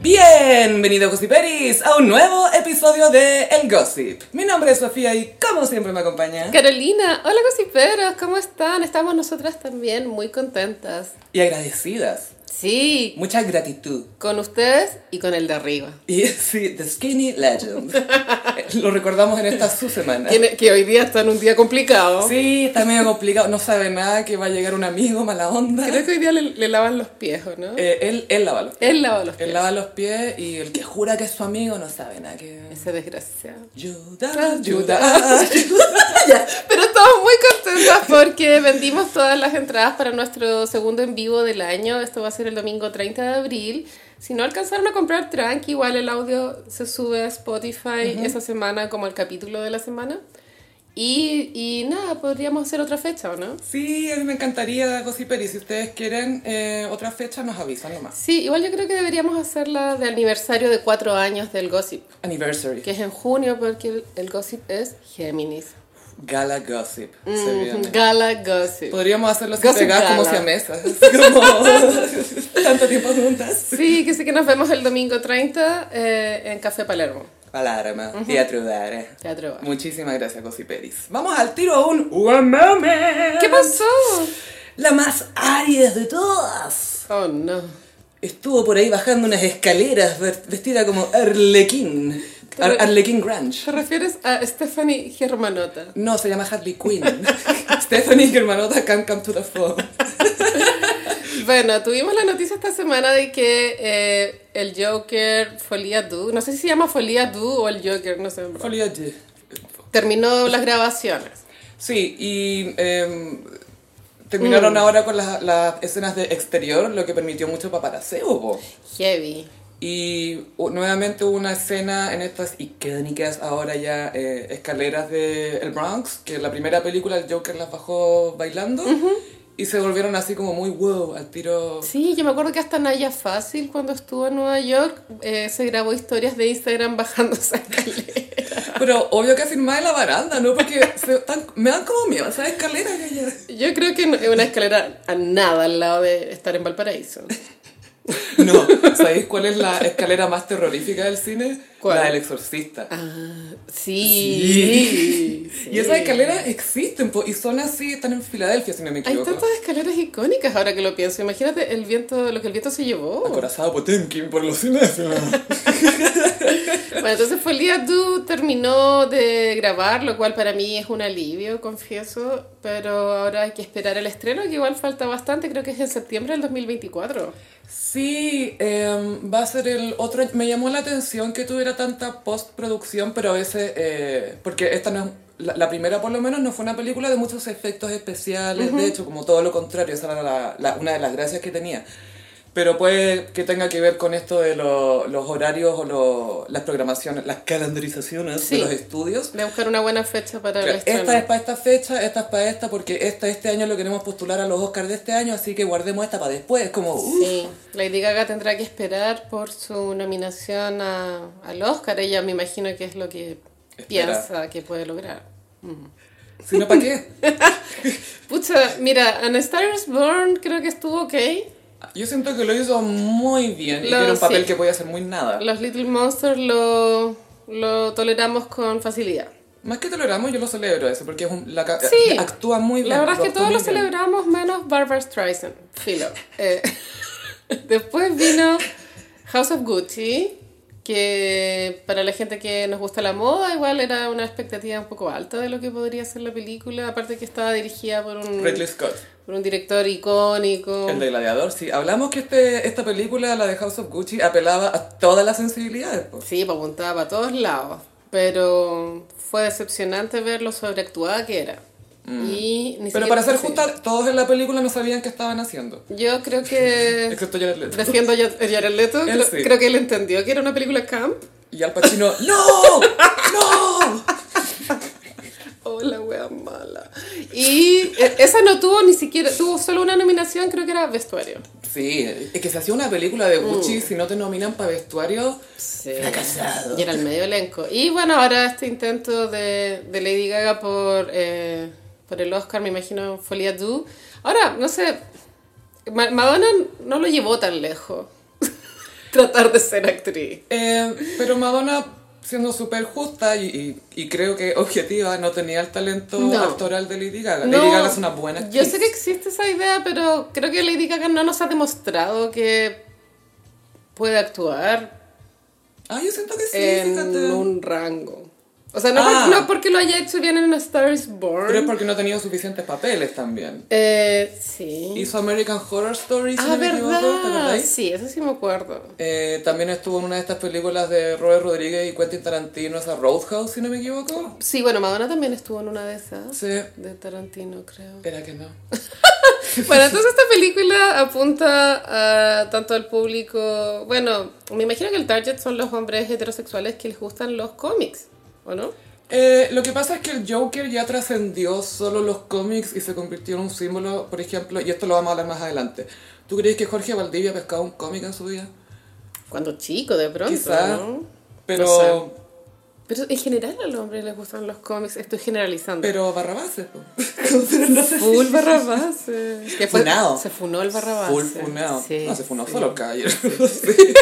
Bienvenido Gossiperis a un nuevo episodio de El Gossip. Mi nombre es Sofía y como siempre me acompaña. Carolina, hola gossiperos, ¿cómo están? Estamos nosotras también muy contentas. Y agradecidas. Sí, Mucha gratitud. con ustedes y con el de arriba. Y sí, The Skinny Legend. Eh, Lo recordamos en esta su semana. Tiene- que hoy día está en un día complicado. Sí, está medio complicado, no sabe nada, que va a llegar un amigo, mala onda. Creo que hoy día le, le lavan los pies, ¿o no? Eh, él, él lava los pies. Él lava los pies. Él lava los pies y el que jura que es su amigo no sabe nada que... Ese desgraciado. Ayuda, ayuda, ayuda. Pero estamos muy contentas porque vendimos todas las entradas para nuestro segundo en vivo del año. Esto va a ser el domingo 30 de abril. Si no alcanzaron a comprar Tranqui, igual el audio se sube a Spotify esa semana como el capítulo de la semana. Y, y nada, podríamos hacer otra fecha, ¿o no? Sí, a mí me encantaría Gossiper y si ustedes quieren eh, otra fecha nos avisan nomás. Sí, igual yo creo que deberíamos hacerla de aniversario de cuatro años del Gossip, Anniversary. que es en junio porque el, el Gossip es Géminis. Gala Gossip. se Mm, viene. Gala Gossip. Podríamos hacerlo sin Gossip pegar como Gala. si a mesas. Como tanto tiempo juntas. Sí, que sí que nos vemos el domingo 30 eh, en Café Palermo. Palarma, teatro dare. Teatro Bar. Muchísimas gracias, Gossiperis. Vamos al tiro a un One Moment. ¿Qué pasó? La más árida de todas. Oh no. Estuvo por ahí bajando unas escaleras ver- vestida como Arlequín. Ar- Arlequín Grunge. ¿Te refieres a Stephanie Germanota? No, se llama Harley Quinn. Stephanie Germanota can come to the phone. Bueno, tuvimos la noticia esta semana de que eh, el Joker, Folia Du, no sé si se llama Folia Du o el Joker, no sé. Folio G. Terminó las grabaciones. Sí, y em, terminaron ahora con las, las escenas de exterior, lo que permitió mucho paparaseo. po. Heavy. Y u- nuevamente hubo una escena en estas icónicas ahora ya eh, escaleras de El Bronx, que en la primera película el Joker las bajó bailando y se volvieron así como muy wow al tiro. Sí, yo me acuerdo que hasta Naya Fácil, cuando estuvo en Nueva York, eh, se grabó historias de Instagram bajando esa escalera. Pero obvio que así más de la baranda, ¿no? Porque se- tan- me dan como miedo esas escaleras. que ya- Yo creo que no- es una escalera a nada al lado de estar en Valparaíso. No, ¿sabéis cuál es la escalera más terrorífica del cine? ¿Cuál? La del exorcista. Sí. Y esas escaleras existen po, y son así, están en Filadelfia, si no me Hay equivoco. tantas escaleras icónicas ahora que lo pienso. Imagínate el viento, lo que el viento se llevó. Acorazado Potemkin por los cines. Bueno, entonces Folia Du terminó de grabar, lo cual para mí es un alivio, confieso. Pero ahora hay que esperar el estreno, que igual falta bastante. Creo que es en septiembre del 2024. Sí, em, va a ser el otro. Me llamó la atención que tuviera tanta postproducción, pero a veces. eh, porque esta no es. La, la primera, por lo menos, no fue una película de muchos efectos especiales. De hecho, como todo lo contrario, esa era la- la- una de las gracias que tenía. Pero puede que tenga que ver con esto de lo- los horarios o lo- las programaciones, las calendarizaciones Sí. de los estudios. Voy a buscar una buena fecha para el Claro, estreno. esta es para esta fecha, esta es para esta, porque esta este año lo queremos postular a los Oscars de este año, así que guardemos esta para después. Es como. uh, Sí, Lady Gaga tendrá que esperar por su nominación a- al Oscar. Ella me imagino que es lo que Espera. piensa que puede lograr. Si no, ¿para qué? Pucha, mira, An Star is Born creo que estuvo ok. Yo siento que lo hizo muy bien y Lo- que era un papel sí. que podía hacer muy nada. Los Little Monsters lo, lo toleramos con facilidad. Más que toleramos, yo lo celebro eso, porque es un- la ca- Sí. actúa muy bien. La verdad es que actúa todos muy lo bien. celebramos menos Barbara Streisand. Filo. Eh, después vino House of Gucci, que para la gente que nos gusta la moda igual era una expectativa un poco alta de lo que podría ser la película, aparte que estaba dirigida por un, Ridley Scott, por un director icónico. el de Gladiador, sí. Hablamos que este, esta película, la de House of Gucci, apelaba a todas las sensibilidades. po. Sí, pues apuntaba para todos lados. Pero fue decepcionante ver lo sobreactuada que era. Y ni Mm. Pero siquiera- para ser sí. justa, todos en la película no sabían qué estaban haciendo. Yo creo que. Excepto Jared Leto. Defiendo a Jared- a Jared Leto. Él Creo, sí. creo que él entendió que era una película camp. Y Al Pacino, ¡No! ¡No! Oh, la wea mala. Y eh, esa no tuvo ni siquiera. Tuvo solo una nominación, creo que era vestuario. Sí, es que se hacía una película de Mm. Gucci, si no te nominan para vestuario, Sí. fracasado. Y era el medio elenco. Y bueno, ahora este intento de, de Lady Gaga por, eh, por el Oscar, me imagino, Folia Du. Ahora, no sé, Ma- Madonna no lo llevó tan lejos. tratar de ser actriz. Eh, pero Madonna, siendo súper justa y, y- y creo que objetiva, no tenía el talento No. actoral de Lady Gaga. No, Lady Gaga es una buena actriz. Yo sé que existe esa idea, pero creo que Lady Gaga no nos ha demostrado que puede actuar Ah, yo siento que sí, en fíjate. un rango. O sea, no, Ah. por- no porque lo haya hecho bien en A Star is Born. Pero es porque no ha tenido suficientes papeles también. Eh, sí. Hizo American Horror Story, si Ah, no me equivoco, ¿te verdad. acordáis? Sí, eso sí me acuerdo. Eh, también estuvo en una de estas películas de Robert Rodríguez y Quentin Tarantino, esa Roadhouse, si no me equivoco. Sí, bueno, Madonna también estuvo en una de esas. Sí, De Tarantino, creo. era que no. Bueno, entonces esta película apunta a tanto al público. Bueno, me imagino que el target son los hombres heterosexuales que les gustan los cómics, ¿o no? Eh, lo que pasa es que el Joker ya trascendió solo los cómics y se convirtió en un símbolo, por ejemplo, y esto lo vamos a hablar más adelante. ¿Tú crees que Jorge Valdivia ha pescado un cómic en su vida? Cuando chico, de pronto. Quizás, ¿no? pero, No Pero en general a los hombres les gustan los cómics, estoy generalizando. pero Barrabases, po. Full Barrabás. eh. Que fue- Funado. Se funó el Barrabás. Full funado. Sí, no, se funó sí. solo el caballero. Sí.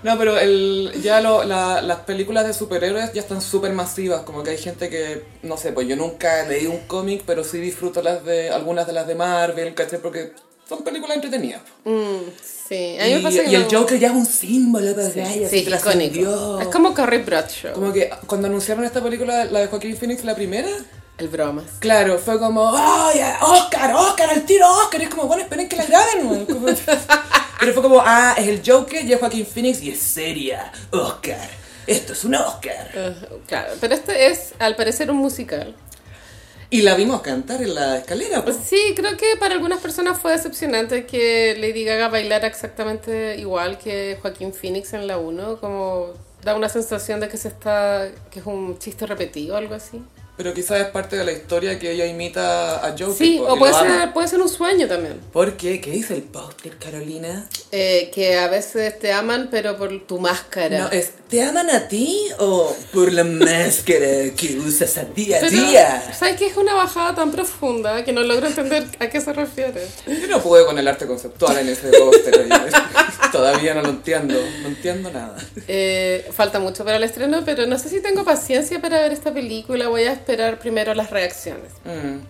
No, pero el, ya lo- la- las películas de superhéroes ya están súper masivas, como que hay gente que, no sé, pues yo nunca leí un cómic, pero sí disfruto las de, algunas de las de Marvel, ¿cachai? Porque son películas entretenidas. po. Mm, sí. A mí me y pasa que y el no- Joker ya es un símbolo, pues, para Sí, icónico. Es como Carrie Bradshaw. Como que cuando anunciaron esta película, la de Joaquín Phoenix, la primera, El bromas. Claro, fue como, ¡ay, eh, Oscar, Oscar, al tiro Oscar! Y es como, bueno, esperen que la graben, weón. Como- Pero fue como, ah, es el Joker y es Joaquín Phoenix y es seria, Oscar. Esto es un Oscar. Ajá, Ah, Claro, pero este es al parecer un musical. Y la vimos cantar en la escalera, pues. Sí, creo que para algunas personas fue decepcionante que Lady Gaga bailara exactamente igual que Joaquín Phoenix en la 1, como da una sensación de que se está que es un chiste repetido o algo así. Pero quizás es parte de la historia que ella imita a Joker. Sí, porque o puede lo ama. ser, puede ser un sueño también. ¿Por qué? ¿Qué dice el póster, Carolina? Eh, que a veces te aman pero por tu máscara. No, es, ¿te aman a ti o por la máscara que usas a día a Pero, día? ¿Sabes que es una bajada tan profunda que no logro entender a qué se refiere? Yo no pude con el arte conceptual en ese póster. oye. Todavía no lo entiendo. No entiendo nada. Eh, falta mucho para el estreno, pero no sé si tengo paciencia para ver esta película. Voy a esperar primero las reacciones. Mm.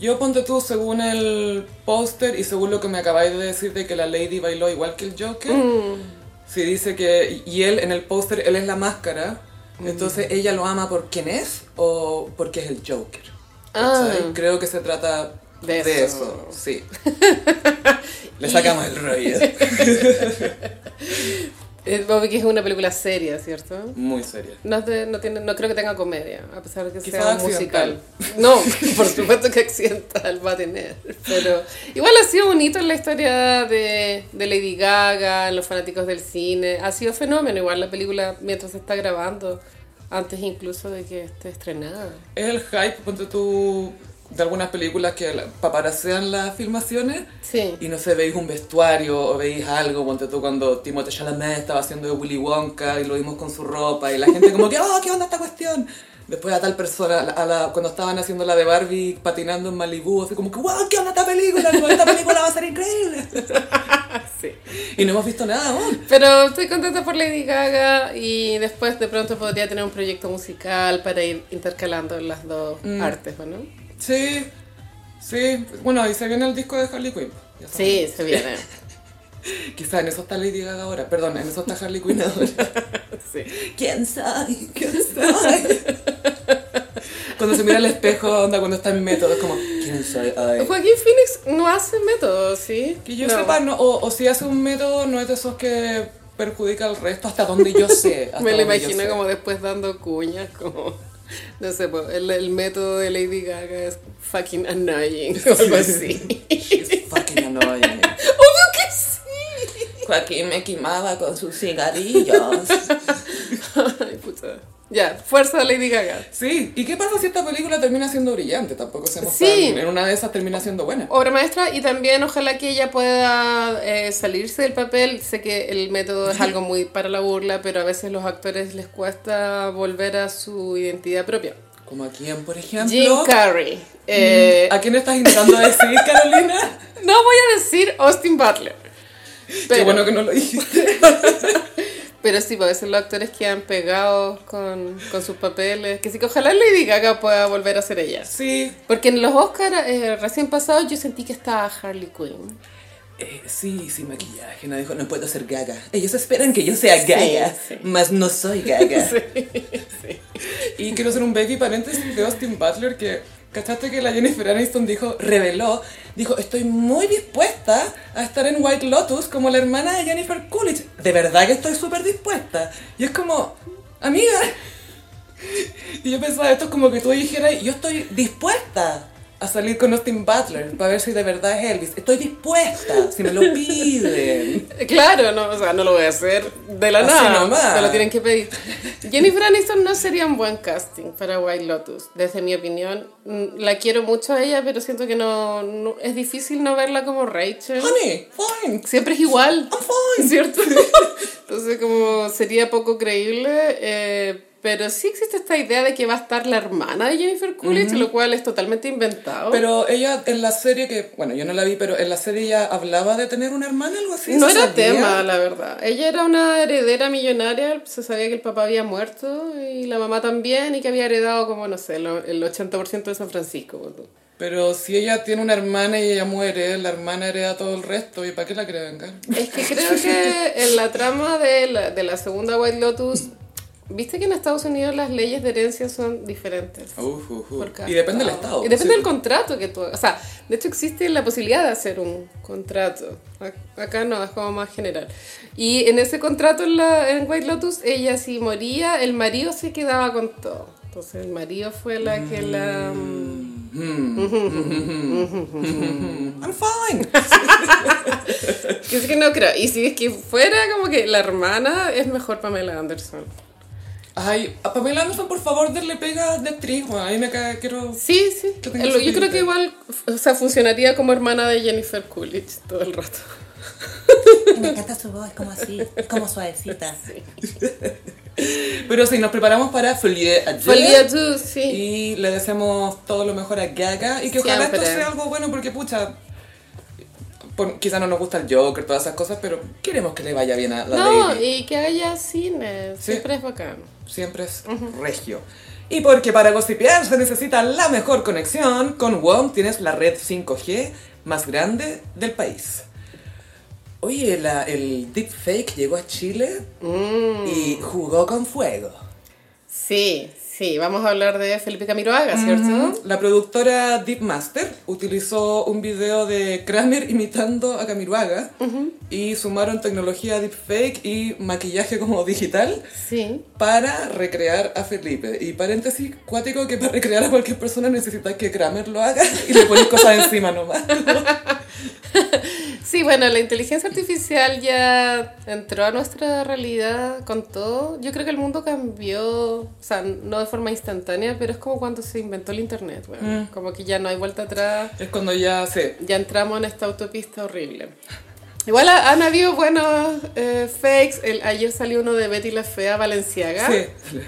Yo ponte tú según el póster y según lo que me acabáis de decir de que la Lady bailó igual que el Joker. Si dice que. Y él en el póster, él es la máscara. Entonces ella lo ama por quién es o porque es el Joker. Ah. ¿Cachai? Creo que se trata De de, eso. eso. Sí. Le sacamos el rollo. Eh, Vos ves que es una película seria, ¿cierto? Muy seria. No, es de- no, tiene, no creo que tenga comedia, a pesar de que Quizá sea un musical. accidental. No, por supuesto que accidental va a tener. Pero igual ha sido bonito en la historia de, de Lady Gaga, en los fanáticos del cine. Ha sido fenómeno igual la película mientras se está grabando, antes incluso de que esté estrenada. Es el hype, ponte tú, de algunas películas que la- paparacean las filmaciones Sí. y no sé, veis un vestuario o veis algo, ponte tú cuando Timothée Chalamet estaba haciendo de Willy Wonka y lo vimos con su ropa y la gente como que, oh, ¿qué onda esta cuestión? Después a tal persona, a la- a la- cuando estaban haciendo la de Barbie patinando en Malibu, así como que, wow, ¿qué onda esta película? Como, Esta película va a ser increíble. Ah, Sí. Y no hemos visto nada aún. Pero estoy contenta por Lady Gaga y después de pronto podría tener un proyecto musical para ir intercalando las dos Mm. artes, ¿o no? Sí, sí. Bueno, ahí se viene el disco de Harley Quinn. Ya sabes. Sí, se viene. Quizá en eso está Lady Gaga ahora. Perdón, en eso está Harley Quinn ahora. Sí. ¿Quién soy? ¿Quién soy? Cuando se mira al espejo, onda, cuando está en método, es como, ¿quién soy? Ay. Joaquín Phoenix no hace método, ¿sí? Que yo No. sepa, no, o, o si hace un método, no es de esos que perjudica al resto, hasta donde yo sé. hasta Me lo donde yo imagino sé. como después dando cuñas, como... No sé, pues, el, el método de Lady Gaga es fucking annoying o algo así. She's fucking annoying. ¡Obvio que sí! Joaquín me quemaba con sus cigarrillos. Ay, puta. Ya, fuerza Lady Gaga. Sí, ¿y qué pasa si esta película termina siendo brillante? Tampoco se nos Sí. tan- En una de esas termina siendo buena. obra maestra y también ojalá que ella pueda eh, salirse del papel. Sé que el método es algo muy para la burla, pero a veces los actores les cuesta volver a su identidad propia. Como a quién, por ejemplo. mm, Jim Carrey. Eh, ¿A quién estás intentando decir, Carolina? no voy a decir Austin Butler. Qué Pero- bueno que no lo dijiste. Pero sí, porque son los actores que han pegado con, con sus papeles. Que sí que ojalá Lady Gaga pueda volver a ser ella. Sí, Porque en los Oscars eh, recién pasados yo sentí que estaba Harley Quinn. Eh, sí, sin maquillaje. No dijo, no puedo ser gaga. Ellos esperan que yo sea gaga, sí. mas no soy gaga. Y quiero hacer un baby paréntesis de Austin Butler que, ¿cachaste que la Jennifer Aniston dijo, reveló, dijo, estoy muy dispuesta a estar en White Lotus como la hermana de Jennifer Coolidge. De verdad que estoy súper dispuesta. Y es como, amiga. Y yo pensaba, esto es como que tú dijeras, yo estoy dispuesta a salir con Austin Butler para ver si de verdad es Elvis. Estoy dispuesta, si me lo piden. Claro, no, o sea, no lo voy a hacer de la Así nada. nomás. Se lo tienen que pedir. Jennifer Aniston no sería un buen casting para White Lotus, desde mi opinión. Mm, La quiero mucho a ella, pero siento que no, no- es difícil no verla como Rachel. Honey, fine. Siempre es igual. I'm fine. ¿Cierto? Entonces como sería poco creíble, eh, pero sí existe esta idea de que va a estar la hermana de Jennifer Coolidge, lo cual es totalmente inventado. Pero ella en la serie que, bueno, yo no la vi, pero en la serie ella hablaba de tener una hermana, algo así. no ¿se era sabía? tema, la verdad. Ella era una heredera millonaria, se sabía que el papá había muerto y la mamá también y que había heredado como, no sé, lo- el 80% de San Francisco. ponte. Pero si ella tiene una hermana y ella muere, la hermana hereda todo el resto, ¿y para qué la quiere vengar? Es que creo que en la trama de la, de la segunda White Lotus, viste que en Estados Unidos las leyes de herencia son diferentes. Uf, uf, uf. por cada Y depende del estado. pues, Y depende sí. del contrato que tú hagas. O sea, de hecho existe la posibilidad de hacer un contrato. Ac- Acá no, es como más general. Y en ese contrato en, la, en White Lotus, ella si moría, el marido se quedaba con todo. Entonces el marido fue la que la... Mm. I'm fine. Que es que no creo. Y si es que fuera como que la hermana, es mejor Pamela Anderson. Ay, a Pamela Anderson, por favor, denle pega de actriz, weón. A mí me cae, quiero... Sí, sí. Yo tengo Lo- Yo creo sentido. que igual, o sea, funcionaría como hermana de Jennifer Coolidge todo el rato. Me encanta su voz, es como así, es como suavecita. Pero sí, nos preparamos para Folie à Deux. Valía tú, sí. Y le deseamos todo lo mejor a Gaga y que ojalá Siempre. esto sea algo bueno porque pucha, por- quizá no nos gusta el Joker, todas esas cosas, pero queremos que le vaya bien a la No, lady. y que haya cine, Sí. siempre es bacán. Siempre es regio. Y porque para gossipear se necesita la mejor conexión, con WOM tienes la red 5G más grande del país. Oye, la- el deepfake llegó a Chile Mm. y jugó con fuego. Sí, sí, vamos a hablar de Felipe Camiroaga, ¿cierto? La productora Deepmaster utilizó un video de Kramer imitando a Camiruaga y sumaron tecnología deepfake y maquillaje como digital Sí. para recrear a Felipe. Y paréntesis cuático que para recrear a cualquier persona necesitas que Kramer lo haga y le pones cosas encima nomás. Sí, bueno, la inteligencia artificial ya entró a nuestra realidad con todo. Yo creo que el mundo cambió, o sea, no de forma instantánea, pero es como cuando se inventó el internet, bueno, como que ya no hay vuelta atrás. Es cuando ya se... ya entramos en esta autopista horrible. Igual ha- han habido buenos eh, fakes. El, ayer salió uno de Betty la Fea Valenciaga. Sí.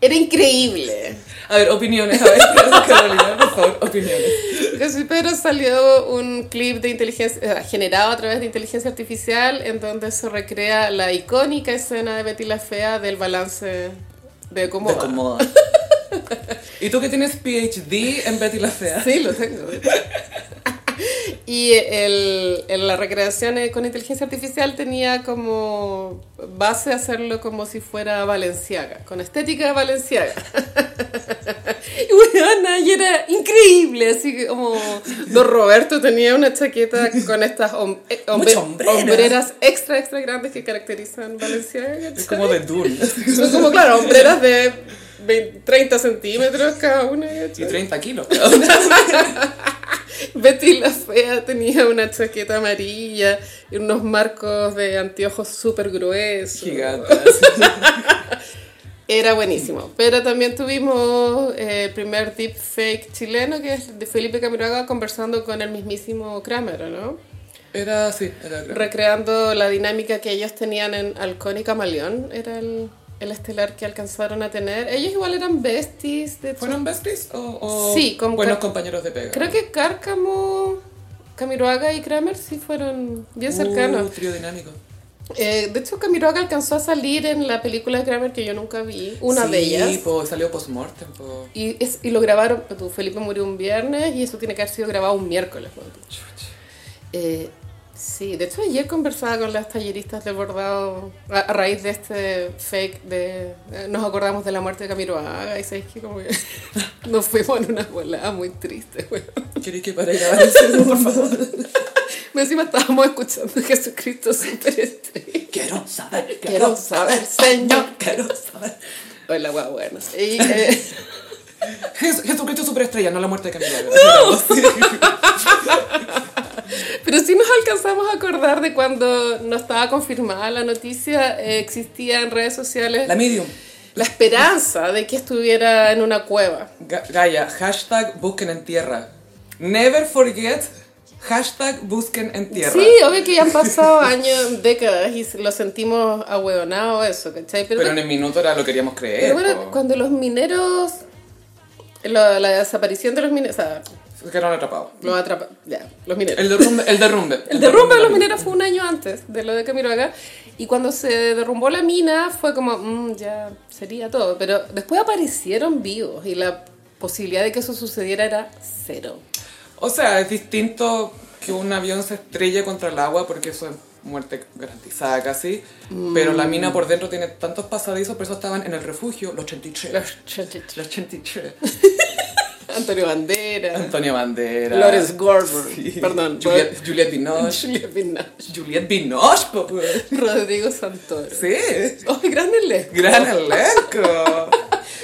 Era increíble. A ver, opiniones. A ver, Carolina, por favor, opiniones. Casi pero salió un clip de inteligencia eh, generado a través de inteligencia artificial en donde se recrea la icónica escena de Betty la Fea del balance de cómo Te va. acomoda. ¿Y tú que tienes PhD en Betty la Fea? Sí, lo tengo. Y el, el- la recreación eh, con inteligencia artificial tenía como base hacerlo como si fuera valenciaga, con estética valenciaga. Y bueno, y era increíble, así que como Don Roberto tenía una chaqueta con estas hom- eh, hombre- Mucho hombrera. hombreras extra, extra grandes que caracterizan valenciaga. Es como de Dune. Son como, claro, hombreras de 20, 30 centímetros cada una. Y ¿cachai? 30 kilos. Betty la Fea tenía una chaqueta amarilla y unos marcos de anteojos súper gruesos. Gigantes. Era buenísimo. Pero también tuvimos eh, el primer deepfake chileno, que es de Felipe Camiroaga conversando con el mismísimo Kramer, ¿o ¿no? Era así, era grande. Recreando la dinámica que ellos tenían en Halcón y Camaleón. Era el, el estelar que alcanzaron a tener. Ellos igual eran besties, de hecho. ¿Fueron besties o, o Sí, como buenos que- compañeros de pega? Creo que Cárcamo Camiroaga y Kramer sí fueron bien Uh, cercanos. trío dinámico. Eh, de hecho, Camiroaga alcanzó a salir en la película de Kramer que yo nunca vi, una Sí, de ellas. po, salió post-mortem, po. Y, es- y lo grabaron, tú, Felipe murió un viernes y eso tiene que haber sido grabado un miércoles. ¿no? Chuch. Eh, sí, de hecho ayer conversaba con las talleristas del bordado a, a raíz de este fake de eh, nos acordamos de la muerte de Camiroaga y sabéis que como que nos fuimos en una volada muy triste, güey. ¿Queréis que para grabar el cerdo, por favor? Me encima estábamos escuchando Jesucristo Superestrella. Quiero saber, Quiero saber, Señor. quiero saber. Hola, guau, bueno. Y, eh, Jes- Jesucristo superestrella, no la muerte de Camila. ¡No! Pero sí nos alcanzamos a acordar de cuando no estaba confirmada la noticia, eh, existía en redes sociales La la, medium. esperanza de que estuviera en una cueva. Ga- Gaia, hashtag busquen en tierra. Never forget, hashtag busquen en tierra. Sí, obvio que ya han pasado años, décadas y lo sentimos ahueonado eso, ¿cachai? Pero, Pero en el minuto era lo queríamos creer. pero bueno, po. cuando los mineros, la, la desaparición de los mineros, o sea, Se quedaron atrapados. los atrapa- ya, los mineros. El derrumbe. El derrumbe, El derrumbe de los mineros fue un año antes de lo de Camiroaga. Y cuando se derrumbó la mina fue como, "Mm, ya sería todo. Pero después aparecieron vivos y la posibilidad de que eso sucediera era cero. O sea, es distinto que un avión se estrelle contra el agua porque eso es muerte garantizada casi. Pero la mina por dentro tiene tantos pasadizos, por eso estaban en el refugio los 83. Los 83. Antonio Bandera, Antonio Bandera. Lawrence Gordon, Sí. perdón, Juliette, Juliette Binoche. Julia Pinoche, Juliette Binoche, po, weón. Rodrigo Santoro. Sí. Oh, gran elenco. Gran elenco.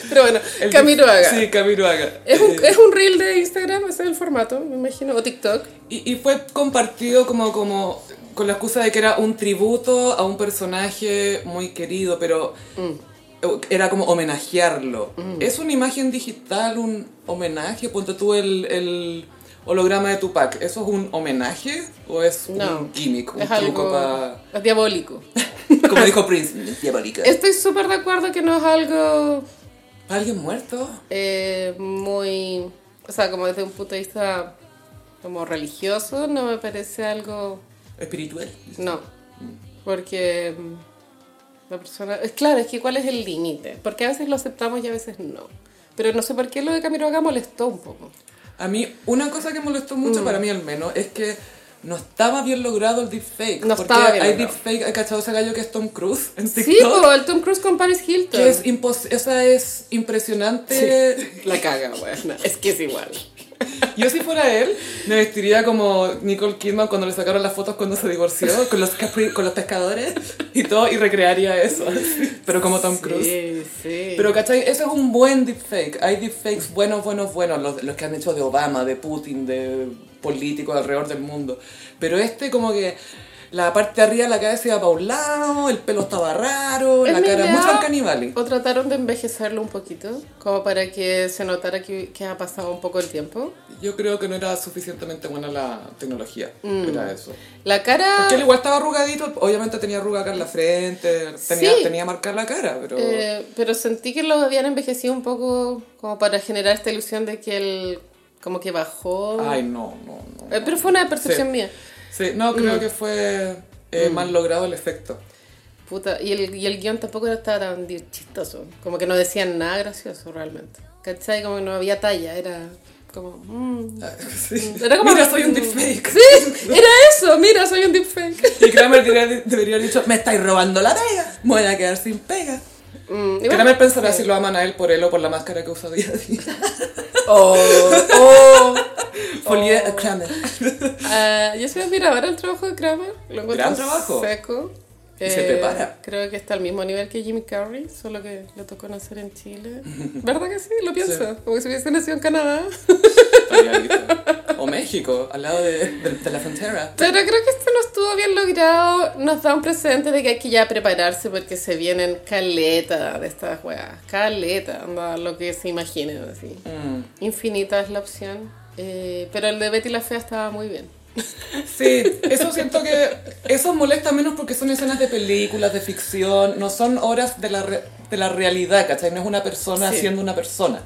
Pero bueno, El- Camiroaga. Sí, Camiroaga. Es Eh, un, es un reel de Instagram, ese es el formato, me imagino, o TikTok. Y, y fue compartido como, como con la excusa de que era un tributo a un personaje muy querido, pero Mm. era como homenajearlo. Es una imagen digital, un homenaje. Ponte tú el, el holograma de Tupac. ¿Eso es un homenaje o es No. un gimmick? Un es truco algo para. diabólico. Como dijo Prince, diabólica. Estoy súper de acuerdo que no es algo ¿Alguien muerto? eh, muy, o sea, como desde un punto de vista como religioso, no me parece algo, ¿Espiritual? no, porque mm, la persona, es claro, es que cuál es el límite, porque a veces lo aceptamos y a veces no, pero no sé por qué lo de Camiroaga molestó un poco. A mí, una cosa que molestó mucho, Mm. para mí al menos, es que no estaba bien logrado el deepfake. No porque estaba bien hay logrado. deepfake, hay cachado ese gallo que es Tom Cruise en TikTok. Sí, como el Tom Cruise con Paris Hilton. que es, impos- esa es impresionante. La caga, bueno, es que es igual. Yo si fuera él, me vestiría como Nicole Kidman cuando le sacaron las fotos cuando se divorció, con los, capri- con los pescadores y todo, y recrearía eso. Pero como Tom Cruise. Sí, sí. Pero, ¿cachai? Eso es un buen deepfake. Hay deepfakes buenos, buenos, buenos. Los, los que han hecho de Obama, de Putin, de políticos alrededor del mundo. Pero este como que la parte de arriba de la cabeza iba para un lado, el pelo estaba raro, Es la cara... medio- Mucho Uncanny Valley. O trataron de envejecerlo un poquito, como para que se notara que, que ha pasado un poco el tiempo. Yo creo que no era suficientemente buena la tecnología. Mm. Era eso. La cara... Que él igual estaba arrugadito. Obviamente tenía arruga acá en la frente. Tenía, Sí. tenía marcar la cara, pero... eh, pero sentí que lo habían envejecido un poco como para generar esta ilusión de que él como que bajó. Ay, no, no, no. Eh, pero fue una percepción Sí. mía. Mm. Sí, no, creo que fue eh, mal logrado el efecto. Puta, y el, y el guión tampoco era- estaba tan di- chistoso. Como que no decían nada gracioso realmente. ¿Cachai? Como que no había talla, era como... mm. Sí. Era como- mm, Mira, soy un deepfake. Sí, era eso, mira, soy un deepfake. Y Kramer debería, debería haber dicho, me estáis robando la pega, me voy a quedar sin pega. Mm, y bueno, Kramer pensará sí. si lo aman a él por él o por la máscara que usa día a día. Oh, oh. Folie a Kramer. Ah, yo soy admiradora del trabajo de Kramer. Lo encuentro Gran trabajo. seco. Eh, Y se prepara. Creo que está al mismo nivel que Jimmy Carrey, solo que lo tocó nacer en Chile. ¿Verdad que sí? Lo pienso. Como que si hubiese nacido en Canadá. O México, al lado de, de- de la frontera. Pero creo que esto no estuvo bien logrado. Nos da un precedente de que hay que ya prepararse porque se vienen caleta de estas weas. Caleta, anda, lo que se imaginen así. Mm. Infinita es la opción. Eh, pero el de Betty la Fea estaba muy bien. Sí, eso siento que eso molesta menos porque son escenas de películas, de ficción, no son horas de la, re- de la realidad, ¿cachai? No es una persona Sí. siendo una persona.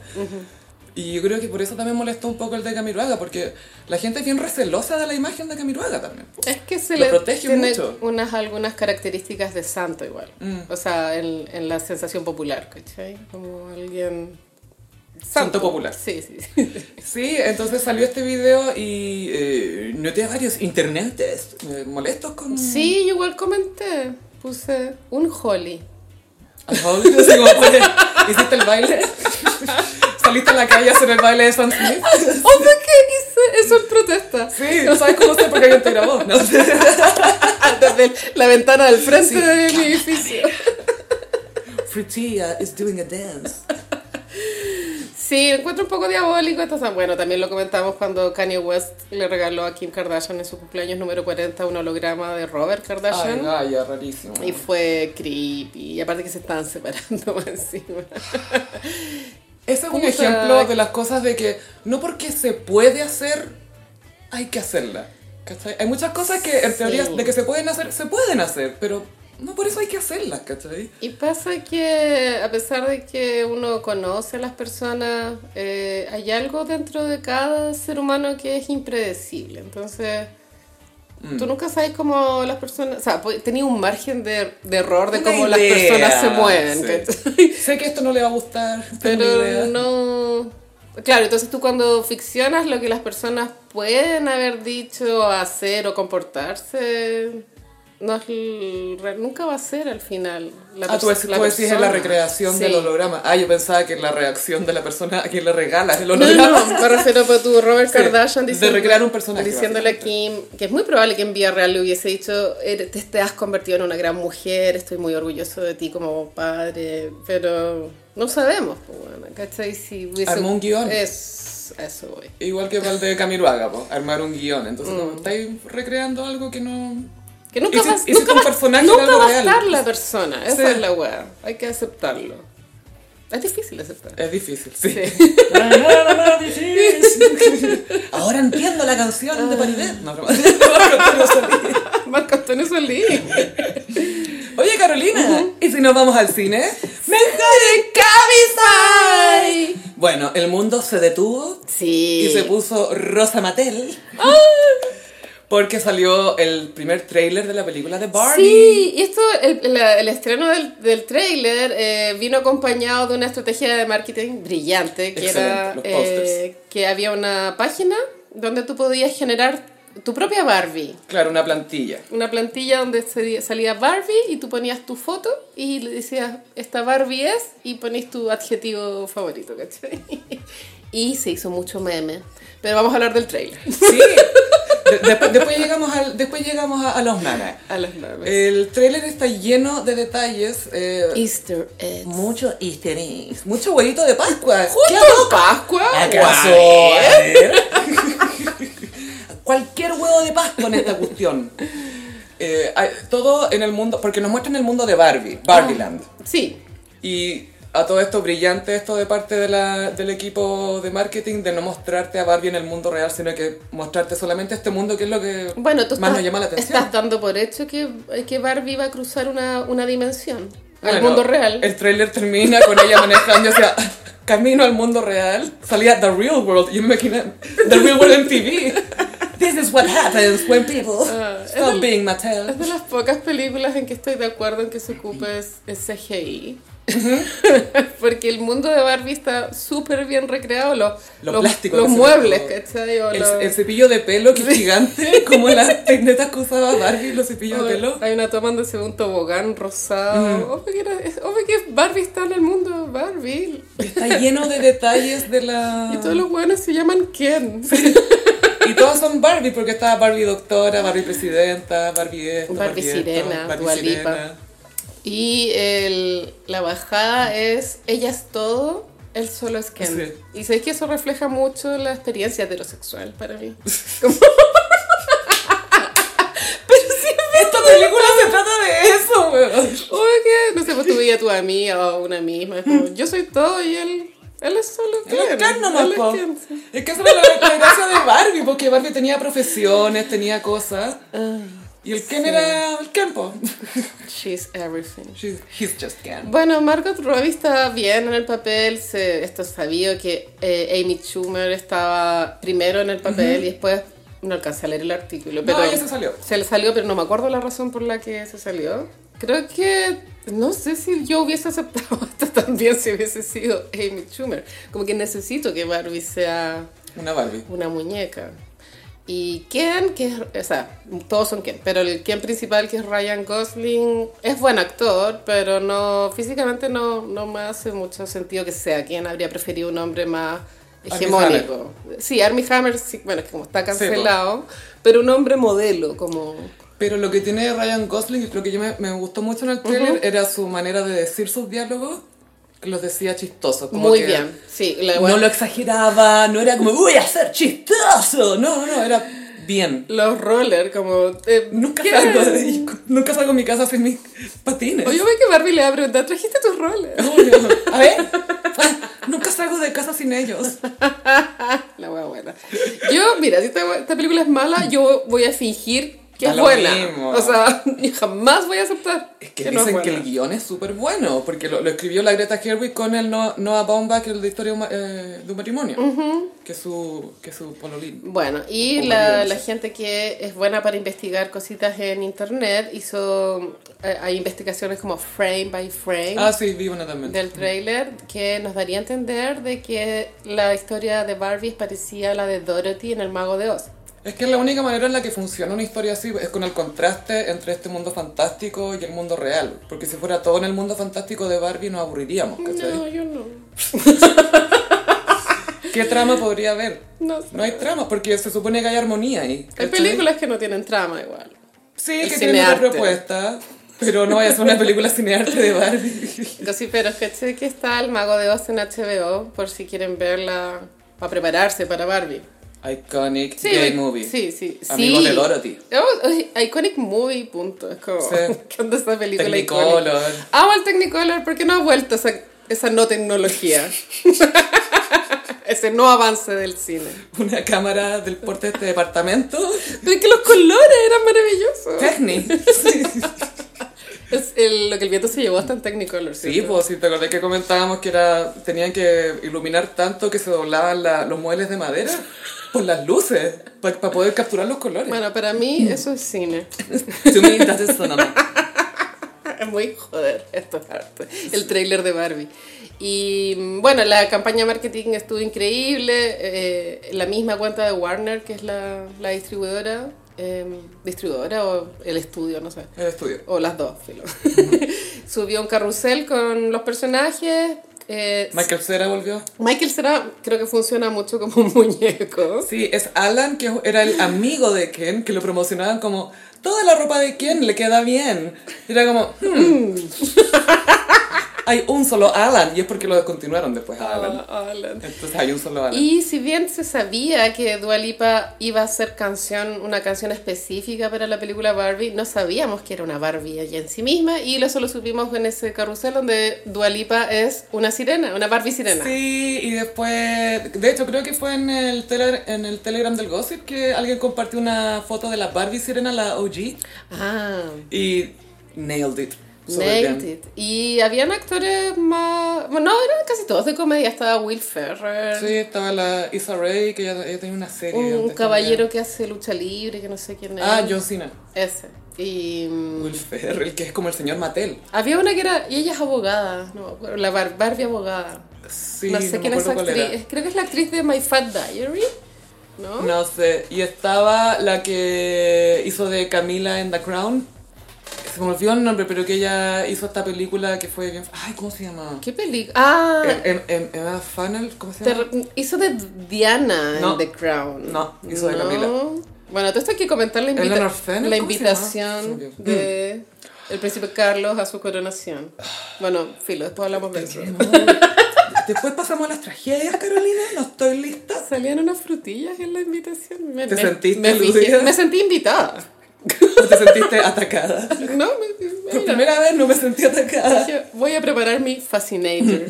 Y yo creo que por eso también molestó un poco el de Camiruaga, porque la gente es bien recelosa de la imagen de Camiruaga también. Es que se Lo le protege tiene mucho. unas algunas características de santo igual. O sea, en, en la sensación popular, ¿cachai? Como alguien... Santo popular. Sí, sí. sí. Sí, entonces salió este video y eh, noté a varios internetes eh, molestos con... Sí, yo igual comenté. Puse un holly. Ajá, así como, oye, ¿Hiciste el baile? ¿Saliste a la calle a hacer el baile de Sam Smith? O sea que hice eso en protesta. Sí, ¿sabes cómo sé por qué alguien te grabó? No sé. Desde la ventana del frente Sí. de mi edificio. Frutia is doing a dance. Sí, lo encuentro un poco diabólico. Entonces, bueno, también lo comentamos cuando Kanye West le regaló a Kim Kardashian en su cumpleaños número 40 un holograma de Robert Ay, Kardashian. Gaia, rarísimo. Y fue creepy. Y aparte que se estaban separando más encima. Ese es un Puta. ejemplo de las cosas de que no porque se puede hacer, hay que hacerla. ¿Cachai? Hay muchas cosas que en Sí. teoría de que se pueden hacer, se pueden hacer, pero no por eso hay que hacerlas, ¿cachai? Y pasa que a pesar de que uno conoce a las personas, eh, hay algo dentro de cada ser humano que es impredecible. Entonces, Mm. tú nunca sabes cómo las personas... O sea, pues, tenía un margen de, de error de Una cómo las idea, personas se mueven. sí. ¿cachai? Sé que esto no le va a gustar, tengo idea. Pero no... Claro, entonces tú cuando ficcionas lo que las personas pueden haber dicho, hacer o comportarse... No es l- re- nunca va a ser al final la Ah, tú, pers- dec- la tú decís en la persona. recreación del Sí. holograma. Ah, yo pensaba que en la reacción de la persona a quien le regalas el No, no, holograma. no, me refiero a tu Robert Sí, Kardashian de diciendo- recrear un personaje, Diciéndole a Kim que es muy probable que en vía real le hubiese dicho: "Eres- te, te has convertido en una gran mujer, estoy muy orgulloso de ti como padre, pero no sabemos, pues bueno, ¿cachai? Si hubiese- Armó un guión. Es, a eso voy. Igual que para el de Camiruaga, po, armar un guión. Entonces, Mm. como estáis recreando algo que no. Que nunca, Hiciste- va, hiciste nunca un va- personaje de nunca algo va a real. estar la persona, esa Sí. es la weá, hay que aceptarlo. Es difícil aceptar. Es difícil, sí. Sí. Ahora entiendo la canción de Paribet. No, broma. Pero salí. Marco Antonio Solís. Oye, Carolina, ¿y si nos vamos al cine? ¡Mejor en Cabify! Bueno, el mundo se detuvo Sí. Ah. y se puso Rosa Matel. Porque salió el primer tráiler de la película de Barbie. Sí, y esto, el, la- el estreno del, del tráiler eh, vino acompañado de una estrategia de marketing brillante, que era Excelente, los eh, que había una página donde tú podías generar tu propia Barbie. Claro, una plantilla. Una plantilla donde se- salía Barbie y tú ponías tu foto y le decías, esta Barbie es, y ponías tu adjetivo favorito, ¿cachai? Y se hizo mucho meme. Pero vamos a hablar del tráiler. Sí. De- después, después llegamos, al, después llegamos a, a los memes. A los memes. El tráiler está lleno de detalles. eh, Easter eggs. Mucho easter egg. mucho huevito de Pascua. ¿Qué ¡Justo en Pascua! ¿Acaso? Guay. A ver. Cualquier huevo de Pascua en esta cuestión. Eh, hay- todo en el mundo, porque nos muestran el mundo de Barbie, Barbieland. Ah. Sí, Y a todo esto brillante, esto de parte de la- del equipo de marketing, de no mostrarte a Barbie en el mundo real, sino que mostrarte solamente este mundo, que es lo que Bueno, tú más estás, nos llama la atención. estás dando por hecho que, que Barbie va a cruzar una, una dimensión al Bueno, mundo real. El tráiler termina con ella manejando hacia camino al mundo real. Salía The Real World. Yo me imaginé The Real World en TV. This is what happens when people Stop being Mattel. Ah, Es de las pocas películas en que estoy de acuerdo en que se ocupe es- es CGI. Porque el mundo de Barbie está súper bien recreado. Los, Los plásticos los que se muebles, recreó. ¿cachai? O El, los- el cepillo de pelo que es gigante, como las tecnetas que usaba Barbie, los cepillos de pelo. Hay una toma donde se ve un tobogán rosado. Obvio, que era- es- obvio que Barbie está en el mundo de Barbie. Está lleno de detalles de la... Y todos los buenos se llaman Ken. Y todas son Barbie, porque estaba Barbie doctora, Barbie presidenta, Barbie esto, Barbie esto, sirena, Barbie Dua Lipa. sirena. Y el- la bajada es ella es todo, él solo es Ken. Sí. Y sabéis que eso refleja mucho la experiencia heterosexual para mí. Esta película se trata de eso, weón. O que, no sé, pues tú y a tu amiga o una misma. es como, yo soy todo y él, él es solo Ken. Claro, claro, nomás, él es po. Ken, sí. Es que esa era la, la gracia de Barbie, porque Barbie tenía profesiones, tenía cosas. Y el Ken era el Ken, po. She's everything. She's- He's just Ken. Bueno, Margot Robbie está bien en el papel. Se, esto es sabido que eh, Amy Schumer estaba primero en el papel y después no alcancé a leer el artículo. Pero ella se salió. Se le salió, pero no me acuerdo la razón por la que se salió. Creo que no sé si yo hubiese aceptado esto también si hubiese sido Amy Schumer. Como que necesito que Barbie sea Una Barbie. una muñeca. Y Ken, que es, o sea, todos son Ken, pero el Ken principal, que es Ryan Gosling, es buen actor, pero no, físicamente no, no me hace mucho sentido que sea Ken, habría preferido un hombre más Armie hegemónico. sí, Armie Hammer, sí, bueno, es que como está Sí, pues. cancelado, pero un hombre modelo, como... Pero lo que tiene Ryan Gosling, y lo que yo me, me gustó mucho en el trailer, era su manera de decir sus diálogos, que los decía chistosos. como muy que bien, sí, la No bueno, lo exageraba, no era como, voy a ser chistoso. No, no, no, era bien. los roller, como... eh, Nunca ¿qué? salgo, de, nunca salgo de mi casa sin mis patines. Oye, ve que Barbie le va a preguntar, ¿trajiste tus roller? Obvio. A ver, ah, nunca salgo de casa sin ellos. La wea buena. Yo, mira, si esta, wea- esta película es mala, yo voy a fingir que Da es lo buena. mismo. O sea, yo jamás voy a aceptar. Es que, no dicen que buena. el guión es súper bueno, porque lo, lo escribió la Greta Gerwig con el No- Noah Baumbach, el de Historia de un ma- eh, de un Matrimonio, que es su, que es su pololín. Bueno, y Como la, guiones. la gente que es buena para investigar cositas en internet hizo. eh, hay investigaciones como frame by frame. Ah, sí, vi una también. del trailer que nos daría a entender de que la historia de Barbie parecía a la de Dorothy en El Mago de Oz. Es que es la única manera en la que funciona una historia así es con el contraste entre este mundo fantástico y el mundo real. Porque si fuera todo en el mundo fantástico de Barbie nos aburriríamos, ¿cachai? No, yo no. ¿Qué trama podría haber? No sé. No hay trama, porque se supone que hay armonía ahí. Hay ¿cachai? películas que no tienen trama igual. Sí, El que tienen otra cinearte. propuesta, pero no vaya a ser una película cinearte de Barbie. Gossiperos, caché que está El Mago de Oz en HBO, por si quieren verla, para prepararse para Barbie. Iconic gay movie. Sí, sí. sí. Amigos de Dorothy. Oh, oh, iconic movie, punto. Es como, Sí. ¿qué onda esa película Technicolor. icónica? Amo el Technicolor porque no ha vuelto esa, esa no tecnología. Ese no avance del cine. Una cámara del porte de este departamento. Pero es que los colores eran maravillosos. Technic. Es el- lo que el viento se llevó hasta en Technicolor, Sí, ¿cierto? pues si te acordás que comentábamos que era tenían que iluminar tanto que se doblaban la- los muebles de madera por las luces, para poder capturar los colores. Bueno, para mí eso es cine. To me, that is cinema. Es muy joder, esto es arte. El trailer de Barbie. Y mm, bueno, la campaña de marketing estuvo increíble. eh, la misma cuenta de Warner, que es la, la distribuidora, eh, distribuidora o el estudio, no sé. El estudio. O las dos, filo. Subió un carrusel con los personajes. eh, Michael Cera volvió. Michael Cera creo que funciona mucho como un muñeco. Sí, es Alan, que era el amigo de Ken, que lo promocionaban como, toda la ropa de Ken le queda bien. Y era como, "Hmm". hay un solo Alan, y es porque lo descontinuaron después a Alan. Ah, Alan. Entonces hay un solo Alan. Y si bien se sabía que Dua Lipa iba a hacer canción, una canción específica para la película Barbie, no sabíamos que era una Barbie ella en sí misma y lo solo supimos en ese carrusel donde Dua Lipa es una sirena, una Barbie sirena. Sí, y después, de hecho creo que fue en el, tele- en el Telegram del Gossip que alguien compartió una foto de la Barbie Sirena, la OG, Ah, y nailed it. Súper nailed bien. it. Y habían actores más... Bueno, no, eran casi todos de comedia, estaba Will Ferrell. Sí, estaba la Issa Rae, que ella, ella tenía una serie. Un, antes caballero que hace lucha libre, que no sé quién es. también. Ah, John Cena. Ese. Y... mm, Will Ferrell, que es como el señor Mattel. Había una que era... Y ella es abogada, no, me acuerdo, la Bar- Barbie abogada. Sí, no sé me quién es esa acuerdo cuál actriz. era. Es- Creo que es la actriz de My Fat Diary. ¿No? No sé. Y estaba la que hizo de Camila en The Crown. que Se me olvidó el nombre, pero que ella hizo esta película que fue bien... Ay, ¿cómo se llama? ¿Qué película? Ah, Em- em- em- Emma Funnel, ¿cómo se te llama? re- hizo de Diana No. en The Crown. No, hizo de No. Camila. Bueno, todo esto hay que comentar la, invita- Eleanor Fennel, la ¿cómo se invitación llama? Se me olvidó. Mm. de el príncipe Carlos a su coronación. Bueno, filo, después hablamos de eso. Después pasamos a las tragedias, Carolina. No estoy lista. Salían unas frutillas en la invitación. Me, ¿Te me- sentiste me, fijé- aludida? me sentí invitada. ¿No te sentiste atacada? No, me, Por mira. primera vez no me sentí atacada. Dije, voy a preparar mi Fascinator.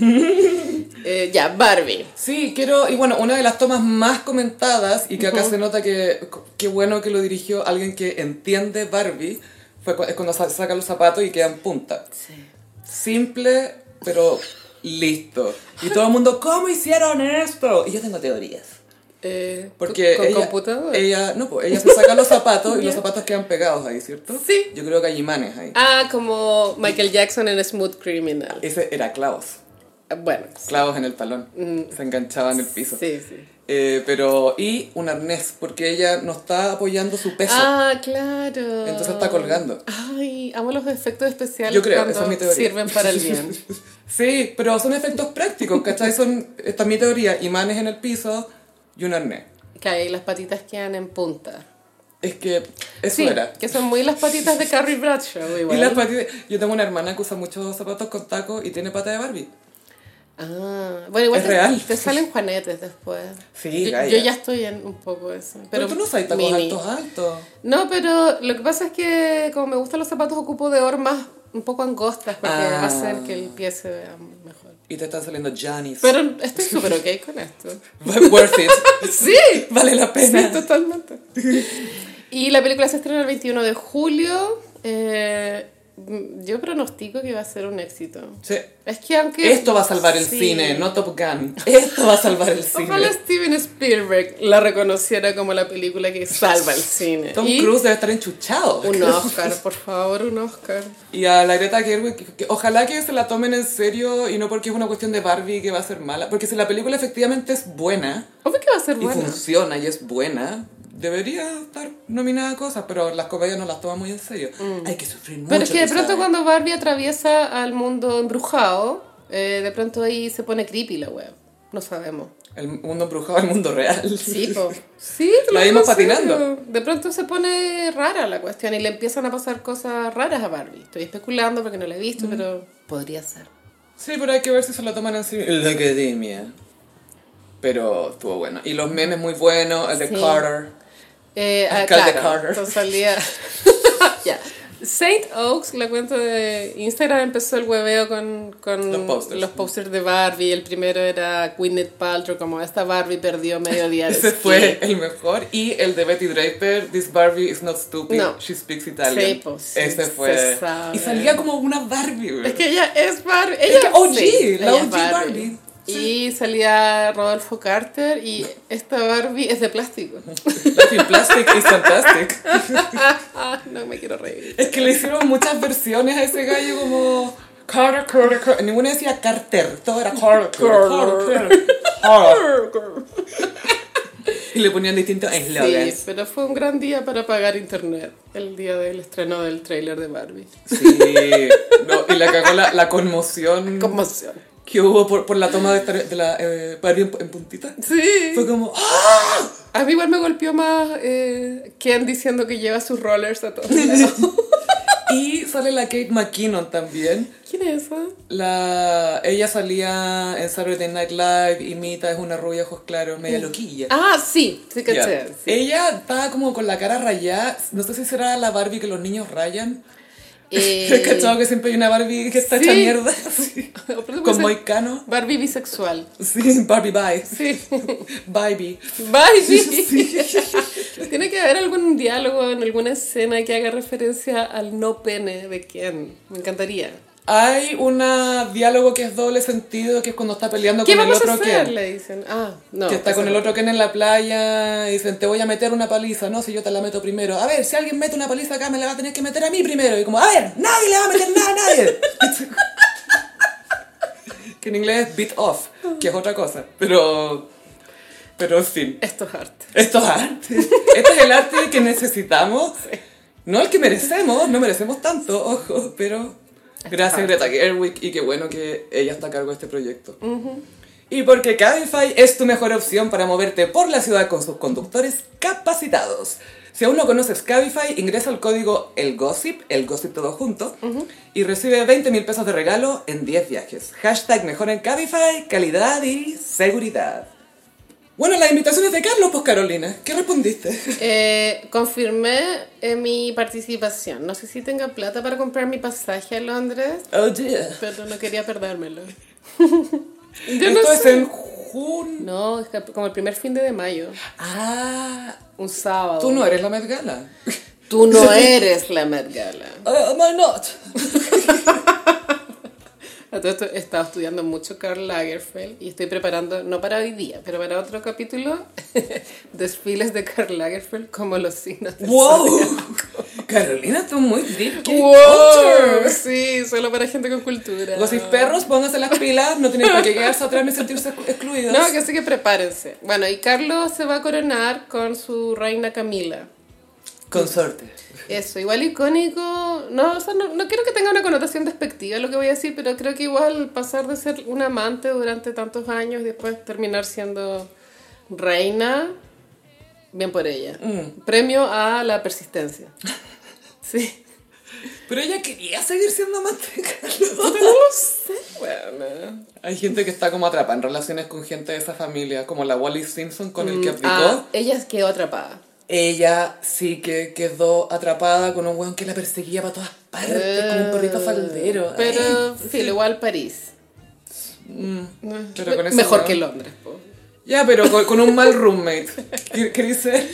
Eh, ya, Barbie. Sí, quiero, y bueno, una de las tomas más comentadas y que acá se nota que qué bueno que lo dirigió alguien que entiende Barbie, fue cu- es cuando sa- saca los zapatos y quedan punta. Simple, pero listo. Y todo el mundo, ¿cómo hicieron esto? Y yo tengo teorías. Eh, Porque ¿Con ella, computador? ella, no, pues ella se saca los zapatos y los zapatos quedan pegados ahí, ¿cierto? Sí. Yo creo que hay imanes ahí. Ah, como Michael Jackson en Smooth Criminal. Ese era Klaus. Eh, Bueno, Clavos en el talón. Mm. Se enganchaba en el piso. sí, sí. Eh, pero, y un arnés, porque ella no está apoyando su peso. Ah, claro. Entonces está colgando. Ay, amo los efectos especiales Yo creo, cuando esa es mi teoría. sirven para el bien. Sí, pero son efectos prácticos, ¿cachai? Son, esta es mi teoría, imanes en el piso y un arnés. que ahí las patitas quedan en punta. Es que eso Sí, era. que son muy las patitas de Carrie Bradshaw Y igual. las patas de- Yo tengo una hermana que usa muchos zapatos con tacos y tiene pata de Barbie. Ah, bueno, igual Es te, real. te salen juanetes después. Sí, yo, Gaia. yo ya estoy en un poco eso. Pero, Pero, tú no usas tacos mini. altos, altos. No, pero lo que pasa es que como me gustan los zapatos ocupo de hormas un poco angostas porque Ah. hacen que el pie se vea mejor. Y te están saliendo Janis. Pero estoy súper ok con esto. Worth it. Sí, Vale la sí, pena. totalmente. Y la película se estrena el 21 de julio. Eh, yo pronostico que va a ser un éxito. Sí. Es que aunque... Esto va a salvar el Sí. cine, no Top Gun. Esto va a salvar el cine. Ojalá Steven Spielberg la reconociera como la película que salva el cine. Tom Y Uh, Cruise debe estar enchuchado. Un Oscar, por favor, un Oscar. Y a la Greta Gerwig, que- que ojalá que se la tomen en serio y no porque es una cuestión de Barbie que va a ser mala. Porque si la película efectivamente es buena Obvio que va a ser y buena. funciona y es buena, debería estar nominada a cosas, pero las comedias no las toman muy en serio. Hay que sufrir mucho. Mm. Pero es que de tú pronto sabes. cuando Barbie atraviesa al mundo embrujado, eh, de pronto ahí se pone creepy la web. No sabemos. El mundo embrujado, el mundo real. Sí, po. Sí, te La lo digo vimos en serio. patinando. De pronto se pone rara la cuestión y le empiezan a pasar cosas raras a Barbie. Estoy especulando porque no la he visto, pero podría ser. Sí, pero hay que ver si se lo toman en serio. La academia. Pero estuvo bueno. Y los memes muy buenos, el de Sí. Carter. Eh, ah, Alcalde claro, Carter. entonces salía- Ya. Saint Oaks, la cuenta de Instagram, empezó el hueveo con, con Los posters. los posters de Barbie. El primero era Gwyneth Paltrow, como esta Barbie perdió medio día de Ese esquí". fue el mejor. Y el de Betty Draper, This Barbie is not stupid, No. she speaks Italian. Sí, pues, sí, Ese se fue. sabe. Y salía como una Barbie, güey. Es que ella es Barbie. Ella que OG, la ella es OG Barbie. Y salía Rodolfo Carter y esta Barbie es de plástico. Life in Plastic is fantastic. Ah, no me quiero reír. Es que le hicieron muchas versiones a ese gallo como Carter, Carter, Carter. Ninguna decía Carter, todo era Carter, Carter, Carter. Y le ponían distintos Sí, eslogans. pero fue un gran día para pagar internet, el día del estreno del tráiler de Barbie. Sí. No, y la cagó la, la conmoción Conmoción. que hubo por, por la toma de, esta- de la eh, Barbie en, en puntita. Sí. Fue como, ¡ah! A mí igual me golpeó más eh, Ken diciendo que lleva sus rollers a todos lados. Y sale la Kate McKinnon también. ¿Quién es esa? La, ella salía en Saturday Night Live y Mita es una rubia ojos claros, media loquilla. Ah, sí, sí Ya. caché. sí. Ella estaba como con la cara rayada. No sé si será la Barbie que los niños rayan. Eh, ¿Cachado que siempre hay una Barbie que está hecha sí. mierda? Sí. pero puede Con ser moicano. Eh, Barbie bisexual. Sí, Barbie bye. Sí. Barbie. Barbie. Pues Tiene que haber algún diálogo en alguna escena que haga referencia al no pene de Ken. Me encantaría. Hay un diálogo que es doble sentido, que es cuando está peleando ¿Qué con el vamos otro a hacer? Ken. Le dicen. Ah, no. que está con eso el no. otro Ken en la playa y dicen, te voy a meter una paliza, no, si yo te la meto primero. A ver, si alguien mete una paliza acá, me la va a tener que meter a mí primero. Y como, a ver, nadie le va a meter nada a nadie. que en inglés es beat off, que es otra cosa. Pero, pero en fin, Esto es arte. esto es arte. Este es el arte que necesitamos. No el que merecemos, no merecemos tanto, ojo, pero gracias Greta Gerwig y qué bueno que ella está a cargo de este proyecto. Y porque Cabify es tu mejor opción para moverte por la ciudad con sus conductores capacitados. Si aún no conoces Cabify, ingresa el código ELGOSIP, el gossip todo junto, y recibe 20 mil pesos de regalo en 10 viajes. Hashtag mejor en Cabify, calidad y seguridad. Bueno, las invitaciones de Carlos, pues Carolina, ¿qué respondiste? Eh, confirmé eh, mi participación. No sé si tenga plata para comprar mi pasaje a Londres, Oh, dear. pero no quería perdérmelo. Yo no Esto es sé. en junio. No, es que como el primer fin de, de mayo. Ah, Un sábado. tú no eres la Met Gala. Tú no eres la Met Gala. Uh, am I not? A todo esto, he estado estudiando mucho Karl Lagerfeld y estoy preparando, no para hoy día, pero para otro capítulo, desfiles de Karl Lagerfeld como los signos del ¡Wow! zodiaco. Carolina, tú muy deep. ¿qué? ¡Wow! Sí, solo para gente con cultura. Los y perros, pónganse las pilas, no tienen por qué quedarse atrás ni sentirse exclu- excluidos. No, que así que prepárense. Bueno, y Carlos se va a coronar con su reina Camila. Consorte. Eso, igual icónico. No, o sea, no, no quiero que tenga una connotación despectiva lo que voy a decir, pero creo que igual pasar de ser un amante durante tantos años y después terminar siendo reina, bien por ella. Premio a la persistencia. Sí. Pero ella quería seguir siendo amante de Carlos. No lo sé, bueno. Hay gente que está como atrapada en relaciones con gente de esa familia, como la Wally Simpson con el que abdicó. Ah, ella quedó atrapada. Ella sí que quedó atrapada con un weón que la perseguía para todas partes, con un perrito faldero. Eh, Pero, Ay. filo, igual París. pero con ese eh, Mejor weón. que Londres, po. Mm. Ya, pero con, con un mal roommate. ¿Qué, qué dice?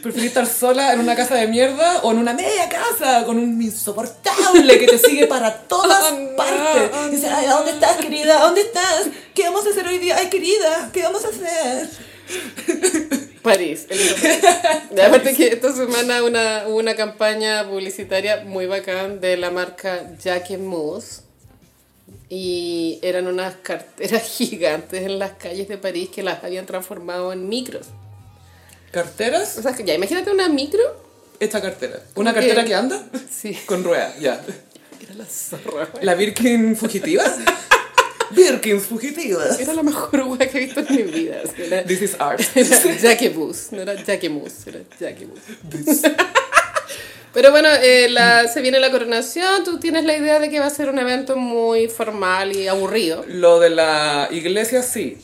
¿Preferís estar sola en una casa de mierda o en una media casa con un insoportable que te sigue para todas todas partes? partes. Dice, ay, ¿a dónde estás, querida? ¿A ¿Dónde estás? ¿Qué vamos a hacer hoy día? Ay, querida, ¿qué vamos a hacer? París. el lindo París. Y Aparte que esta semana una, hubo una campaña publicitaria muy bacán de la marca Jack and Moose. Y eran unas carteras gigantes en las calles de París que las habían transformado en micros. ¿Carteras? O sea, que ya imagínate una micro. Esta cartera. ¿Una que- cartera que anda? Sí. Con ruedas, ya. Era la zorra. güey. ¿La Birkin fugitiva? Birkin fugitiva. Era la mejor hueá que he visto en mi vida. así que Era, This is art. era Jack and Moose, no era Jack and Moose, era Jack and Moose. Pero bueno, eh, la- se viene la coronación, tú tienes la idea de que va a ser un evento muy formal y aburrido. Lo de la iglesia, sí.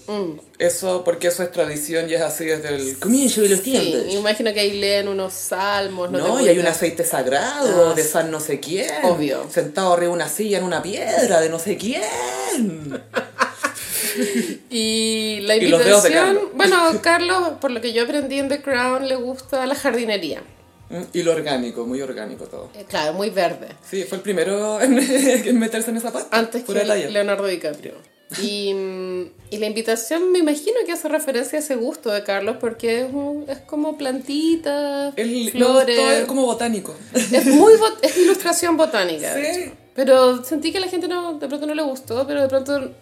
Eso, porque eso es tradición y es así desde el comienzo de los Sí, me imagino que ahí leen unos salmos, no, No, te y hay un cuidas. aceite sagrado Ah, de San no sé quién. Obvio. Sentado arriba de una silla en una piedra de no sé quién. Y la Y los dedos de invitación, Carlos. bueno, Carlos, por lo que yo aprendí en The Crown, le gusta la jardinería. Mm, Y lo orgánico, muy orgánico todo. Eh, claro, muy verde. Sí, fue el primero en, en meterse en esa parte. Antes que Pura talla. Leonardo DiCaprio. Y, mm, y la invitación me imagino que hace referencia a ese gusto de Carlos porque es, un- es como plantitas, El, flores. Flores. es como botánico. Es muy bot- es ilustración botánica. de Sí. hecho. Pero sentí que a la gente no, de pronto no le gustó, pero de pronto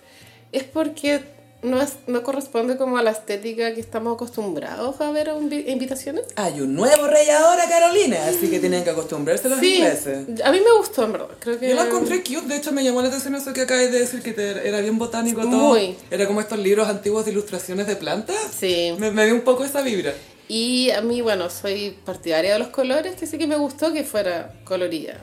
es porque no, es- no corresponde como a la estética que estamos acostumbrados a ver a un vi- invitaciones. Hay un nuevo rey ahora, Carolina, así que tienen que acostumbrarse los Sí, ingleses. a mí me gustó, en verdad. Creo que Yo la encontré cute, de hecho me llamó la atención eso que acabas de decir, que te- era bien botánico todo. Muy. Era como estos libros antiguos de ilustraciones de plantas. Sí. Me, me dio un poco esa vibra. Y a mí, bueno, soy partidaria de los colores, que sí que me gustó que fuera colorida.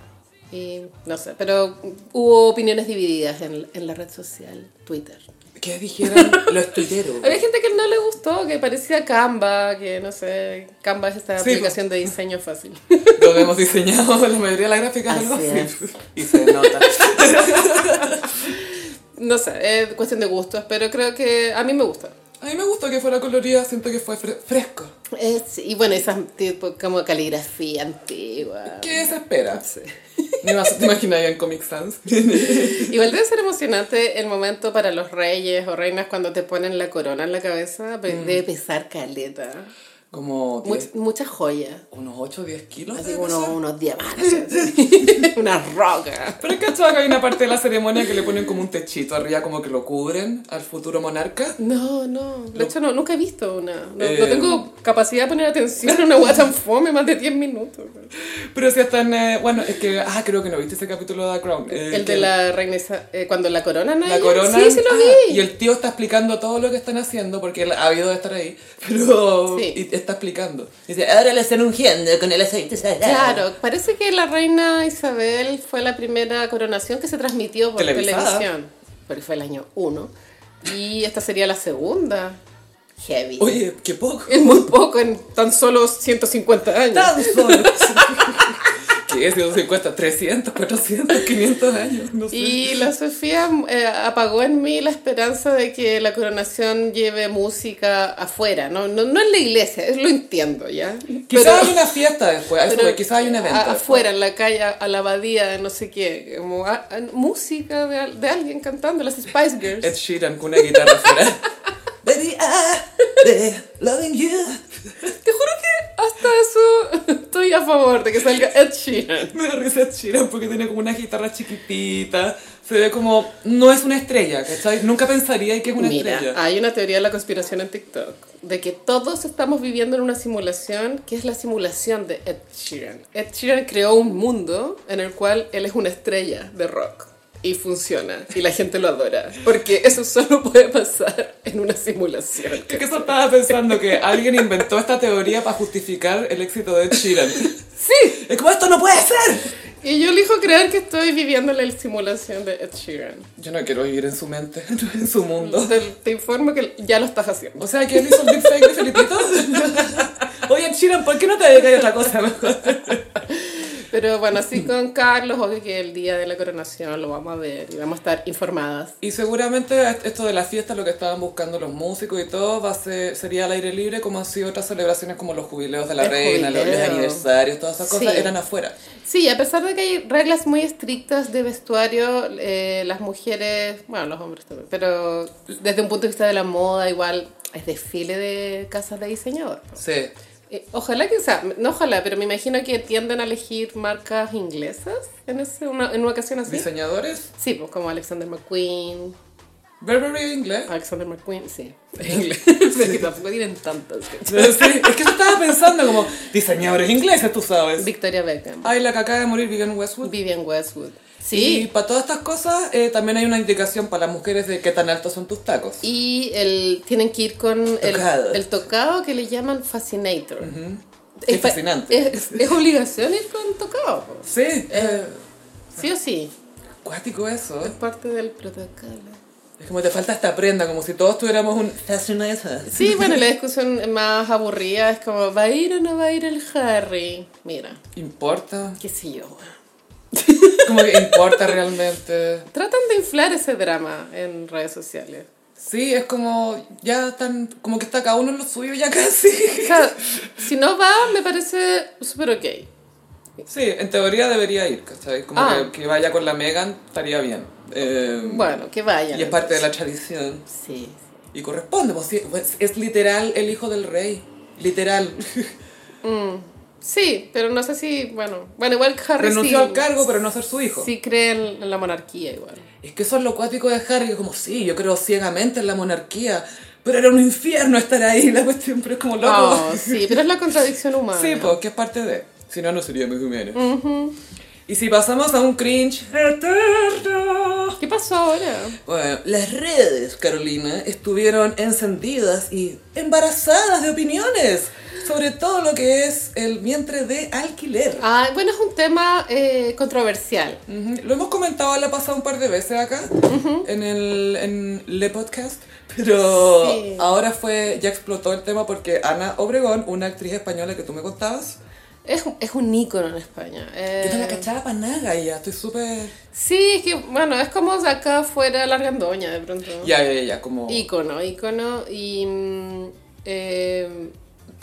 Y no sé, pero hubo opiniones divididas en, en la red social, Twitter. ¿Qué dijeron los tuiteros? Había gente que no le gustó, que parecía Canva, que no sé, Canva es esta Sí, aplicación de diseño fácil. Donde hemos diseñado la mayoría de las gráficas algo Así así. Y se nota. No sé, es cuestión de gustos, pero creo que a mí me gusta. A mí me gustó que fuera colorida, siento que fue fre- fresco. Es- y bueno, esas tipo como caligrafía antigua. ¿Qué se espera? Ni más te imaginas en Comic Sans. Igual debe ser emocionante el momento para los reyes o reinas cuando te ponen la corona en la cabeza. pe- Debe pesar caleta. Como Mu- 10, muchas joyas. unos 8 o 10 kilos. Así debe como unos, pesar. unos diamantes. así. Una roca. Pero es que que hay una parte de la ceremonia que le ponen como un techito arriba, como que lo cubren al futuro monarca. No, no. De hecho, no, nunca he visto una. No, no Eh. tengo capacidad de poner atención a una hueá tan fome más de 10 minutos. Pero si están. eh, bueno, es que. Ah, creo que no viste ese capítulo de The Crown. eh, El que de la reina Isa- eh, cuando la corona La corona. Sí, sí lo ah, vi. y el tío está explicando todo lo que están haciendo, porque él ha habido de estar ahí. Pero. Sí. Y está explicando. Dice, ahora lo están ungiendo con el aceite sagrado. Claro, parece que la reina Isabel fue la primera coronación que se transmitió por Televisada. televisión. Porque fue el año 1. Y esta sería la segunda. Heavy. Oye, qué poco. Es muy poco en tan solo 150 años. Tan solo. ¿Qué? 150, 300, 400, 500 años, no sé. Y la Sofía eh, apagó en mí la esperanza de que la coronación lleve música afuera, no, no, no en la iglesia, es- lo entiendo ya. Quizás Pero- hay una fiesta después, a eso pero voy, quizás hay un evento. a- después. afuera, en la calle, a, a la abadía, no sé qué, como a- a- música de, al- de alguien cantando, las Spice Girls. Ed Sheeran con una guitarra afuera. Baby, I, eh, loving you. Te juro que hasta eso estoy a favor de que salga Ed Sheeran. Me da risa Ed Sheeran porque tiene como una guitarra chiquitita. Se ve como. No es una estrella, ¿cachai? Nunca pensaría que es una Mira, estrella. hay una teoría de la conspiración en TikTok de que todos estamos viviendo en una simulación que es la simulación de Ed Sheeran. Ed Sheeran creó un mundo en el cual él es una estrella de rock y funciona y la gente lo adora porque eso solo puede pasar en una simulación. Es que eso estaba pensando que alguien inventó esta teoría para justificar el éxito de Ed Sheeran. Sí, Es como esto no puede ser. y yo elijo creer que estoy viviendo la simulación de Ed Sheeran. Yo no quiero vivir en su mente, no en su mundo. Te, te informo que ya lo estás haciendo. O sea, que él hizo el deepfake de Felipito. Oye, Ed Sheeran, ¿por qué no te dedicas a otra cosa mejor? Pero bueno, así con Carlos, obvio que el día de la coronación lo vamos a ver y vamos a estar informadas. Y seguramente esto de la fiesta, lo que estaban buscando los músicos y todo, va a ser, sería al aire libre, como han sido otras celebraciones como los jubileos de la El reina, los, los jubileo. aniversarios, todas esas cosas, Sí. eran afuera. Sí, a pesar de que hay reglas muy estrictas de vestuario, eh, las mujeres, bueno, los hombres también, pero desde un punto de vista de la moda, igual es desfile de casas de diseñador. Sí. Eh, ojalá que, o sea, no ojalá, pero me imagino que tienden a elegir marcas inglesas en, ese, una, en una ocasión así. Diseñadores, Sí, pues como Alexander McQueen, Burberry inglés. Alexander McQueen, sí, inglés, pero que tampoco tienen tantas. Sí, es que yo estaba pensando como, diseñadores ingleses, tú sabes. Victoria Beckham, Ay, la que acaba de morir Vivian Westwood. Vivian Westwood. Y Sí, para todas estas cosas eh, también hay una indicación para las mujeres de qué tan altos son tus tacos. Y el, tienen que ir con el- Tocado. El, tocado que le llaman Fascinator. Qué fa- fascinante. Es, es obligación ir con tocado. po. Sí, eh, Sí o sí. cuático eso. Es parte del protocolo. Es como te falta esta prenda, como si todos tuviéramos un fascinator. Sí, bueno, la discusión más aburrida es como, ¿va a ir o no va a ir el Harry? Mira, Importa. qué sé yo. weón. Como que importa realmente. Tratan de inflar ese drama en redes sociales. Sí, es como ya están, como que está cada uno en lo suyo ya casi. O sea, si no va, me parece súper ok. Sí, en teoría debería ir, ¿cachai? Como Ah. que, que vaya con la Megan estaría bien. Eh, Bueno, que vayan. y es parte de la tradición. Sí, sí. Y corresponde, pues, sí, pues, es literal el hijo del rey. Literal. Sí, pero no sé si, bueno, bueno igual Harry Renunció Ah, sí, al cargo, pero no a ser su hijo. sí cree en, en la monarquía igual. Es que eso es lo cuático de Harry, que como, sí, yo creo ciegamente en la monarquía, pero era un infierno estar ahí, la cuestión, pero es como loco. No, sí, pero es la contradicción humana. Sí, pues, que es parte de. Si no, no sería muy humano. Y si pasamos a un cringe eterno. ¿Qué pasó ahora? Bueno, las redes, Carolina, estuvieron encendidas y embarazadas de opiniones sobre todo lo que es el vientre de alquiler. Ah, bueno, es un tema eh, controversial. Ujú. Lo hemos comentado la pasada un par de veces acá, en, el, en Le Podcast, pero Sí. ahora fue, ya explotó el tema porque Ana Obregón, una actriz española que tú me contabas, Es, un- es un ícono en España. eh, yo no la cachaba para nada y ya estoy súper... sí, es que, bueno, es como de acá fuera la Argandoña de pronto. Ya, ya, ya, como... Ícono, ícono. Y mm, eh,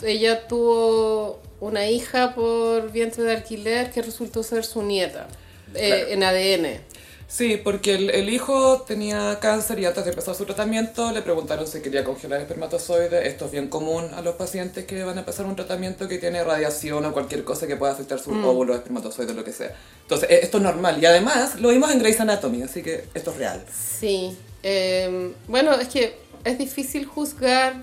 ella tuvo una hija por vientre de alquiler que resultó ser su nieta eh, en ADN. Sí, porque el, el hijo tenía cáncer y antes de empezar su tratamiento le preguntaron si quería congelar espermatozoides. Esto es bien común a los pacientes que van a empezar un tratamiento que tiene radiación o cualquier cosa que pueda afectar Mm. sus óvulos, espermatozoides, lo que sea. Entonces, e- esto es normal. Y además, lo vimos en Grey's Anatomy, así que esto es real. Sí. eh, bueno, es que es difícil juzgar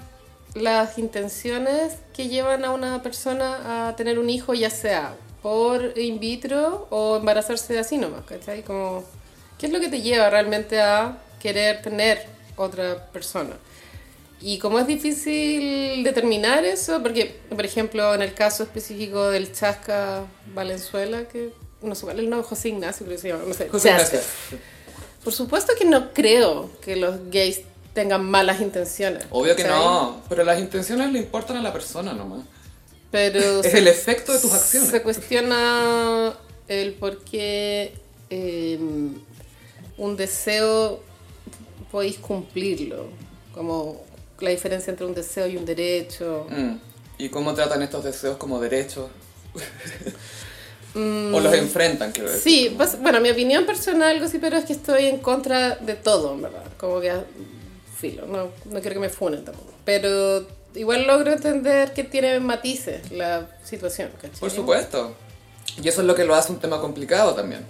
las intenciones que llevan a una persona a tener un hijo, ya sea por in vitro o embarazarse así nomás, ¿cachai? Como, ¿qué es lo que te lleva realmente a querer tener otra persona? Y como es difícil determinar eso, porque, por ejemplo, en el caso específico del Chasca Valenzuela, que no sé cuál es el nombre, José Ignacio, creo que se llama, no sé. José Chasca. Ignacio. Por supuesto que no creo que los gays tengan malas intenciones. Obvio que ¿cachai? no, pero las intenciones le importan a la persona nomás. Pero Es se, el efecto de tus acciones. se cuestiona el por qué eh, un deseo podéis cumplirlo. Como la diferencia entre un deseo y un derecho. Mm. ¿Y cómo tratan estos deseos como derechos? Mm. o los enfrentan, quiero decir. Sí, pues, bueno, mi opinión personal, sí, pero es que estoy en contra de todo, en verdad. Como que, ah, filo, no, no quiero que me funen tampoco. Pero igual logro entender que tiene matices la situación, ¿cachai? Por supuesto. Y eso es lo que lo hace un tema complicado también.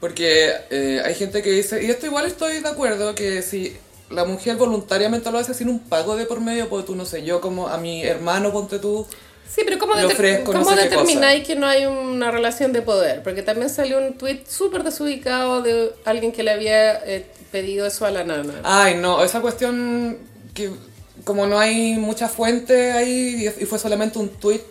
Porque eh, hay gente que dice, y esto igual estoy de acuerdo, que si la mujer voluntariamente lo hace sin un pago de por medio, pues tú no sé, yo como a mi hermano, ponte tú, Sí, pero ¿cómo, Le deter- ofrezco no cómo sé qué determináis que no hay una relación de poder? Porque también salió un tweet súper desubicado de alguien que le había eh, pedido eso a la nana. Ay, no, esa cuestión que como no hay mucha fuente ahí y y fue solamente un tuit,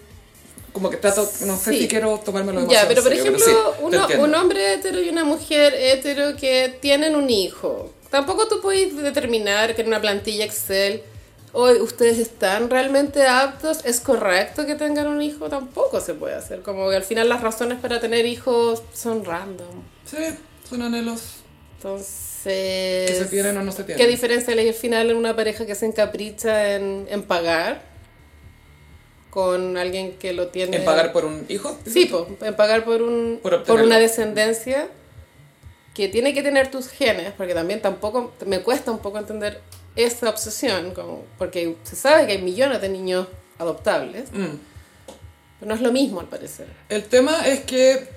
como que trato, no sé Sí. si quiero tomármelo Ya, demasiado pero en por serio, ejemplo, sí, te uno- entiendo. un hombre hetero y una mujer hetero que tienen un hijo. Tampoco tú puedes determinar que en una plantilla Excel, hoy ustedes están realmente aptos, es correcto que tengan un hijo, tampoco se puede hacer. Como que al final las razones para tener hijos son random. Sí, son anhelos Entonces... que se tienen o no se ¿Qué tienen. diferencia hay al final en una pareja que se encapricha en, en pagar con alguien que lo tiene... ¿En pagar por un hijo? Sí, po, en pagar por, un, Por por, obtenerlo. una descendencia que tiene que tener tus genes, porque también tampoco me cuesta un poco entender esa obsesión, como, porque se sabe que hay millones de niños adoptables, Mm. pero no es lo mismo al parecer. El tema es que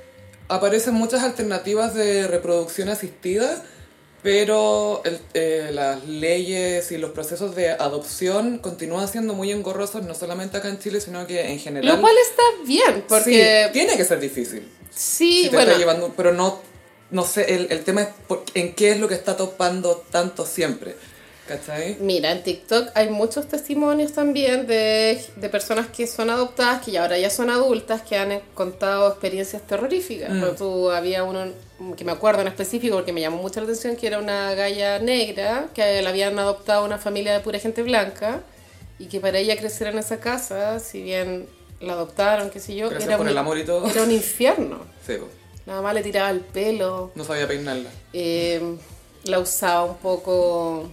aparecen muchas alternativas de reproducción asistida, pero el- eh, las leyes y los procesos de adopción continúan siendo muy engorrosos, no solamente acá en Chile, sino que en general. Lo cual está bien, Sí, porque tiene que ser difícil. si sí, te bueno, está llevando, pero no, no sé, el, el tema es por- en qué es lo que está topando tanto siempre. ¿Cachai? Mira, en TikTok hay muchos testimonios también de, de personas que son adoptadas, que ya ahora ya son adultas, que han contado experiencias terroríficas. Mm. Pero tú, había uno que me acuerdo en específico porque me llamó mucho la atención, que era una galla negra, que la habían adoptado una familia de pura gente blanca, y que para ella crecer en esa casa, si bien la adoptaron, qué sé yo, Gracias era por un, el amor y todo. era un infierno. Sí, po. Nada más le tiraba el pelo, no sabía peinarla. eh, la usaba un poco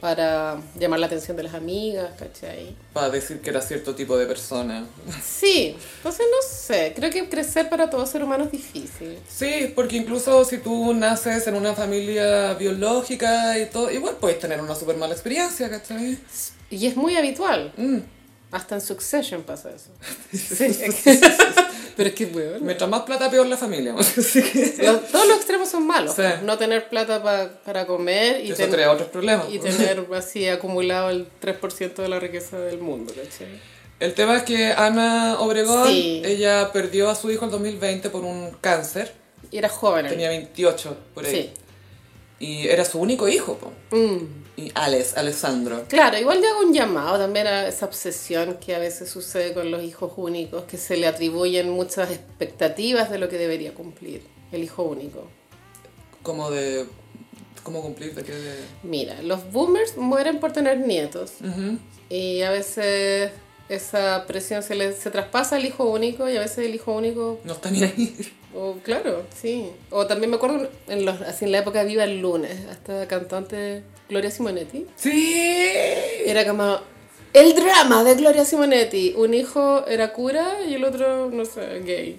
para llamar la atención de las amigas, ¿cachai? Para decir que era cierto tipo de persona. Sí, entonces no sé, creo que crecer para todo ser humano es difícil. Sí, porque incluso si tú naces en una familia biológica y todo, igual puedes tener una súper mala experiencia, ¿cachai? Y es muy habitual, Mm. hasta en Succession pasa eso. Pero es que, weón, Mientras más plata, peor la familia. Así que los- todos los extremos son malos. Sí. No tener plata pa- para comer y, eso ten- crea otros problemas. y tener así acumulado el 3% de la riqueza del mundo, ¿cachai? El tema es que Ana Obregón, Sí. ella perdió a su hijo en 2020 por un cáncer. Y era joven. Tenía 28 por ahí. sí. Y era su único hijo, po. Mm. Y Alex, Alessandro. Claro, igual yo hago un llamado también a esa obsesión que a veces sucede con los hijos únicos, que se le atribuyen muchas expectativas de lo que debería cumplir el hijo único. Como de... ¿Cómo cumplir? ¿De qué? de- Mira, los boomers mueren por tener nietos Ujú. y a veces esa presión se le se traspasa al hijo único y a veces el hijo único, No está ni ahí. o claro, sí. O también me acuerdo en, los, así en la época Viva el Lunes, hasta cantante Gloria Simonetti. ¡Sí! Era como el drama de Gloria Simonetti. Un hijo era cura y el otro, no sé, gay.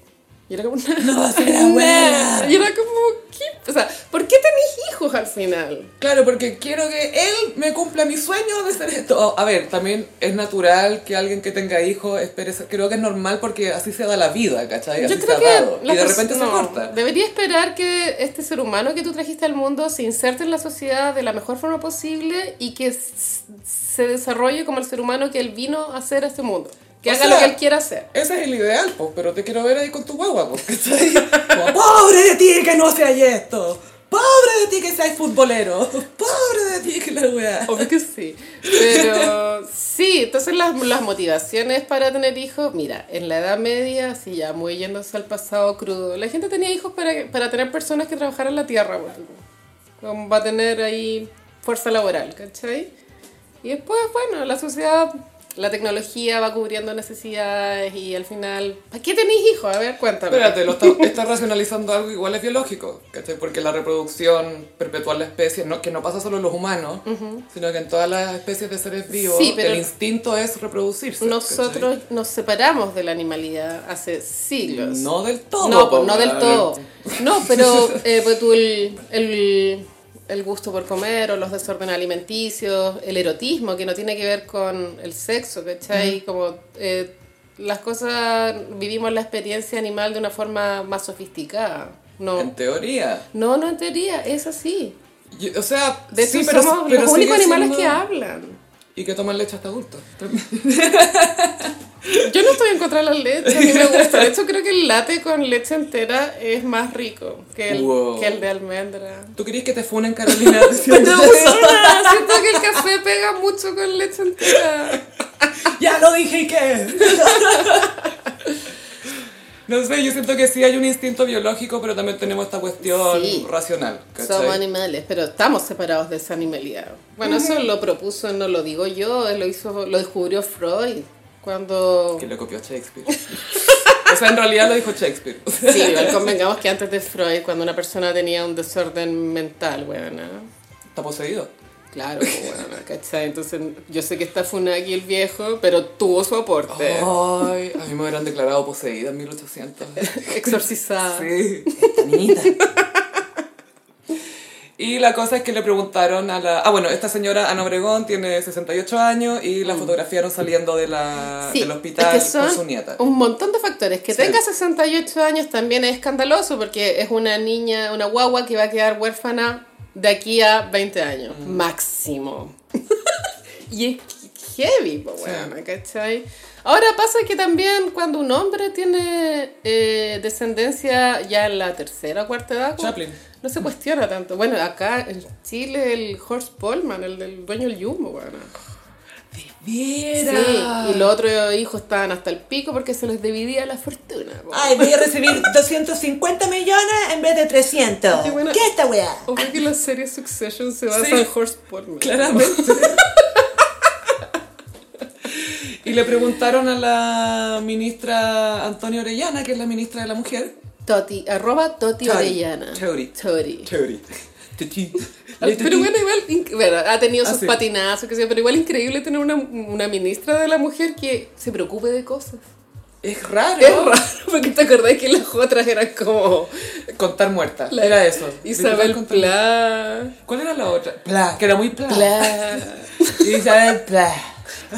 Y era como No, será buena. Y era como, ¿qué? O sea, ¿por qué tenés hijos al final? Claro, porque quiero que él me cumpla mi sueño de ser esto. Oh, a ver, también es natural que alguien que tenga hijos espere... ser- Creo que es normal porque así se da la vida, ¿cachai? Así Yo creo se ha dado. que. Y la de pers- repente se no, corta. Debería esperar que este ser humano que tú trajiste al mundo se inserte en la sociedad de la mejor forma posible y que s- se desarrolle como el ser humano que él vino a ser a este mundo. Que O haga sea, lo que él quiera hacer. Ese es el ideal, pues, pero te quiero ver ahí con tu guagua, pues, ¿cachai? Como, ¡Pobre de ti que no seas esto! ¡Pobre de ti que seas futbolero! ¡Pobre de ti que la weá! Obvio que sí. Pero sí, entonces las, las motivaciones para tener hijos, mira, en la Edad Media, si ya muy yéndose al pasado crudo, la gente tenía hijos para, para tener personas que trabajaran la tierra, bueno, como va a tener ahí fuerza laboral, ¿cachai? Y después, bueno, la sociedad la tecnología va cubriendo necesidades y al final, ¿para qué tenéis hijos? A ver, cuéntame. Espérate, lo está, está racionalizando algo igual es biológico, ¿cachai? Porque la reproducción perpetuar la especie, no, que no pasa solo en los humanos, sino que en todas las especies de seres vivos, Sí, pero- el instinto es reproducirse. Nosotros nos separamos de la animalidad hace siglos. ¿cachai? No del todo. No, pues, po, no del weón. todo. No, pero eh, pues tú el, el- el gusto por comer o los desórdenes alimenticios, el erotismo, que no tiene que ver con el sexo, ¿cachai? Mm. Como eh, las cosas, vivimos la experiencia animal de una forma más sofisticada. No, En teoría. no, no en teoría, es así. Y- o sea, De hecho, sí, pero, somos pero los sigue únicos animales siendo- que hablan. Y que toman leche hasta adultos. Yo no estoy en contra de la leche, a mí me gusta. De hecho, creo que el latte con leche entera es más rico que el, Wow. que el de almendra. ¿Tú querías que te funen, Carolina? Pero bueno, Siento que el café pega mucho con leche entera. ya lo dije y qué. No sé, yo siento que sí hay un instinto biológico, pero también tenemos esta cuestión Sí. racional. ¿cachai? Somos animales, pero estamos separados de esa animalidad. Bueno, eso lo propuso, no lo digo yo, lo hizo, lo descubrió Freud cuando. Que lo copió Shakespeare. o sea, en realidad lo dijo Shakespeare. Sí, igual convengamos que antes de Freud, cuando una persona tenía un desorden mental, bueno, Está poseído. Claro, pues, bueno, ¿cachai? Entonces, yo sé que está Funaki el viejo, pero tuvo su aporte. Oh. Ay, a mí me hubieran declarado poseída en 1800. Exorcizada. Sí. Y la cosa es que le preguntaron a la... Ah, bueno, esta señora, Ana Obregón, tiene 68 años y la fotografiaron saliendo de la, Mm. Sí, del hospital es que son con su nieta. Un montón de factores. Que Sí. tenga 68 años también es escandaloso porque es una niña, una guagua que va a quedar huérfana de aquí a 20 años, Mm. máximo. y es heavy, po, weona, ¿cachai? Ahora pasa que también cuando un hombre tiene eh, descendencia ya en la tercera o cuarta edad, como- Chaplin. no se cuestiona tanto. Bueno, acá en Chile el Horst Polman, el del dueño del Jumbo, bueno. Sí, y los otros hijos estaban hasta el pico porque se les dividía la fortuna. po. Ay, voy a recibir 250 millones en vez de 300. Qué buena- ¿Qué es esta weá? Obvio que la serie Succession se basa Sí. en Horse Porn. Claramente. y le preguntaron a la ministra Antonia Orellana, que es la ministra de la mujer. Toti, arroba Toti Tori. Orellana. Tori. Tori. Chévere. Ay, Pero bueno, igual, inc- bueno, ha tenido Ah, sus sí. patinazos, que sea, pero igual increíble tener una, una ministra de la mujer que se preocupe de cosas. Es raro. Es raro, porque te acordás que las otras eran como Contar muerta. Era eso. Isabel Contar- Pla, ¿Cuál era la otra? Pla. Que era muy pla. Pla, Isabel Pla.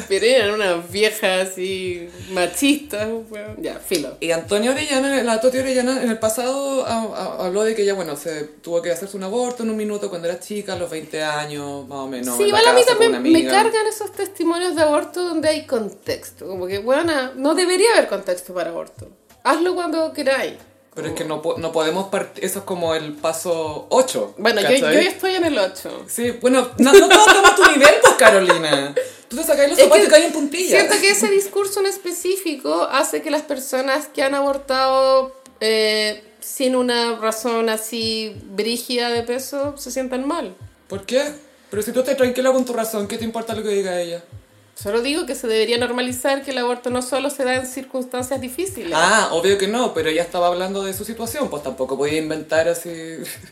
pero eran unas viejas así machistas, weón. ya, filo. Y Antonia Orellana, la Toti Orellana, en el pasado ha- ha- habló de que ella, bueno, se tuvo que hacerse un aborto en un minuto cuando era chica, a los 20 años, más o menos. sí, en la igual a mí casa con una también me amiga. cargan esos testimonios de aborto donde hay contexto. Como que, bueno, no debería haber contexto para aborto. Hazlo cuando queráis. Pero es que no, po- no podemos partir, eso es como el paso 8. Bueno, yo, yo ya estoy en el 8. Sí, bueno, no, no todos estamos a tu nivel, pues, Carolina. Tú te sacáis los Es zapatos que y caes en puntillas. Siento que ese discurso en específico hace que las personas que han abortado eh, sin una razón así brígida de peso se sientan mal. ¿Por qué? Pero si tú estás tranquila con tu razón, ¿qué te importa lo que diga ella? Solo digo que se debería normalizar que el aborto no solo se da en circunstancias difíciles. Ah, obvio que no, pero ella estaba hablando de su situación, pues tampoco podía inventar así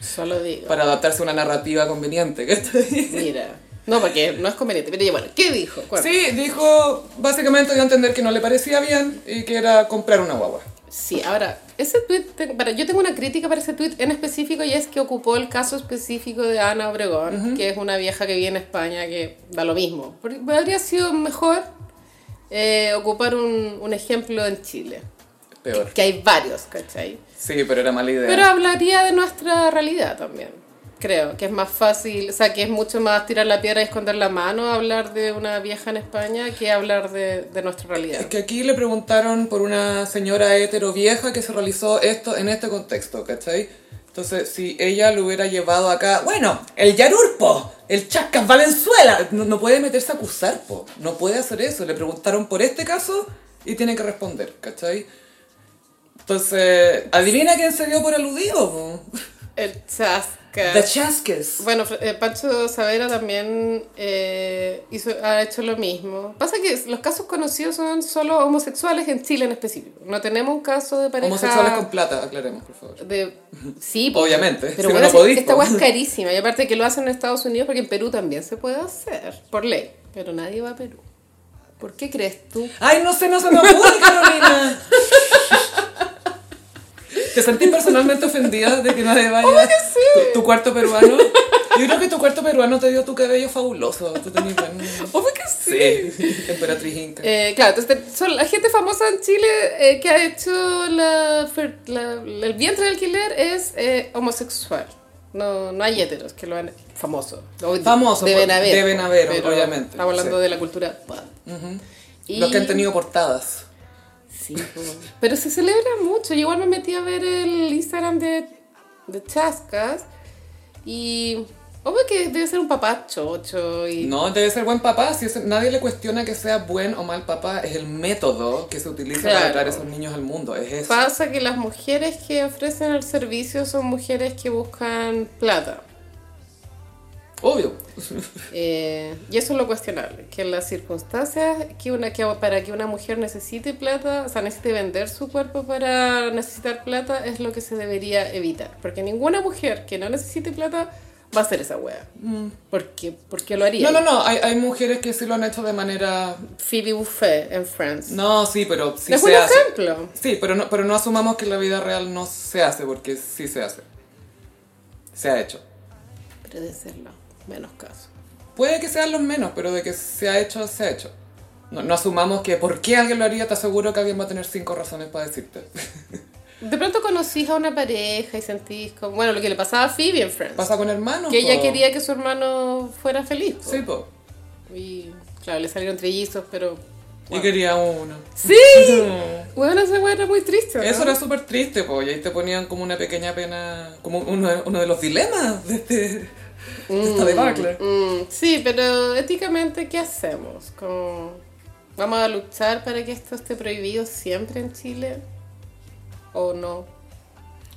Solo digo. para adaptarse a una narrativa conveniente. ¿cachai? Mira. No, porque no es conveniente. Pero ya, bueno, ¿qué dijo? Cuenta. Sí, dijo, básicamente dio a entender que no le parecía bien y que era comprar una guagua. Sí, ahora, ese tweet, para, yo tengo una crítica para ese tweet en específico y es que ocupó el caso específico de Ana Obregón, que es una vieja que vive en España que da lo mismo. Porque Habría sido mejor eh, ocupar un, un ejemplo en Chile, Peor. que hay varios, ¿cachai? Sí, pero era mala idea. Pero hablaría de nuestra realidad también, creo, que es más fácil, o sea, que es mucho más tirar la piedra y esconder la mano hablar de una vieja en España que hablar de, de nuestra realidad. Es que aquí le preguntaron por una señora hetero vieja que se realizó esto en este contexto, ¿cachai? Entonces, si ella lo hubiera llevado acá, bueno, el Yarurpo, el Chascas Valenzuela, no, no puede meterse a acusar, po, no puede hacer eso. Le preguntaron por este caso y tiene que responder, ¿cachai? Entonces, adivina quién se dio por aludido, po? El chas The Chasques. Bueno, Fr- eh, Pancho Savera también eh, hizo, ha hecho lo mismo. Pasa que los casos conocidos son solo homosexuales en Chile en específico. No tenemos un caso de pareja... Homosexuales con plata, aclaremos, por favor. de Sí, po. Obviamente, si pero no, bueno, no podís, esta po. hueá es carísima. Y aparte que lo hacen en Estados Unidos porque en Perú también se puede hacer, por ley. Pero nadie va a Perú. ¿Por qué crees tú? Ay, no sé, no se me ocurre, Carolina. ¿Te sentí personalmente ofendida de que nadie vaya? Tu, tu cuarto peruano. Yo creo que tu cuarto peruano te dio tu cabello fabuloso. Tú tenías buen- Obvio que sí. Sí, emperatriz inca. Eh, claro, entonces te- son la gente famosa en Chile eh, que ha hecho la, fer- la- la- el vientre de alquiler es eh, homosexual. No, no hay heteros que lo han famoso. O Famoso, deben pues, haber. deben haber, pero obviamente, Estamos hablando sí. de la cultura pop. Y- Los que han tenido portadas. Sí, pues. pero se celebra mucho. Yo igual me metí a ver el Instagram de, de Chascas y obvio que debe ser un papá chocho y No, debe ser buen papá. Si ese- nadie le cuestiona que sea buen o mal papá. Es el método que se utiliza para Claro. traer esos niños al mundo. Es eso. Pasa que las mujeres que ofrecen el servicio son mujeres que buscan plata. Obvio. Eh, y eso es lo cuestionable, que en las circunstancias que una, que para que una mujer necesite plata, o sea, necesite vender su cuerpo para necesitar plata, es lo que se debería evitar. Porque ninguna mujer que no necesite plata va a hacer esa wea. Porque, porque lo haría. Mm. No, no, no. Hay, hay mujeres que sí lo han hecho de manera... Phoebe Buffet en France. No, sí, pero sí es se un hace. ejemplo. Sí, pero no, pero no asumamos que en la vida real no se hace, porque sí se hace. Se ha hecho. Pero de serlo, menos caso. Puede que sean los menos, pero de que se ha hecho, se ha hecho. No, no asumamos que por qué alguien lo haría, te aseguro que alguien va a tener cinco razones para decirte. De pronto conocís a una pareja y sentís como, bueno, lo que le pasaba a Phoebe en Friends. Pasa con hermanos. que ella po. quería que su hermano fuera feliz. po. Sí, po. Y claro, le salieron trillizos, pero... Y quería uno. ¡Sí! Bueno, esa weá era muy triste. ¿no? Eso era súper triste, po. Y ahí te ponían como una pequeña pena, como uno, de- uno de los dilemas de, este, de esta debacle. Mm, sí, pero éticamente, ¿qué hacemos? Como, ¿Vamos a luchar para que esto esté prohibido siempre en Chile? ¿O no?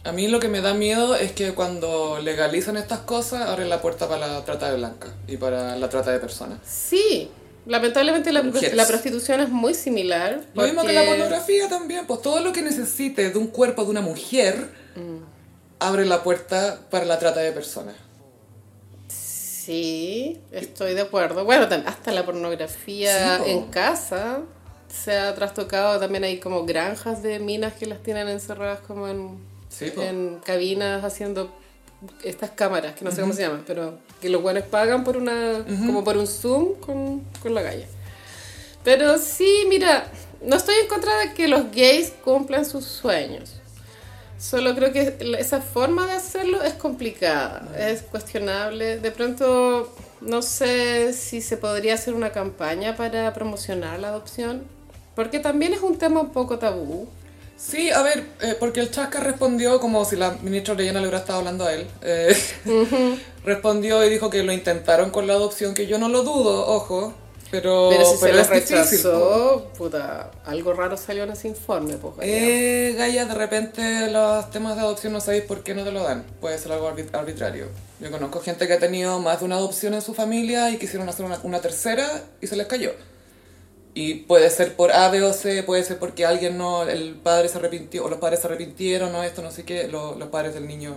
A mí lo que me da miedo es que cuando legalizan estas cosas abren la puerta para la trata de blanca y para la trata de personas. Sí, lamentablemente la, Mujeres. la prostitución es muy similar. Lo mismo que la porque- pornografía también, pues todo lo que necesite de un cuerpo de una mujer Mm. abre la puerta para la trata de personas. Sí, estoy de acuerdo. Bueno, tam- hasta la pornografía Sí, po. en casa se ha trastocado. También hay como granjas de minas que las tienen encerradas como en, Sí, po. en cabinas haciendo estas cámaras, que no sé cómo se llaman, pero que los buenos pagan por una, como por un zoom con, con la galla. Pero sí, mira, no estoy en contra de que los gays cumplan sus sueños. Solo creo que la- esa forma de hacerlo es complicada, es cuestionable. De pronto, no sé si se podría hacer una campaña para promocionar la adopción, porque también es un tema un poco tabú. Sí, a ver, eh, porque el Chasca respondió como si la ministra Orellana le hubiera estado hablando a él. eh, Respondió y dijo que lo intentaron con la adopción, que yo no lo dudo, ojo, pero, pero si se Oh, pero lo es difícil, po. rechazó, puta, algo raro salió en ese informe, pues. Gaya. Eh, Gaya, de repente los temas de adopción no sabéis por qué no te lo dan. Puede ser algo arbit- arbitrario. Yo conozco gente que ha tenido más de una adopción en su familia y quisieron hacer una, una tercera y se les cayó. Y puede ser por A, B o C, puede ser porque alguien no, el padre se arrepintió, o los padres se arrepintieron, o esto, no sé qué, lo- los padres del niño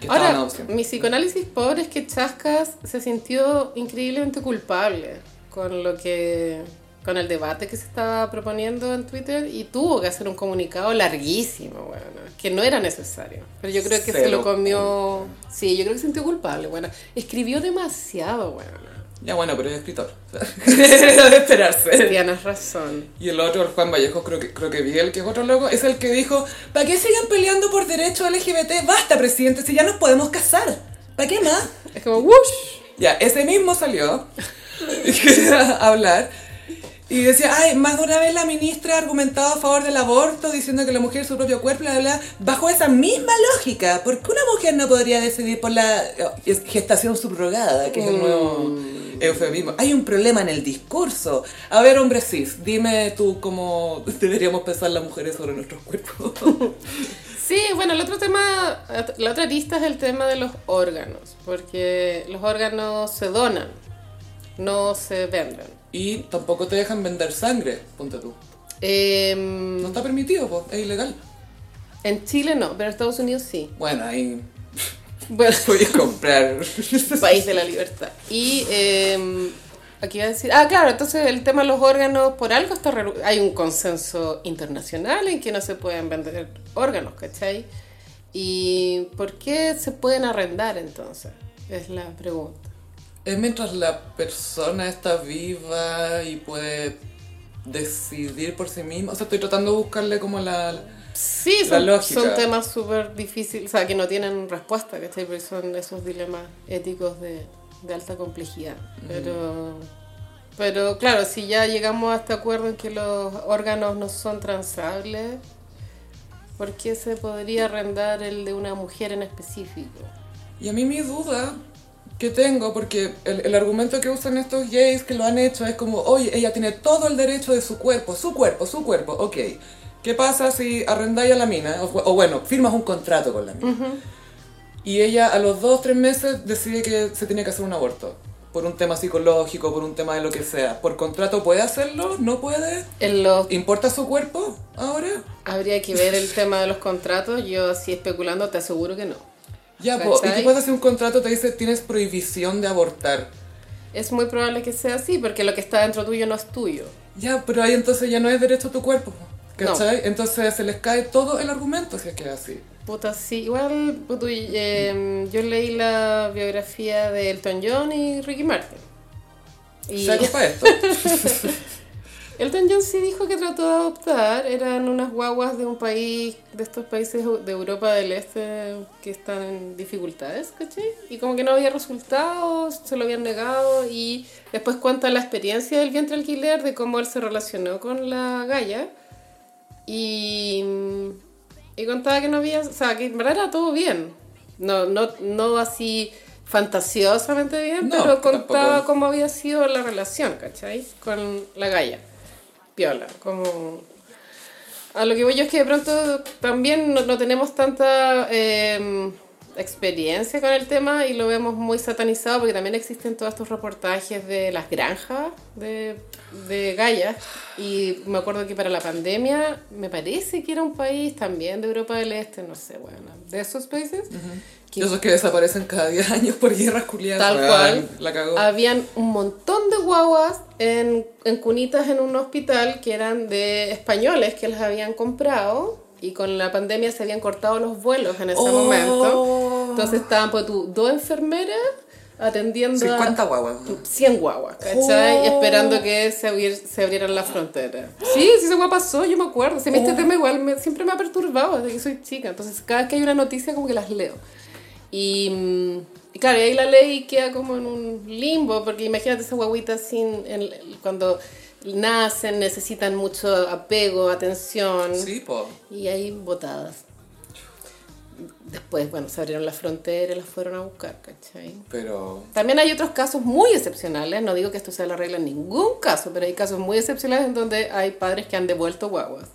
que estaba en Ahora, adopción. mi psicoanálisis pobre es que Chascas se sintió increíblemente culpable con lo que con el debate que se estaba proponiendo en Twitter y tuvo que hacer un comunicado larguísimo, bueno, que no era necesario. Pero yo creo que se Cero lo comió. Sí, yo creo que se sintió culpable, bueno. Escribió demasiado, bueno. Ya bueno, pero es escritor. Era de esperarse. Tienes razón. Y el otro, el Juan Vallejo, creo que, creo que Biel, que es otro loco, es el que dijo, ¿para qué siguen peleando por derechos LGBT? Basta, presidente, si ya nos podemos casar. ¿Para qué más? Es como, ¡whoosh! Ya, ese mismo salió a hablar y decía, ay, más de una vez la ministra ha argumentado a favor del aborto, diciendo que la mujer es su propio cuerpo, bla, bla, bla, bajo esa misma lógica. ¿Por qué una mujer no podría decidir por la eh, es- gestación subrogada, que es el nuevo eufemismo? Hay un problema en el discurso. A ver, hombre cis, dime tú cómo deberíamos pensar las mujeres sobre nuestros cuerpos. Sí, bueno, el otro tema, la otra arista es el tema de los órganos, porque los órganos se donan, no se venden. Y tampoco te dejan vender sangre, ponte tú. Em, No está permitido, po, es ilegal. en Chile no, pero en Estados Unidos sí. Bueno, ahí Bueno, puedes comprar. país de la libertad. Y eh, aquí iba a decir, ah, claro, entonces el tema de los órganos, por algo está relu- hay un consenso internacional en que no se pueden vender órganos, ¿cachai? ¿Y por qué se pueden arrendar entonces? Es la pregunta. Es mientras la persona está viva y puede decidir por sí misma. O sea, estoy tratando de buscarle como la... Sí, La son, lógica. son temas súper difíciles, o sea, que no tienen respuesta, ¿cachai? Porque son esos dilemas éticos de, de alta complejidad. Pero, pero claro, si ya llegamos a este acuerdo en que los órganos no son transables, ¿por qué se podría arrendar el de una mujer en específico? Y a mí mi duda que tengo, porque el, el argumento que usan estos gays que lo han hecho es como, oye, ella tiene todo el derecho de su cuerpo, su cuerpo, su cuerpo, ok. ¿Qué pasa si arrendáis a la mina? O, o bueno, firmas un contrato con la mina. Y ella a los dos, tres meses decide que se tiene que hacer un aborto. Por un tema psicológico, por un tema de lo que sea. ¿Por contrato puede hacerlo? ¿No puede? En los, ¿Importa su cuerpo ahora? habría que ver el tema de los contratos, yo así especulando te aseguro que no. Ya, po, ¿y qué ¿Cachai? pasa si un contrato te dice tienes prohibición de abortar? Es muy probable que sea así, porque lo que está dentro tuyo no es tuyo. Ya, pero ahí entonces ya no es derecho a tu cuerpo, ¿cachai? Entonces se les cae todo el argumento si es que es así. Puta, sí, igual putu, y, eh, yo leí la biografía de Elton John y Ricky Martin. Y Saco para esto. Elton John sí dijo que trató de adoptar, eran unas guaguas de un país, de estos países de Europa del Este que están en dificultades, ¿cachai? Y como que no había resultados, se lo habían negado y después cuenta la experiencia del vientre alquiler, de cómo él se relacionó con la galla y, y contaba que no había, o sea, que en verdad era todo bien, no, no, no así fantasiosamente bien, No, pero contaba tampoco. cómo había sido la relación, ¿cachai? Con la galla piola, como... A lo que voy yo es que de pronto también no, no tenemos tanta eh, experiencia con el tema y lo vemos muy satanizado porque también existen todos estos reportajes de las granjas de, de gallas y me acuerdo que para la pandemia me parece que era un país también de Europa del Este, no sé, bueno, de esos países. que Y esos que desaparecen cada 10 años por guerras culiadas. Tal weón, cual. La cagó. Ah. Habían un montón de guaguas en, en cunitas en un hospital que eran de españoles que las habían comprado y con la pandemia se habían cortado los vuelos en ese Oh. momento. Entonces estaban pues, tú, dos enfermeras atendiendo 50 a guaguas. 100 guaguas, ¿cachai? Oh. Y esperando que se, abrier- se abrieran las fronteras. Sí, sí, esa guagua pasó, yo me acuerdo. Si a mí este tema igual me- siempre me ha perturbado desde que soy chica. Entonces cada vez que hay una noticia como que las leo. Y, mm, y claro, y ahí la ley queda como en un limbo, porque imagínate esas guaguitas sin, en- cuando nacen necesitan mucho apego, atención, Sí, po. y ahí botadas. Después, bueno, se abrieron las fronteras, las fueron a buscar, ¿cachai? Pero. También hay otros casos muy excepcionales, no digo que esto sea la regla en ningún caso, pero hay casos muy excepcionales en donde hay padres que han devuelto guaguas.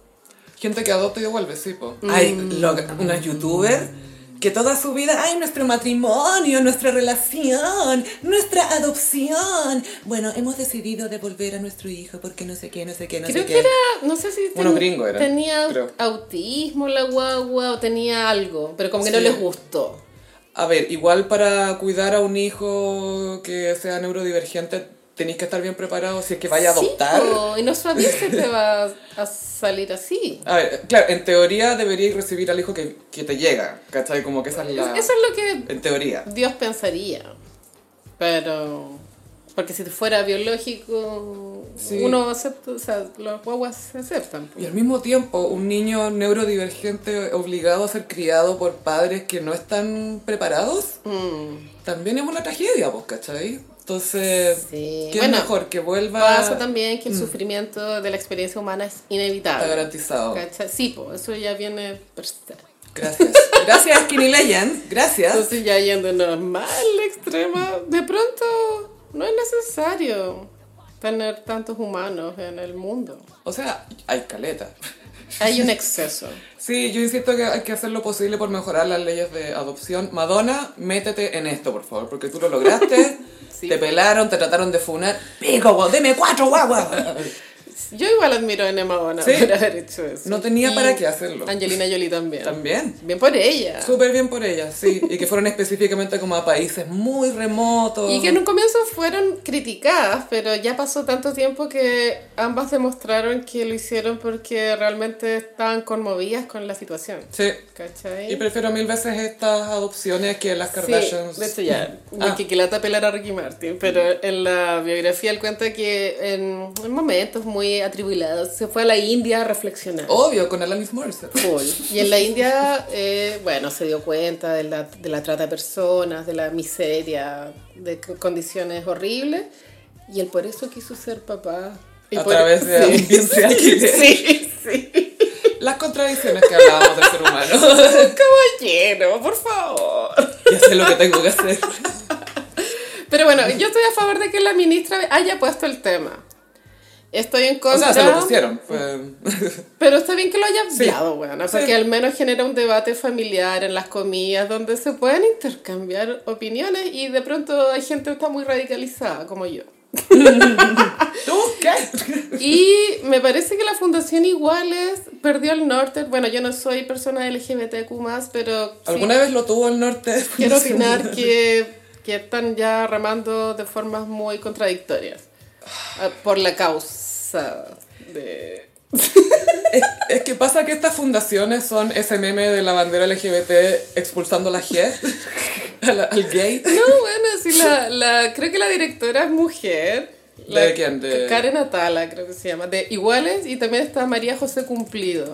Gente que adopta y devuelve, sí, po. Mm. Hay loca- una youtuber que toda su vida, ay, nuestro matrimonio, nuestra relación, nuestra adopción. Bueno, hemos decidido devolver a nuestro hijo porque no sé qué, no sé qué, no Creo sé que qué. era, no sé si Unos gringos eran, tenía creo. autismo la guagua o tenía algo, pero como que no Sí. les gustó. A ver, igual para cuidar a un hijo que sea neurodivergente, tenéis que estar bien preparado si es que vaya a Sí, adoptar. po, y no sabías que te va a salir así. A ver, claro, en teoría deberíais recibir al hijo que, que te llega, ¿cachai? Como que esa es la... Eso es lo que En teoría. Dios pensaría. Pero... Porque si fuera biológico, Sí. uno acepta, o sea, los guaguas se aceptan. po. Y al mismo tiempo, un niño neurodivergente obligado a ser criado por padres que no están preparados, Mm. también es una tragedia, pues, ¿cachai? Entonces, Sí. ¿qué Bueno, es mejor? Que vuelva Pasa también Mm. que el sufrimiento de la experiencia humana es está inevitable. garantizado. ¿cachai? Sí, po, eso ya viene per se. Gracias. Gracias, Skinny Legend. Gracias. Entonces ya yéndonos mal extrema, de pronto no es necesario tener tantos humanos en el mundo. O sea, hay caleta. Hay un exceso. Sí, yo insisto que hay que hacer lo posible por mejorar las leyes de adopción. Madonna, métete en esto, por favor, porque tú lo lograste. Sí. Te pelaron, te trataron de funar. Pico, weón, deme cuatro guaguas. Yo igual admiro a Emma Madonna Sí. por haber hecho eso. No tenía Y para qué hacerlo. Angelina Jolie también. También. Bien por ella. Súper bien por ellas, sí. Y que fueron específicamente como a países muy remotos. Y que en un comienzo fueron criticadas, pero ya pasó tanto tiempo que ambas demostraron que lo hicieron porque realmente estaban conmovidas con la situación. Sí. ¿Cachai? Y prefiero mil veces estas adopciones que las Kardashians. Sí, de hecho ya, Ah. porque que lata pelar a Ricky Martin, pero en la biografía él cuenta que en, en momentos muy atribulados se fue a la India a reflexionar. Obvio, con Alanis Morissette. Full. Y en la India, eh, bueno, se dio cuenta de la, de la trata de personas, de la miseria, de c- condiciones horribles, y él por eso quiso ser papá. Y A por- través de un vientre alquiler. Sí, sí. Las contradicciones que hablábamos del ser humano. Caballero, por favor. ya sé lo que tengo que hacer. Pero bueno, yo estoy a favor de que la ministra haya puesto el tema. Estoy en O contra. sea, se lo pusieron. fue- Pero está bien que lo haya hablado, weona, Sí. porque al menos genera un debate familiar en las comidas donde se pueden intercambiar opiniones y de pronto hay gente que está muy radicalizada, como yo. ¿Tú qué? Y me parece que la Fundación Iguales perdió el norte. Bueno, yo no soy persona LGBTQ, pero. sí ¿Alguna vez lo tuvo el norte? quiero opinar que, que están ya remando de formas muy contradictorias ah, por la causa de... Es, es que pasa que estas fundaciones son ese meme de la bandera LGBT expulsando a la G, al, al gay. No, bueno, sí, la, la- creo que la directora es mujer. ¿De La- quién? De- Karen Atala, creo que se llama. De Iguales y también está María José Cumplido.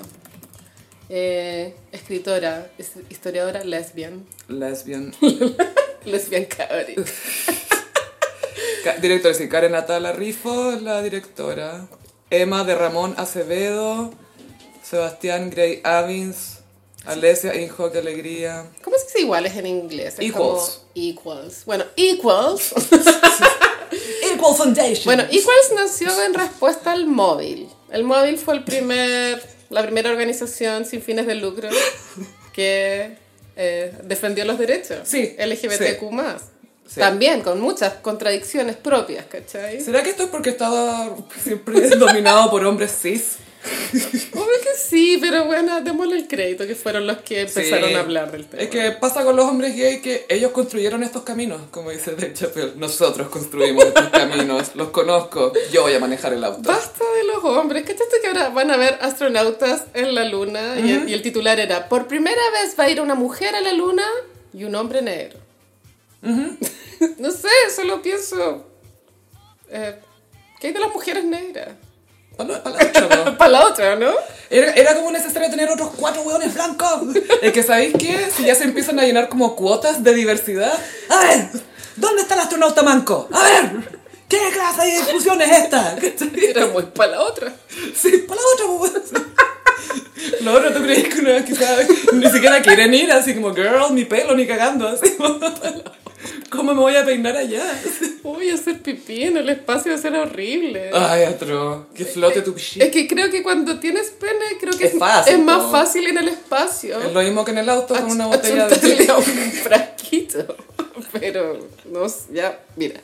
eh, escritora, es- historiadora lesbian. Lesbian. Lesbian cabrón. Ca- Directora, sí, Karen Atala Rifo es la directora. Emma de Ramón Acevedo. Sebastián Gray Avins. Alesia Injo, qué alegría. ¿Cómo se dice iguales en inglés? Es Equals. como equals. Bueno, equals Equal Foundation. Bueno, Equals nació en respuesta al móvil. El móvil fue el primer, la primera organización sin fines de lucro que eh, defendió los derechos Sí, LGBTQ+. sí. También con muchas contradicciones propias, ¿cachai? ¿Será que esto es porque estaba siempre dominado por hombres cis? Obvio que sí, pero bueno, démosle el crédito que fueron los que empezaron Sí. a hablar del tema. Es que pasa con los hombres gay que ellos construyeron estos caminos, como dice Dave Chappelle. Nosotros construimos estos caminos, los conozco, yo voy a manejar el auto. Basta de los hombres, ¿cachaste que ahora van a ver astronautas en la luna? Y el- y el titular era, por primera vez va a ir una mujer a la luna y un hombre negro. no sé, solo pienso... eh, ¿Qué hay de las mujeres negras? Para, para la otra, ¿no? Para la otra, ¿no? Era, era como necesario tener otros cuatro hueones blancos. Es que, ¿sabéis qué? Si ya se empiezan a llenar como cuotas de diversidad, A ver, ¿dónde está el astronauta manco? A ver, ¿qué clase de discusión es esta? Era muy para la otra. sí, para la otra, pues. Lo otro, ¿tú crees que una vez quizás ni siquiera quieren ir? Así como, girl, mi pelo, ni cagando. Así como, ¿cómo me voy a peinar allá? Uy, hacer pipí en el espacio va a ser horrible. Ay, atro, que flote tu pichita. Es que creo que cuando tienes pene, creo que Es es, fácil, es más po. fácil en el espacio. Es lo mismo que en el auto con una Ach- botella de achuntarle a un frasquito. Pero, no, s- ya, mira.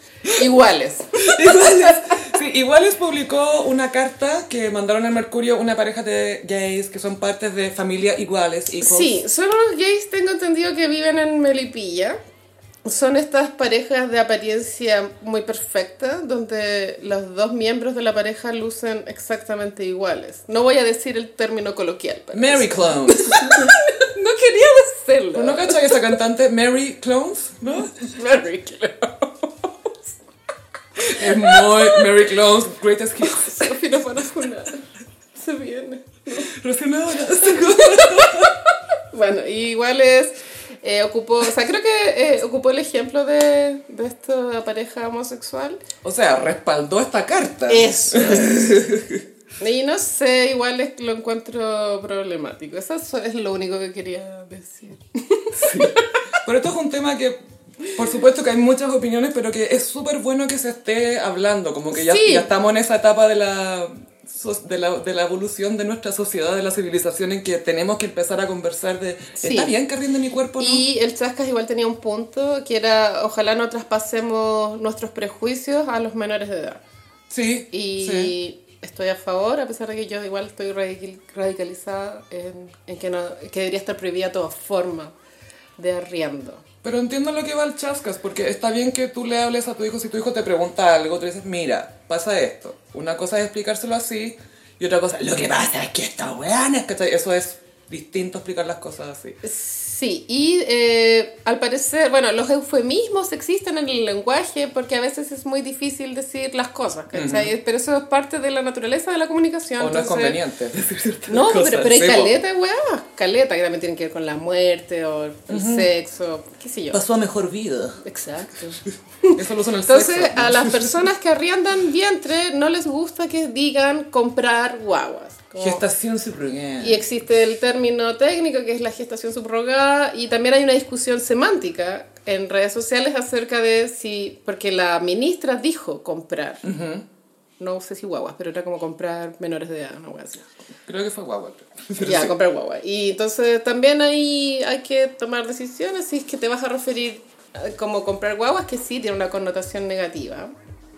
Iguales. Iguales. Sí, Iguales publicó una carta que mandaron al Mercurio una pareja de gays que son partes de familia Iguales. Equals. Sí, solo los gays tengo entendido que viven en Melipilla. Son estas parejas de apariencia muy perfecta, donde los dos miembros de la pareja lucen exactamente iguales. No voy a decir el término coloquial, pero Mary Clones. no quería decirlo. ¿No cachai esa cantante Mary Clones? ¿No? Very clear. Es muy Mary Clones, Greatest Hits. Sophie no van a funar. Se viene. Recién ahora. Bueno, y igual es. eh, ocupó, o sea, creo que eh, ocupó el ejemplo de, de esta pareja homosexual. O sea, respaldó esta carta. Eso. Y no sé, igual es- lo encuentro problemático. Eso es- es lo único que quería decir. Pero esto es un tema que, por supuesto que hay muchas opiniones, pero que es súper bueno que se esté hablando, como que ya, Sí. ya estamos en esa etapa de la so- de la, de la evolución de nuestra sociedad, de la civilización, en que tenemos que empezar a conversar de, Sí. ¿está bien que rinde mi cuerpo? o No? Y el Chascas igual tenía un punto que era ojalá no traspasemos nuestros prejuicios a los menores de edad. sí, Y sí. estoy a favor, a pesar de que yo igual estoy radical- radicalizada en, en que, no, que debería estar prohibida toda forma de arriendo. Pero entiendo lo que va al chascas, porque está bien que tú le hables a tu hijo, si tu hijo te pregunta algo, tú le dices, mira, pasa esto. Una cosa es explicárselo así, y otra cosa, lo que pasa es que esta weón es que... Eso es distinto explicar las cosas así. Sí, y eh, al parecer, bueno, los eufemismos existen en el lenguaje porque a veces es muy difícil decir las cosas, ¿cachai? Pero eso es parte de la naturaleza de la comunicación. O no es entonces- conveniente decir ciertas No, cosas, pero, pero hay sí, po. caleta, de weas, caleta, que también tienen que ver con la muerte o el sexo, qué sé yo. Pasó a mejor vida. Exacto. Eso lo usan el Entonces, sexo. a las personas que arriendan vientre no les gusta que digan comprar guaguas. como- Gestación subrogada. y existe el término técnico que es la gestación subrogada y también hay una discusión semántica en redes sociales acerca de si, porque la ministra dijo comprar, no sé si guaguas, pero era como comprar menores de edad, no voy a decir. Creo que fue guagua. pero Ya, sí. comprar guagua. Y entonces también ahí hay que tomar decisiones si es que te vas a referir eh, como comprar guaguas, que sí tiene una connotación negativa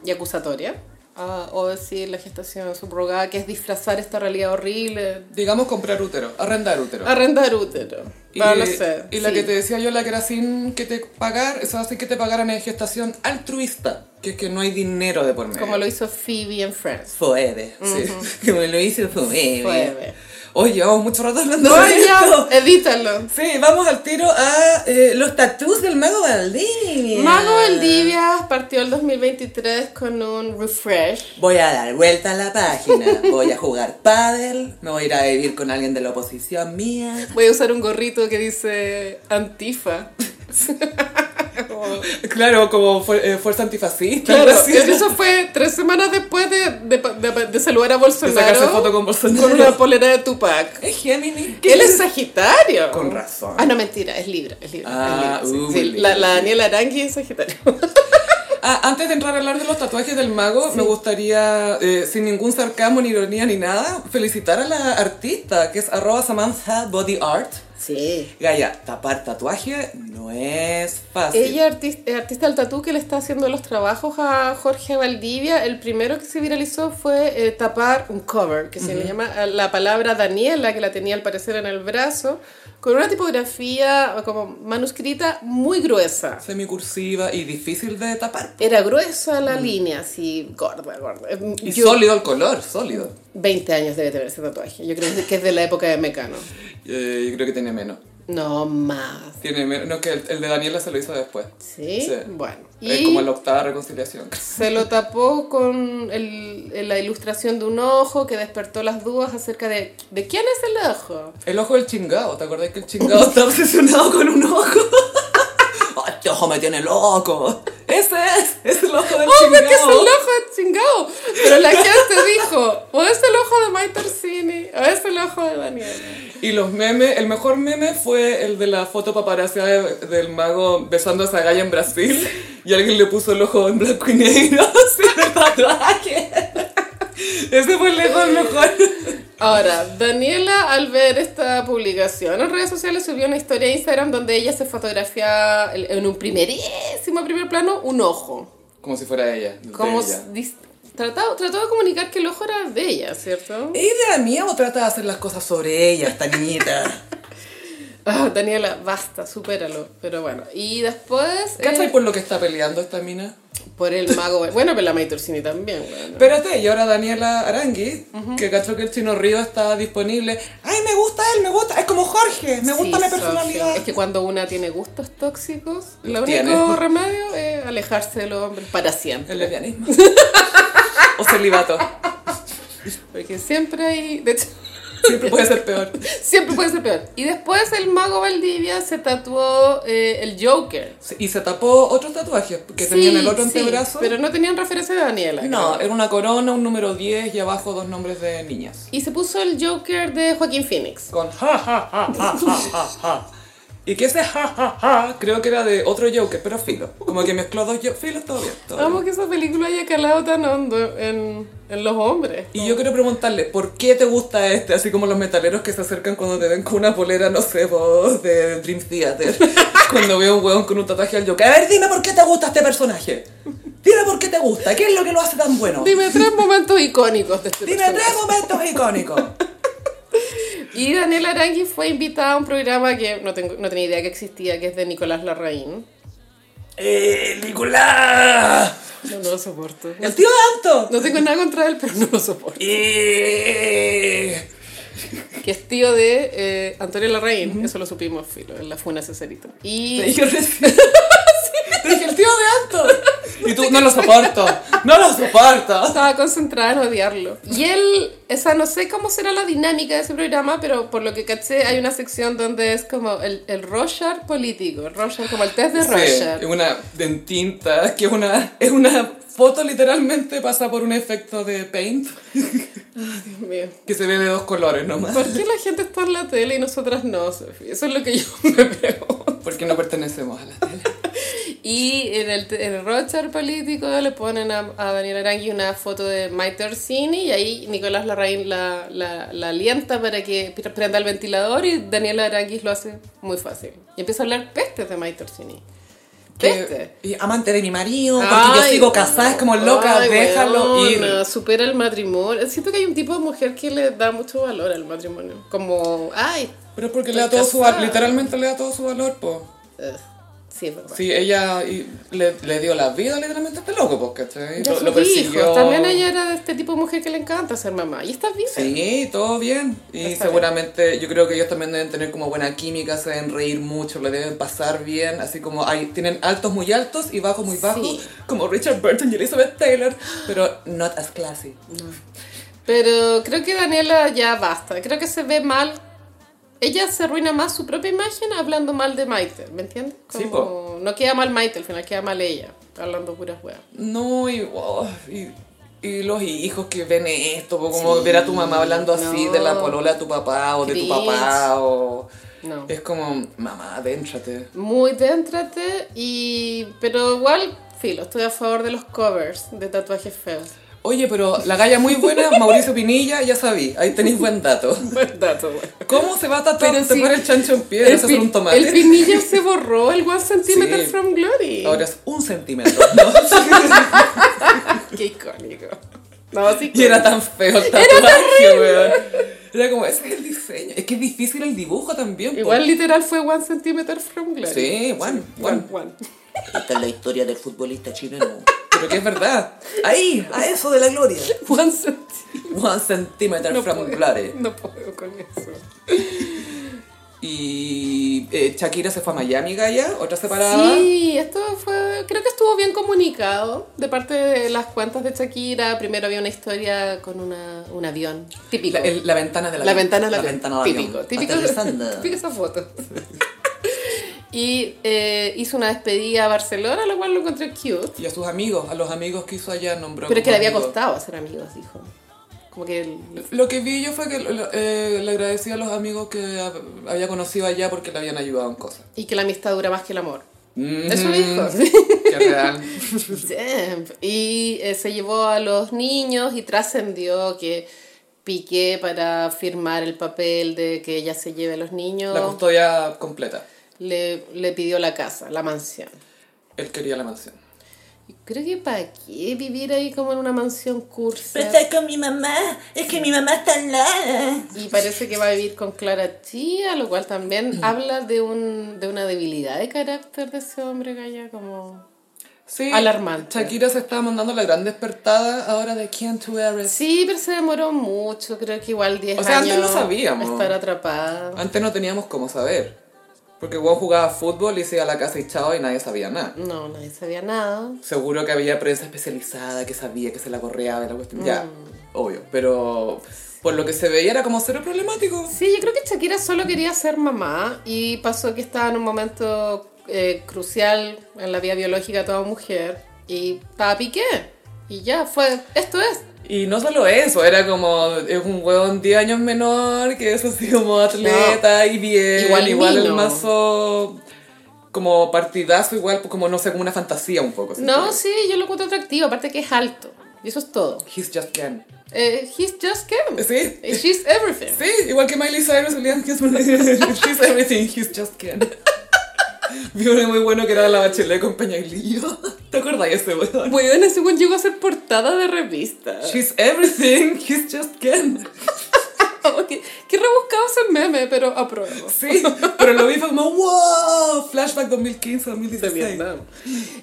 y acusatoria. Ah, o decir la gestación subrogada, que es disfrazar esta realidad horrible. Digamos comprar útero, arrendar útero. Arrendar útero. Para no sé. y la sí. que te decía yo, la que era sin que te pagar, o sea, sin que te pagaran es gestación altruista, que es que no hay dinero de por medio. Como lo hizo Phoebe en Friends. Forever. Sí. eh, Como lo eh, hizo Forever. Fue. Oye, llevamos mucho rato hablando de ¡Coño! esto. Edítalo. Sí, vamos al tiro a eh, los tatús del Mago Valdivia. Mago Valdivias partió el 2023 con un refresh. Voy a dar vuelta a la página. Voy a jugar pádel. Me voy a ir a vivir con alguien de la oposición mía. Voy a usar un gorrito que dice Antifa. Oh, Claro, como fu- eh, fuerza antifascista. Claro, algo así. eso fue tres semanas después de, de, de- de saludar a De sacarse foto Bolsonaro con Bolsonaro. con una polera de Tupac. Es Géminis. Él es Sagitario. Con razón. Ah, no, mentira, es Libra. Es Libra, Ah, es Libra, sí. uh, Sí, Libra, la, la sí. Daniela Arangui es Sagitario. Ah, antes de entrar a hablar de los tatuajes del mago, me gustaría, eh, sin ningún sarcasmo, ni ironía, ni nada, felicitar a la artista, que es arroba Samantha Body Art. Sí. Gaya, tapar tatuaje no es fácil. Ella artis- es artista del tatú que le está haciendo los trabajos a Jorge Valdivia. El primero que se viralizó fue eh, tapar un cover, que se le llama eh, la palabra Daniela, que la tenía al parecer en el brazo, con una tipografía eh, como manuscrita muy gruesa. Semicursiva y difícil de tapar. Era gruesa la línea, así gorda, gorda. Eh, Y Yo, sólido el color, sólido. 20 años debe tener ese tatuaje. Yo creo que es de la época de Mecano. Eh, yo creo que tiene menos. No más. Tiene menos. No, que el, el de Daniela se lo hizo después. ¿Sí? Sí. Bueno. Es como la octava reconciliación. Se lo tapó con el- la ilustración de un ojo que despertó las dudas acerca de ¿de quién es el ojo? El ojo del chingado, ¿te acordás que el chingado está obsesionado con un ojo? ¡Oh, este ojo me tiene loco! Ese es, es el ojo del ¡Obvio chingado. que ¡Oh, es el ojo de chingao! Pero la gente dijo, o es el ojo de Mike Torsini, o es el ojo de Daniel. Y los memes, el mejor meme fue el de la foto paparazzi de- del mago besando a esa galla en Brasil y alguien le puso el ojo en blanco y negro así de tatuaje. Ese fue lejos mejor. Ahora, Daniela al ver esta publicación en redes sociales subió una historia de Instagram donde ella se fotografía el- en un primerísimo primer plano un ojo. Como si fuera ella. de Como ella. dis- tratado- trató de comunicar que el ojo era de ella, ¿cierto? ¿Idea mía o trata de hacer las cosas sobre ella, esta niñita? Ah, Daniela, basta, supéralo. Pero bueno, y después. eh, ¿Cachai por lo que está peleando esta mina? por el mago. Bueno, pero la May Torsini también, bueno. Espérate, y ahora Daniela Arangui, que cacho que el chino Río está disponible. ¡Ay, me gusta él, me gusta! Es como Jorge, me gusta Sí, la Sofía. personalidad. Es que cuando una tiene gustos tóxicos, lo único Tiene. remedio es alejarse de los hombres para siempre. El lesbianismo. o celibato. Porque siempre hay. De hecho, Siempre puede ser peor. siempre puede ser peor. Y después el mago Valdivia se tatuó eh, el Joker. Y se tapó otros tatuajes que Sí, tenían el otro sí, antebrazo. Pero no tenían referencia de Daniela. No, creo. era una corona, un número 10 y abajo dos nombres de niñas. Y se puso el Joker de Joaquín Phoenix. Con ja ja ja ja ja ja. Y que ese ja, ja, ja, creo que era de otro Joker, pero filo. Como que mezcló dos Jokers. Filo, todo bien. todo bien. Vamos que esa película haya calado tan hondo en, en los hombres. Y yo quiero preguntarle, ¿por qué te gusta este? Así como los metaleros que se acercan cuando te ven con una polera, no sé, vos, de Dream Theater. cuando veo un weón con un tatuaje al Joker. A ver, dime por qué te gusta este personaje. Dime por qué te gusta. ¿Qué es lo que lo hace tan bueno? Dime tres momentos icónicos de este Dime personaje. tres momentos icónicos. Y Daniel Arangui fue invitada a un programa que no, tengo, no tenía idea que existía, que es de Nicolás Larraín. ¡Eh, Nicolás! No, no lo soporto. ¡El tío de Anto! No tengo nada contra él, pero no lo soporto. ¡Eh! Que es tío de eh, Antonio Larraín. Eso lo supimos, filo, en la funa Cesarito. Y... Te dije recién. Te dije, el tío de Anto. Y tú, no lo soporto. No lo soporto. Estaba concentrada en odiarlo. Y él, o sea, no sé cómo será la dinámica de ese programa, pero por lo que caché, hay una sección donde es como el, el Rorschach político, el Rorschach, como el test de Sí, Rorschach. es una de tinta, que es una, es una foto literalmente pasa por un efecto de paint Dios mío. que se ve de dos colores nomás. ¿Por qué la gente está en la tele y nosotras no, Sofi? Eso es lo que yo me pregunto. Porque no pertenecemos a la tele. Y en el, en el roster político le ponen a, a Daniel Arangui una foto de Maite Orsini y ahí Nicolás Larraín la, la, la alienta para que pre- prenda el ventilador y Daniel Arangui lo hace muy fácil. Y empieza a hablar pestes de Maite Orsini. Pestes. Que- y amante de mi marido, porque yo este? Ay, sigo casada, es como loca, ay, déjalo weona, ir. supera el matrimonio. Siento que hay un tipo de mujer que le da mucho valor al matrimonio. Como, ay, Pero es porque Estoy le da todo su valor, casada. literalmente le da todo su valor, po. ugh, sí, es verdad. Sí, ella y- le, le dio la vida literalmente a este loco, po, ¿cachai? Ya Lo, sus lo persiguió. hijos. También ella era de este tipo de mujer que le encanta ser mamá. Y está bien. Sí, todo bien. Y Está seguramente yo creo que ellos también deben tener como buena química, se deben reír mucho, le deben pasar bien, así como hay, tienen altos muy altos y bajos muy bajos, Sí. como Richard Burton y Elizabeth Taylor, pero not as classy. Pero creo que Daniela ya basta. Creo que se ve mal. Ella se arruina más su propia imagen hablando mal de Maite, ¿me entiendes? Sí, Como, no queda mal Maite, al final queda mal ella, hablando puras weas. No, y, oh, y, y los hijos que ven esto, po, como ver a tu mamá hablando así no. de la polola de tu papá o de tu Cringe. papá, o... No. Es como, mamá, adéntrate. Muy déntrate y... Pero igual, filo, estoy a favor de los covers de tatuajes feos. Oye, pero la galla muy buena, Mauricio Pinilla, ya sabí, ahí tenéis buen dato. Buen dato, weón. ¿Cómo se va a tatuar? Pero se sí. pone el chancho en piedra, El, se hace pi- un tomate. el pinilla se borró, el one centimeter Sí. from glory. Ahora es un centímetro. ¿no? Qué icónico. No, sí. y era tan feo el tatuaje, weón. Era como, ese es el diseño. Es que es difícil el dibujo también. po. Igual literal fue one centimeter from glory. Sí, Juan, One, Juan. one. Esta es la historia del futbolista chileno. Pero que es verdad. Ahí, a eso de la gloria. One centimeter. One centimeter No from puedo, bloody. no puedo con eso. Y eh, Shakira se fue a Miami, Gaya, otra separada. Sí, esto fue. Creo que estuvo bien comunicado de parte de las cuentas de Shakira. Primero había una historia con una, un avión. Típico. La, el- la ventana de la, la, ventana, la del avión. ventana del Típico, avión. típico, Aterrizando. típico esa foto. y eh, hizo una despedida a Barcelona, lo cual lo encontré cute. Y a sus amigos, a los amigos que hizo allá nombró. Pero es que como le había amigos. costado hacer amigos, dijo. Como que el- Lo que vi yo fue que lo- eh, le agradecí a los amigos que hab- había conocido allá porque le habían ayudado en cosas. y que la amistad dura más que el amor. Eso dijo. Qué real. Damn. Y eh, se llevó a los niños y trascendió que Piqué para firmar el papel de que ella se lleve a los La niños custodia completa. le, le pidió la casa, la mansión. Él quería la mansión. Y Creo que para qué vivir ahí como en una mansión cursa. Pero está con mi mamá. Es que mi mamá está al lado. Y parece que va a vivir con Clara Chía, lo cual también Mm. habla de, un, de una debilidad de carácter de ese hombre, Gaya, como... Sí. Alarmante. Shakira se estaba mandando la gran despertada ahora de Quién tú eres. Sí, pero se demoró mucho, creo que igual 10 O sea, años antes no sabíamos. estar atrapada. Antes no teníamos cómo saber. Porque Juan jugaba fútbol y se iba a la casa y chao y nadie sabía nada. No, nadie sabía nada. Seguro que había prensa especializada que sabía que se la correaba y la cuestión. Ya, Mm. obvio. Pero por lo que se veía era como cero problemático. Sí, yo creo que Shakira solo quería ser mamá y pasó que estaba en un momento eh, crucial en la vida biológica de toda mujer y estaba piqué. Y ya, fue, esto es. Y no solo eso, era como, es un hueón 10 años menor, que es así como atleta y bien, Igual igual, el niño. mazo, como partidazo, igual, pues como no sé, como una fantasía un poco. No, ¿sí? sí, yo lo encuentro atractivo, aparte que es alto. Y eso es todo. He's just Ken. Eh, he's just Kim. Sí. Eh, She's everything. Sí, igual que Miley Cyrus, Julian Houston, he's everything, he's just Ken. Vi uno muy bueno que era la bachelet con Peñaglillo. ¿Te acordás de ese hueón? Bueno, ese weón llegó a ser portada de revista. She's everything, he's just Ken. Ok, Qué rebuscado ese meme, pero apruebo. Sí, pero lo vi fue como, wow, flashback 2015, 2016.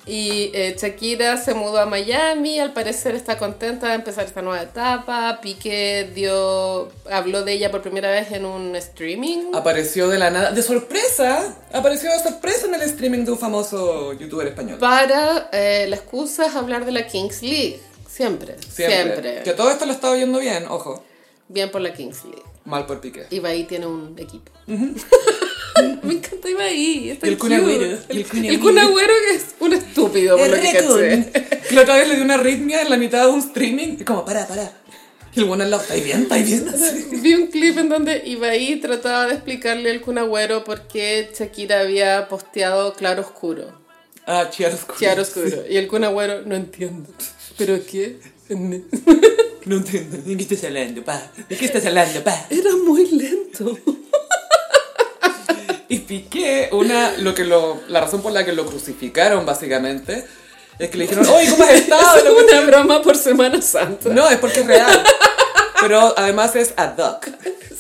Y eh, Shakira se mudó a Miami, al parecer está contenta de empezar esta nueva etapa. Piqué dio, habló de ella por primera vez en un Ah. streaming. Apareció de la nada, de sorpresa, apareció de sorpresa en el streaming de un famoso youtuber español. Para eh, la excusa es hablar de la Kings League. Siempre, siempre. Que todo esto lo estaba oyendo bien, ojo. Bien por la Kings League. Mal por Piqué. Ibai tiene un equipo. Me encanta Ibai. Es tan Y el Kun cute. Agüero, y el Kun El, el Kun Agüero. Agüero que es un estúpido, por El lo que raccoon. caché. Que la otra vez le dio una arritmia en la mitad de un streaming. Y como, para, para. Y el bueno al lado, ¿estáis bien? ¿Estáis bien? Así. Vi un clip en donde Ibai trataba de explicarle al Kun Agüero por qué Shakira había posteado claro oscuro. Ah, chiar oscuro. Claro oscuro. Y el Kun Agüero, no entiendo. ¿Pero qué? No entiendo. ¿De qué estás hablando, pa? ¿De qué estás hablando, pa? Era muy lento. Y Piqué, una, lo que lo, la razón por la que lo crucificaron, básicamente, es que le dijeron, oye, ¿cómo has estado? Eso es una broma por Semana Santa. No, es porque es real. Pero además es ad hoc.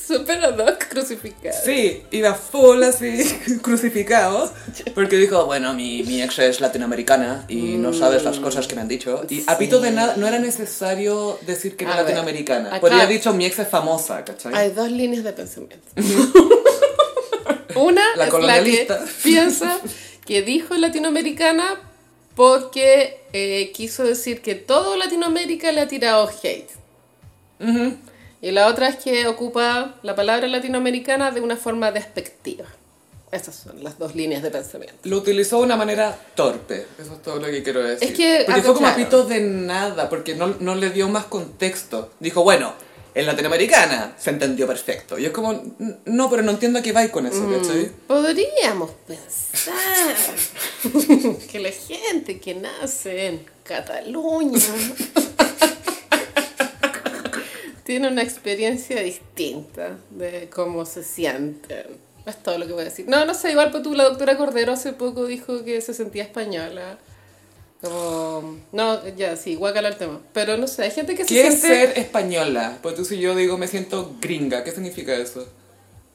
Súper ad hoc crucificado. Sí, iba full así, crucificado. Porque dijo, bueno, mi, mi ex es latinoamericana y no sabes las cosas que me han dicho. Y a pito de nada, no era necesario decir que era A ver, latinoamericana. Ah, acá- Podría haber dicho, mi ex es famosa, ¿cachai? Hay dos líneas de pensamiento. Una La es la que colonialista. piensa que dijo latinoamericana porque eh, quiso decir que todo Latinoamérica le ha tirado hate. Y la otra es que ocupa la palabra latinoamericana de una forma despectiva. Esas son las dos líneas de pensamiento. Lo utilizó de una manera torpe. Eso es todo lo que quiero decir. Es que, porque ah, fue como a claro. pito de nada, porque no, no le dio más contexto. Dijo, bueno, en latinoamericana se entendió perfecto. Y es como, "N- no, pero no entiendo a qué vais con eso, ¿cachai? Podríamos pensar que la gente que nace en Cataluña tiene una experiencia distinta de cómo se sienten. Es todo lo que voy a decir. No, no sé, igual pues tú, la doctora Cordero hace poco dijo que se sentía española. Como... No, ya, sí, guacala el tema. Pero no sé, hay gente que se ¿Quieres siente... ser española? Pues tú si yo digo, me siento gringa. ¿Qué significa eso?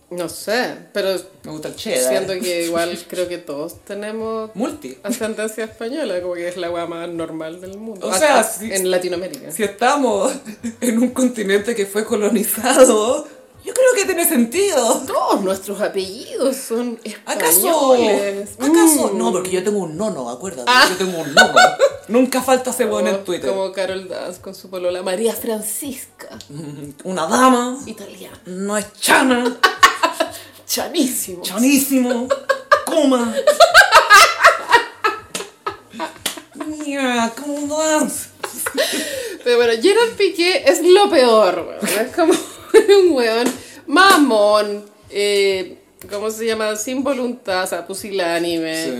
No sé, pero Me gusta el cheddar. siento que igual creo que todos tenemos Multi. ascendencia española, como que es la weá más normal del mundo. O Ah, sea, ah, sí. en Latinoamérica. Si estamos en un continente que fue colonizado, yo creo que tiene sentido. Todos nuestros apellidos son ¿Acaso? españoles. ¿Acaso? Mm. Ah. No, porque yo tengo un nono, acuérdate. Yo tengo un nono. Nunca falta ese Como- weón en Twitter. Como Carol Daz con su polola María Francisca, Una dama, italiana. no es chana, Chanísimo. chanísimo, coma. Mira, ¿cómo vas? Pero bueno, Gerard Piqué es lo peor, weón. Es como un weón mamón, eh, ¿cómo se llama? Sin voluntad, o sea, pusilánime. Sí.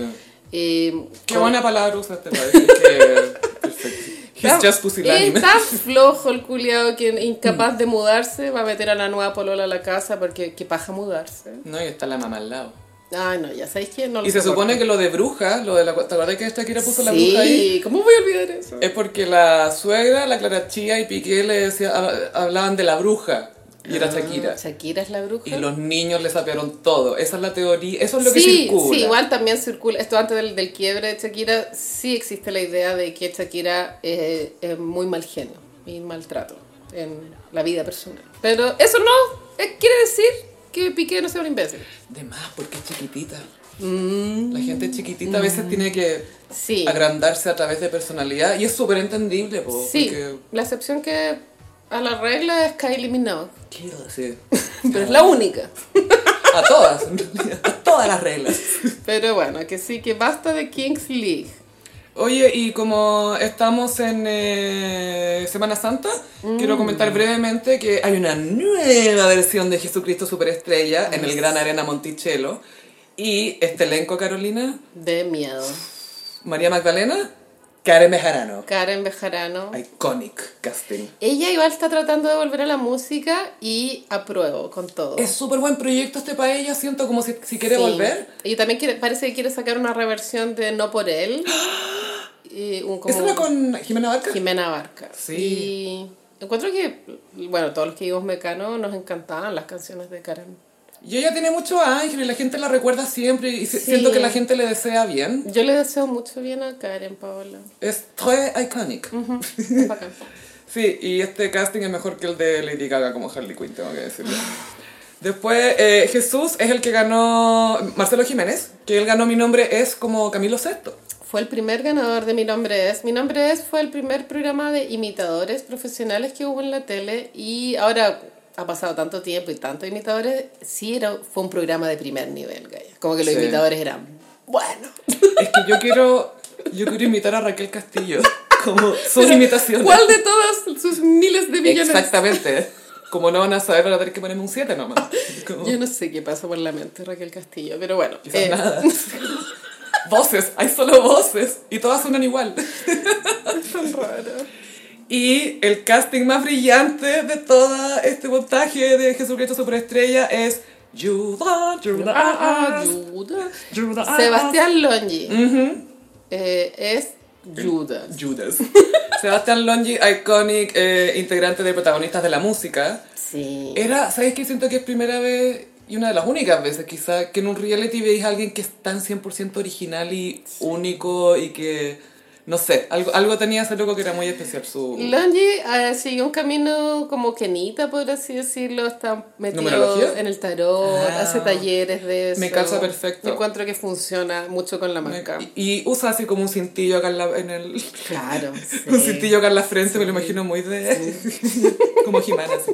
Eh, Qué con- buena palabra usaste para decir que... Perfecto. He's just pusilánime. Es tan flojo el culiado que incapaz de mudarse va a meter a la nueva polola a la casa porque que paja mudarse. No, y está la mamá al lado. Ay, no, ya sabéis que no lo Y se supone que lo de bruja, lo de la, ¿te acuerdas que esta Kira puso la bruja ahí? Sí, ¿cómo voy a olvidar eso? Es porque la suegra, la Clara Chía y Piqué le decía- hab- hablaban de la bruja y era Shakira. Ah, Shakira es la bruja. Y los niños le sapearon todo. Esa es la teoría, eso es lo que sí, circula. sí, igual también circula. Esto antes del, del quiebre de Shakira, sí existe la idea de que Shakira eh, es muy mal genio y maltrato en la vida personal. Pero eso no eh, quiere decir que Piqué no sea un imbécil. De más, porque es chiquitita. La gente chiquitita a veces tiene que Mm. Sí. agrandarse a través de personalidad y es súper entendible, po, Sí, porque... la excepción que a la regla es Kylie Minogue, Quiero decir, pero es la única. a todas, en realidad, a todas las reglas. Pero bueno, que sí, que basta de Kings League. Oye, y como estamos en eh, Semana Santa, quiero comentar brevemente que hay una nueva versión de Jesucristo Superestrella en el Gran Arena Monticello. Y este elenco, Carolina, De miedo. María Magdalena, Karen Bejarano. Karen Bejarano. Iconic casting. Ella igual está tratando de volver a la música y apruebo con todo. Es súper buen proyecto este para ella, siento como si, si quiere Sí. volver. Y también quiere- parece que quiere sacar una reversión de No por él. Y un, como ¿Es una con Jimena Barca? Jimena Barca. Sí. Y encuentro que, bueno, todos los que vimos Mecano nos encantaban las canciones de Karen. Y ella tiene mucho ángel y la gente la recuerda siempre y se- Sí. siento que la gente le desea bien. Yo le deseo mucho bien a Karen, Paola. Es très iconic. Mm. Es bacán. Sí, y este casting es mejor que el de Lady Gaga como Harley Quinn, tengo que decirlo. Después, eh, Jesús es el que ganó Marcelo Jiménez, que él ganó Mi Nombre es como Camilo VI. Fue el primer ganador de Mi Nombre Es. Mi Nombre Es fue el primer programa de imitadores profesionales que hubo en la tele y ahora ha pasado tanto tiempo y tantos imitadores. Sí, era, fue un programa de primer nivel, Gaya. Como que los Sí. imitadores eran buenos. Es que yo quiero, yo quiero imitar a Raquel Castillo como sus imitaciones. ¿Cuál de todas sus miles de millones? Exactamente. Como no van a saber, van a tener que ponerme un 7 nomás. Como, Yo no sé qué pasa por la mente de Raquel Castillo, pero bueno. quizás eh, nada. Voces, hay solo voces. Y todas suenan igual. Y el casting más brillante de todo este montaje de Jesucristo Superestrella es Judas, Judas, Ah, ah, Judas. Judas. Sebastián Longi eh, es Judas. Judas. Sebastián Longi, iconic, eh, integrante de protagonistas de la música. Sí. Era, ¿sabes qué? Siento que es primera vez y una de las únicas veces quizá que en un reality veis a alguien que es tan 100% original y único y que, no sé, algo, algo tenía ese loco que era muy especial su... Longi eh, sigue un camino como Kenita, por así decirlo. Está metido ¿Numerología? en el tarot, Ah. hace talleres de eso. Me calza perfecto. Encuentro que funciona mucho con la marca. Y, y usa así como un cintillo acá en, la- en el... Claro. Un sí. cintillo acá en la frente, me lo imagino muy de... como Jimena. así.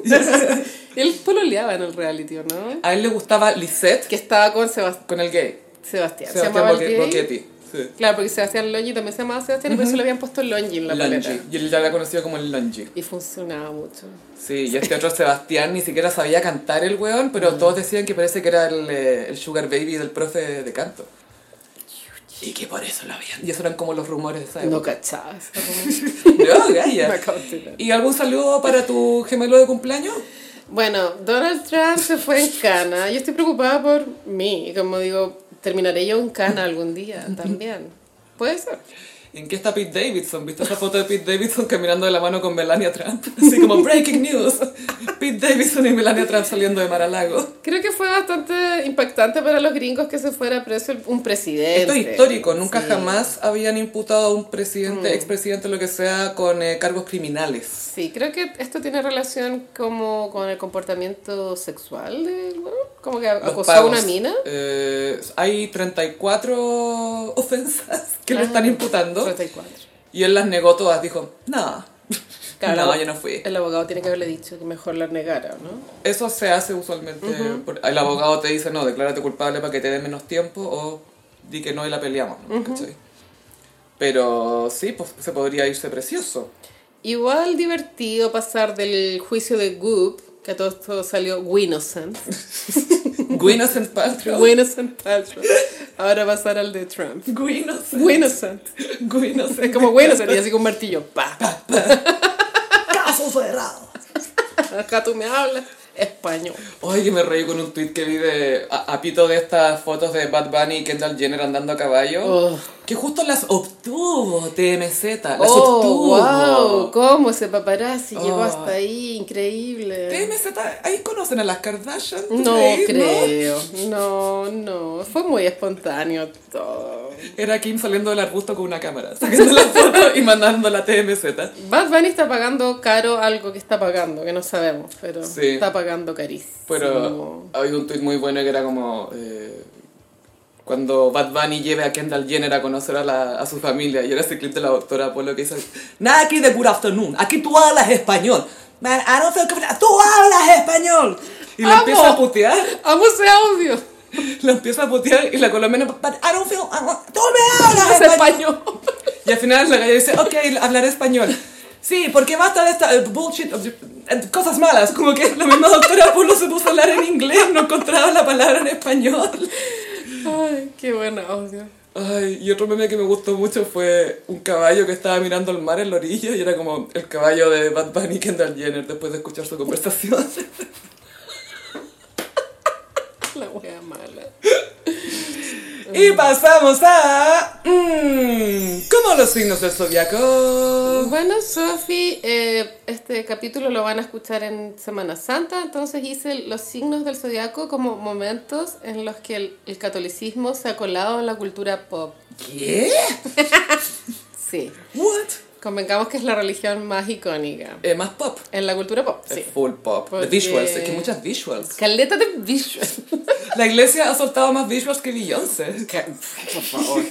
Él pololeaba en el reality, ¿o ¿no? A él le gustaba Lisette Que estaba con Sebas- con el gay. Sebastián. Se Sebastián llamaba el Boque- gay. Boquetti. Sí. Claro, porque Sebastián Longi también se llamaba Sebastián y por eso le habían puesto Longi en la Lungi. paleta. Y él ya la conocido como el Lungi. Y funcionaba mucho. Sí, y este otro Sebastián ni siquiera sabía cantar el weón, pero Mm. todos decían que parece que era el, eh, el sugar baby del profe de, de canto. Y que por eso lo habían. Y eso eran como los rumores de esa No época. cachabas. como- No, Me Gaia. acabo de enterar. ¿Y algún saludo para tu gemelo de cumpleaños? Bueno, Donald Trump se fue en cana. Yo estoy preocupada por mí. Como digo, terminaré yo en cana algún día también. Puede ser. ¿En qué está Pete Davidson? ¿Viste esa foto de Pete Davidson caminando de la mano con Melania Trump? Así como breaking news. Pete Davidson y Melania Trump saliendo de Mar-a-Lago. Creo que fue bastante impactante para los gringos que se fuera preso el- un presidente. Esto es histórico, nunca Sí. Mm. jamás habían imputado a un presidente, expresidente, lo que sea, con eh, cargos criminales. Sí, creo que esto tiene relación como con el comportamiento sexual del bueno, como que Los acosó a pagos. una mina. Eh, hay 34 ofensas que le Ah. están imputando 34. y él las negó todas. Dijo, no, Claro, no, la- yo no fui. El abogado tiene que haberle dicho que mejor la negara, ¿no? Eso se hace usualmente. por- el abogado te dice, no, declárate culpable para que te den menos tiempo o di que no y la peleamos. ¿no? ¿Cachai? Pero sí, pues se podría irse precioso. Igual divertido pasar del juicio de Goop, que a todo esto salió Winnocent, Gwynocent Paltrow. Winnocent Paltrow, ahora pasar al de Trump. Gwynocent. Winnocent, Gwynocent. es como Winnocent y así con martillo, pa, pa, Caso cerrado. acá tú me hablas español. Ay, que me reí con un tweet que vi de a, a pito de estas fotos de Bad Bunny y Kendall Jenner andando a caballo. Oh. Que justo las obtuvo TMZ. Las obtuvo. Oh, wow, cómo ese paparazzi llegó Oh. hasta ahí, increíble. TMZ, ahí conocen a las Kardashian. ¿tú No creís, creo, no, no, fue muy espontáneo todo. Era Kim saliendo del arbusto con una cámara, sacando la foto y mandando la TMZ. Bad Bunny está pagando caro algo que está pagando, que no sabemos, pero Sí. está pagando carísimo. Pero había un tweet muy bueno que era como. eh, cuando Bad Bunny lleve a Kendall Jenner a conocer a, la- a su familia, y era ese clip de la doctora Polo que dice: Nada aquí de good afternoon. Aquí tú hablas español. Man, I don't feel comfortable. Tú hablas español. Y la ¡Amo! empieza a putear. ¡Amo ese audio! La empieza a putear y la colombiana. But I don't feel. I don't- tú me hablas ¡Ese español. español! Y al final la galla dice, ok, hablar español. Sí, porque basta de esta eh, bullshit, eh, eh, cosas malas. Como que la misma doctora Polo se puso a hablar en inglés, no encontraba la palabra en español. Ay, qué bueno, audio. Ay, y otro meme que me gustó mucho fue un caballo que estaba mirando al mar en la orilla y era como el caballo de Bad Bunny y Kendall Jenner después de escuchar su conversación. La wea mala. y pasamos a... mm, ¿Cómo los signos del zodiaco? Pues Bueno, Sofi, eh, este capítulo lo van a escuchar en Semana Santa, entonces hice los signos del zodiaco como momentos en los que el, el catolicismo se ha colado en la cultura pop. ¿Qué? Sí, What? convengamos que es la religión más icónica. Eh, más pop. En la cultura pop, sí. Es full pop. Porque- De visuals, es que muchas visuals. Caleta de visuals. La iglesia ha soltado más visuals que Beyoncé. Por favor.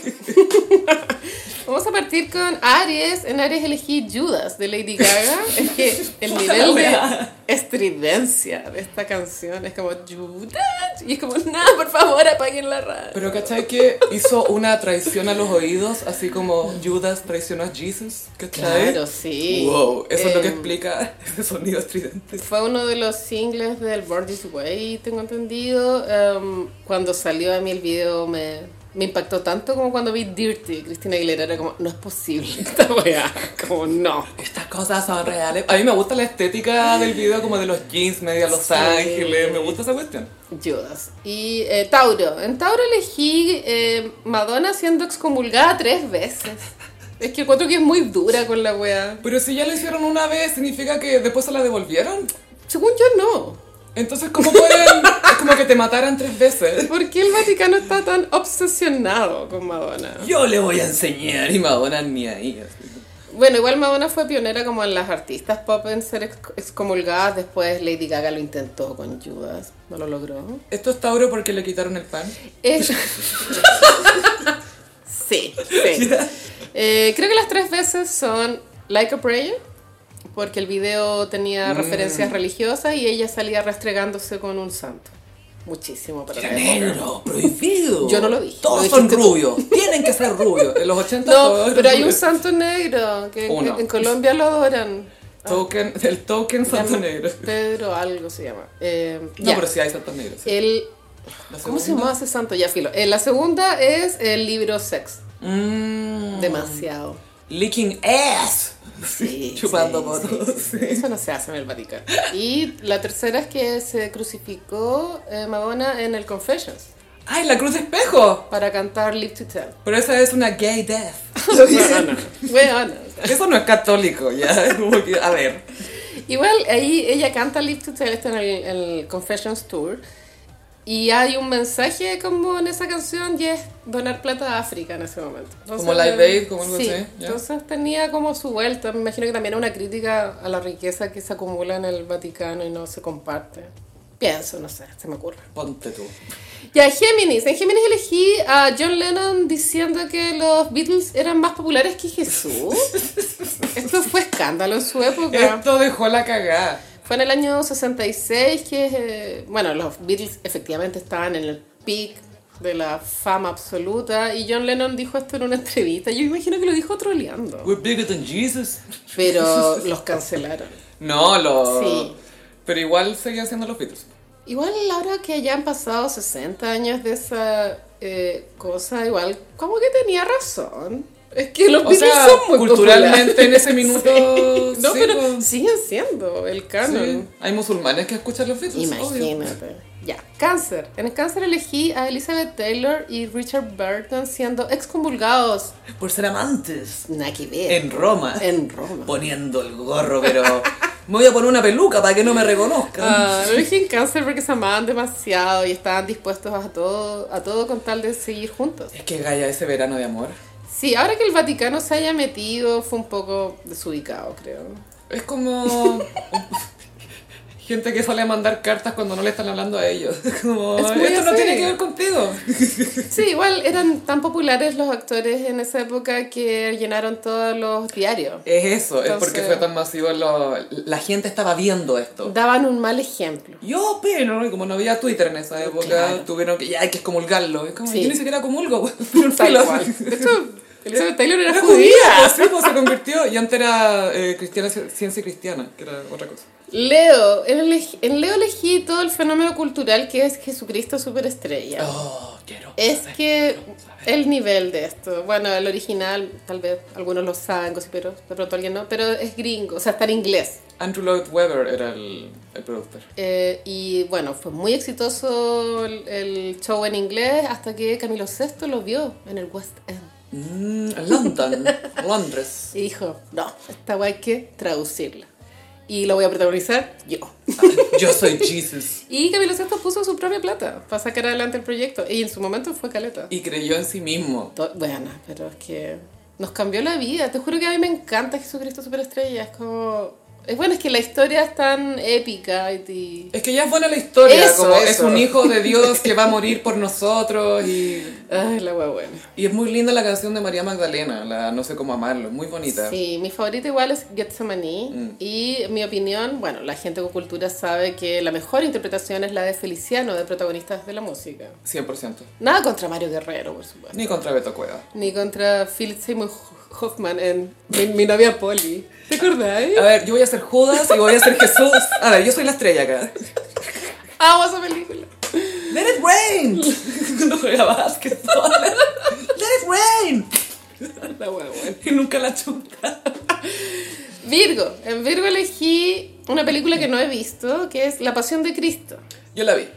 Vamos a partir con Aries. En Aries elegí Judas de Lady Gaga. Es que el nivel de estridencia de esta canción es como Judas. Y es como, no, por favor, apaguen la radio. Pero ¿cachai que hizo una traición a los oídos? Así como Judas traicionó a Jesus, ¿cachai? Claro, sí. Wow, eso es lo que Em, explica ese sonido estridente. Fue uno de los singles del Born This Way, tengo entendido. Em, cuando salió a mí el video me, me impactó tanto como cuando vi Dirty. Cristina Aguilera era como, no es posible esta weá. Como, no. Estas cosas son reales. A mí me gusta la estética del video, como de los jeans media Los Sí. Ángeles. Me gusta esa cuestión. Judas. Y eh, Tauro. En Tauro elegí eh, Madonna siendo excomulgada tres veces. Es que encuentro que es muy dura con la weá. Pero si ya lo hicieron una vez, ¿significa que después se la devolvieron? Según yo, no. Entonces, ¿cómo pueden...? es como que te mataran tres veces. ¿Por qué el Vaticano está tan obsesionado con Madonna? Yo le voy a enseñar y Madonna ni ahí. así. Bueno, igual Madonna fue pionera como en las artistas pop en ser ex- excomulgadas. Después Lady Gaga lo intentó con Judas. No lo logró. Esto es Tauro porque le quitaron el pan. Es- sí, sí. Eh, creo que las tres veces son Like a Prayer, porque el video Mm. tenía referencias religiosas y ella salía restregándose con un santo. Muchísimo para la época. Negro, prohibido. Yo no lo dije, Todos lo son dijiste tú. rubios. Tienen que ser rubios. En los 80 todos No, eran pero hay un rubios. santo negro que en, Uno. en Colombia lo adoran. Token, el token santo negro. Pedro algo se llama. Eh, No, ya. pero sí hay santos negros. sí. El- La ¿Cómo se segunda- llama ese santo? Ya filo. Eh, la segunda es el libro Sex. Mm, Demasiado. Licking ass. Sí, Chupando sí, motos. sí, sí. Eso no se hace en el Vaticano. Y la tercera es que se crucificó eh, Madonna en el Confessions ¡Ay, la cruz de espejo! para cantar Live to Tell. Pero esa es una gay death. Bueno, bueno. Eso no es católico, ya. es como que- a ver. Igual ahí ella canta Live to Tell está en el, en el Confessions Tour. Y hay un mensaje como en esa canción y es donar plata a África en ese momento. Como Live eh, Aid, como algo sí, así, ya. Entonces tenía como su vuelta. Me imagino que también era una crítica a la riqueza que se acumula en el Vaticano y no se comparte. Pienso, no sé, se me ocurre. Ponte tú. Ya, Géminis. En Géminis elegí a John Lennon diciendo que los Beatles eran más populares que Jesús. Esto fue escándalo en su época. Esto dejó la cagada. Fue en el año 66 que, eh, bueno, los Beatles efectivamente estaban en el peak de la fama absoluta y John Lennon dijo esto en una entrevista. Yo imagino que lo dijo troleando. We're bigger than Jesus. Pero los cancelaron. No, lo. Sí. Pero igual seguían siendo los Beatles. Igual ahora que ya han pasado 60 años de esa eh, cosa, igual como que tenía razón. Es que los O Beatles sea, son muy culturalmente populares. en ese minuto. Sí. No, sí, pero pues, siguen siendo el canon. sí. Hay musulmanes que escuchan los Beatles. obvio. Imagínate. Ya, cáncer. En el cáncer elegí a Elizabeth Taylor y Richard Burton siendo excomulgados. Por ser amantes. Nada que ver. En Roma. En Roma. Poniendo el gorro, pero. Me voy a poner una peluca para que no me reconozcan. Ah, lo elegí en cáncer porque se amaban demasiado y estaban dispuestos a todo, a todo con tal de seguir juntos. Es que Gaia, ese verano de amor. Sí, ahora que el Vaticano se haya metido fue un poco desubicado, creo. Es como. Gente que sale a mandar cartas cuando no le están hablando a ellos. Como, Es muy esto no así. tiene que ver contigo. Sí, igual eran tan populares los actores en esa época que llenaron todos los diarios. Es eso, es Entonces- porque fue tan masivo. lo- la gente estaba viendo esto. Daban un mal ejemplo. Yo opino, y como no había Twitter en esa época, Claro. tuvieron que, ya hay que excomulgarlo. Es como, Sí. yo ni siquiera comulgo, güey. Pero Tal filo. cual. De hecho, Elizabeth Taylor era judía. judía. pues sí, pues se convirtió y antes era eh, cristiana, ciencia cristiana, que era otra cosa. Leo, en, el- en Leo elegí todo el fenómeno cultural que es Jesucristo superestrella. Oh, quiero. es saber. que el nivel de esto, bueno, el original, tal vez algunos lo saben, cosas, pero de pronto alguien no, pero es gringo, o sea, está en inglés. Andrew Lloyd Webber era el, el productor. Eh, y bueno, fue muy exitoso el, el show en inglés hasta que Camilo VI lo vio en el West End. Mm, London, Londres. Y dijo, no, esta guay hay que traducirla. Y lo voy a protagonizar yo. Yo soy Jesus. Y Camilo VI puso su propia plata para sacar adelante el proyecto. Y en su momento fue caleta. Y creyó en sí mismo. To- Bueno, pero es que nos cambió la vida. Te juro que a mí me encanta Jesucristo Superestrella. Es como... Es bueno, es que la historia es tan épica y... y- Es que ya es buena la historia, Eso, como es eso. un hijo de Dios que va a morir por nosotros y Ay, la wea buena. Y es muy linda la canción de María Magdalena, la No sé cómo amarlo, es muy bonita. Sí, mi favorita igual es Getsemaní. Y en mi opinión, bueno, la gente con cultura sabe que la mejor interpretación es la de Feliciano, de protagonistas de la música. 100%. Nada contra Mario Guerrero, por supuesto. Ni contra Beto Cueva. Ni contra Philip Seymour Hoffman en Mi, mi novia Polly. ¿Te acordáis? A ver, yo voy a ser Judas y voy a ser Jesús. A ver, yo soy la estrella acá. Amo esa película. ¡Let it rain! Cuando juega básquetbol. ¡Let it La wea buena. rain! Y nunca la chuta. Virgo. En Virgo elegí una película que no he visto, que es La Pasión de Cristo. Yo la vi.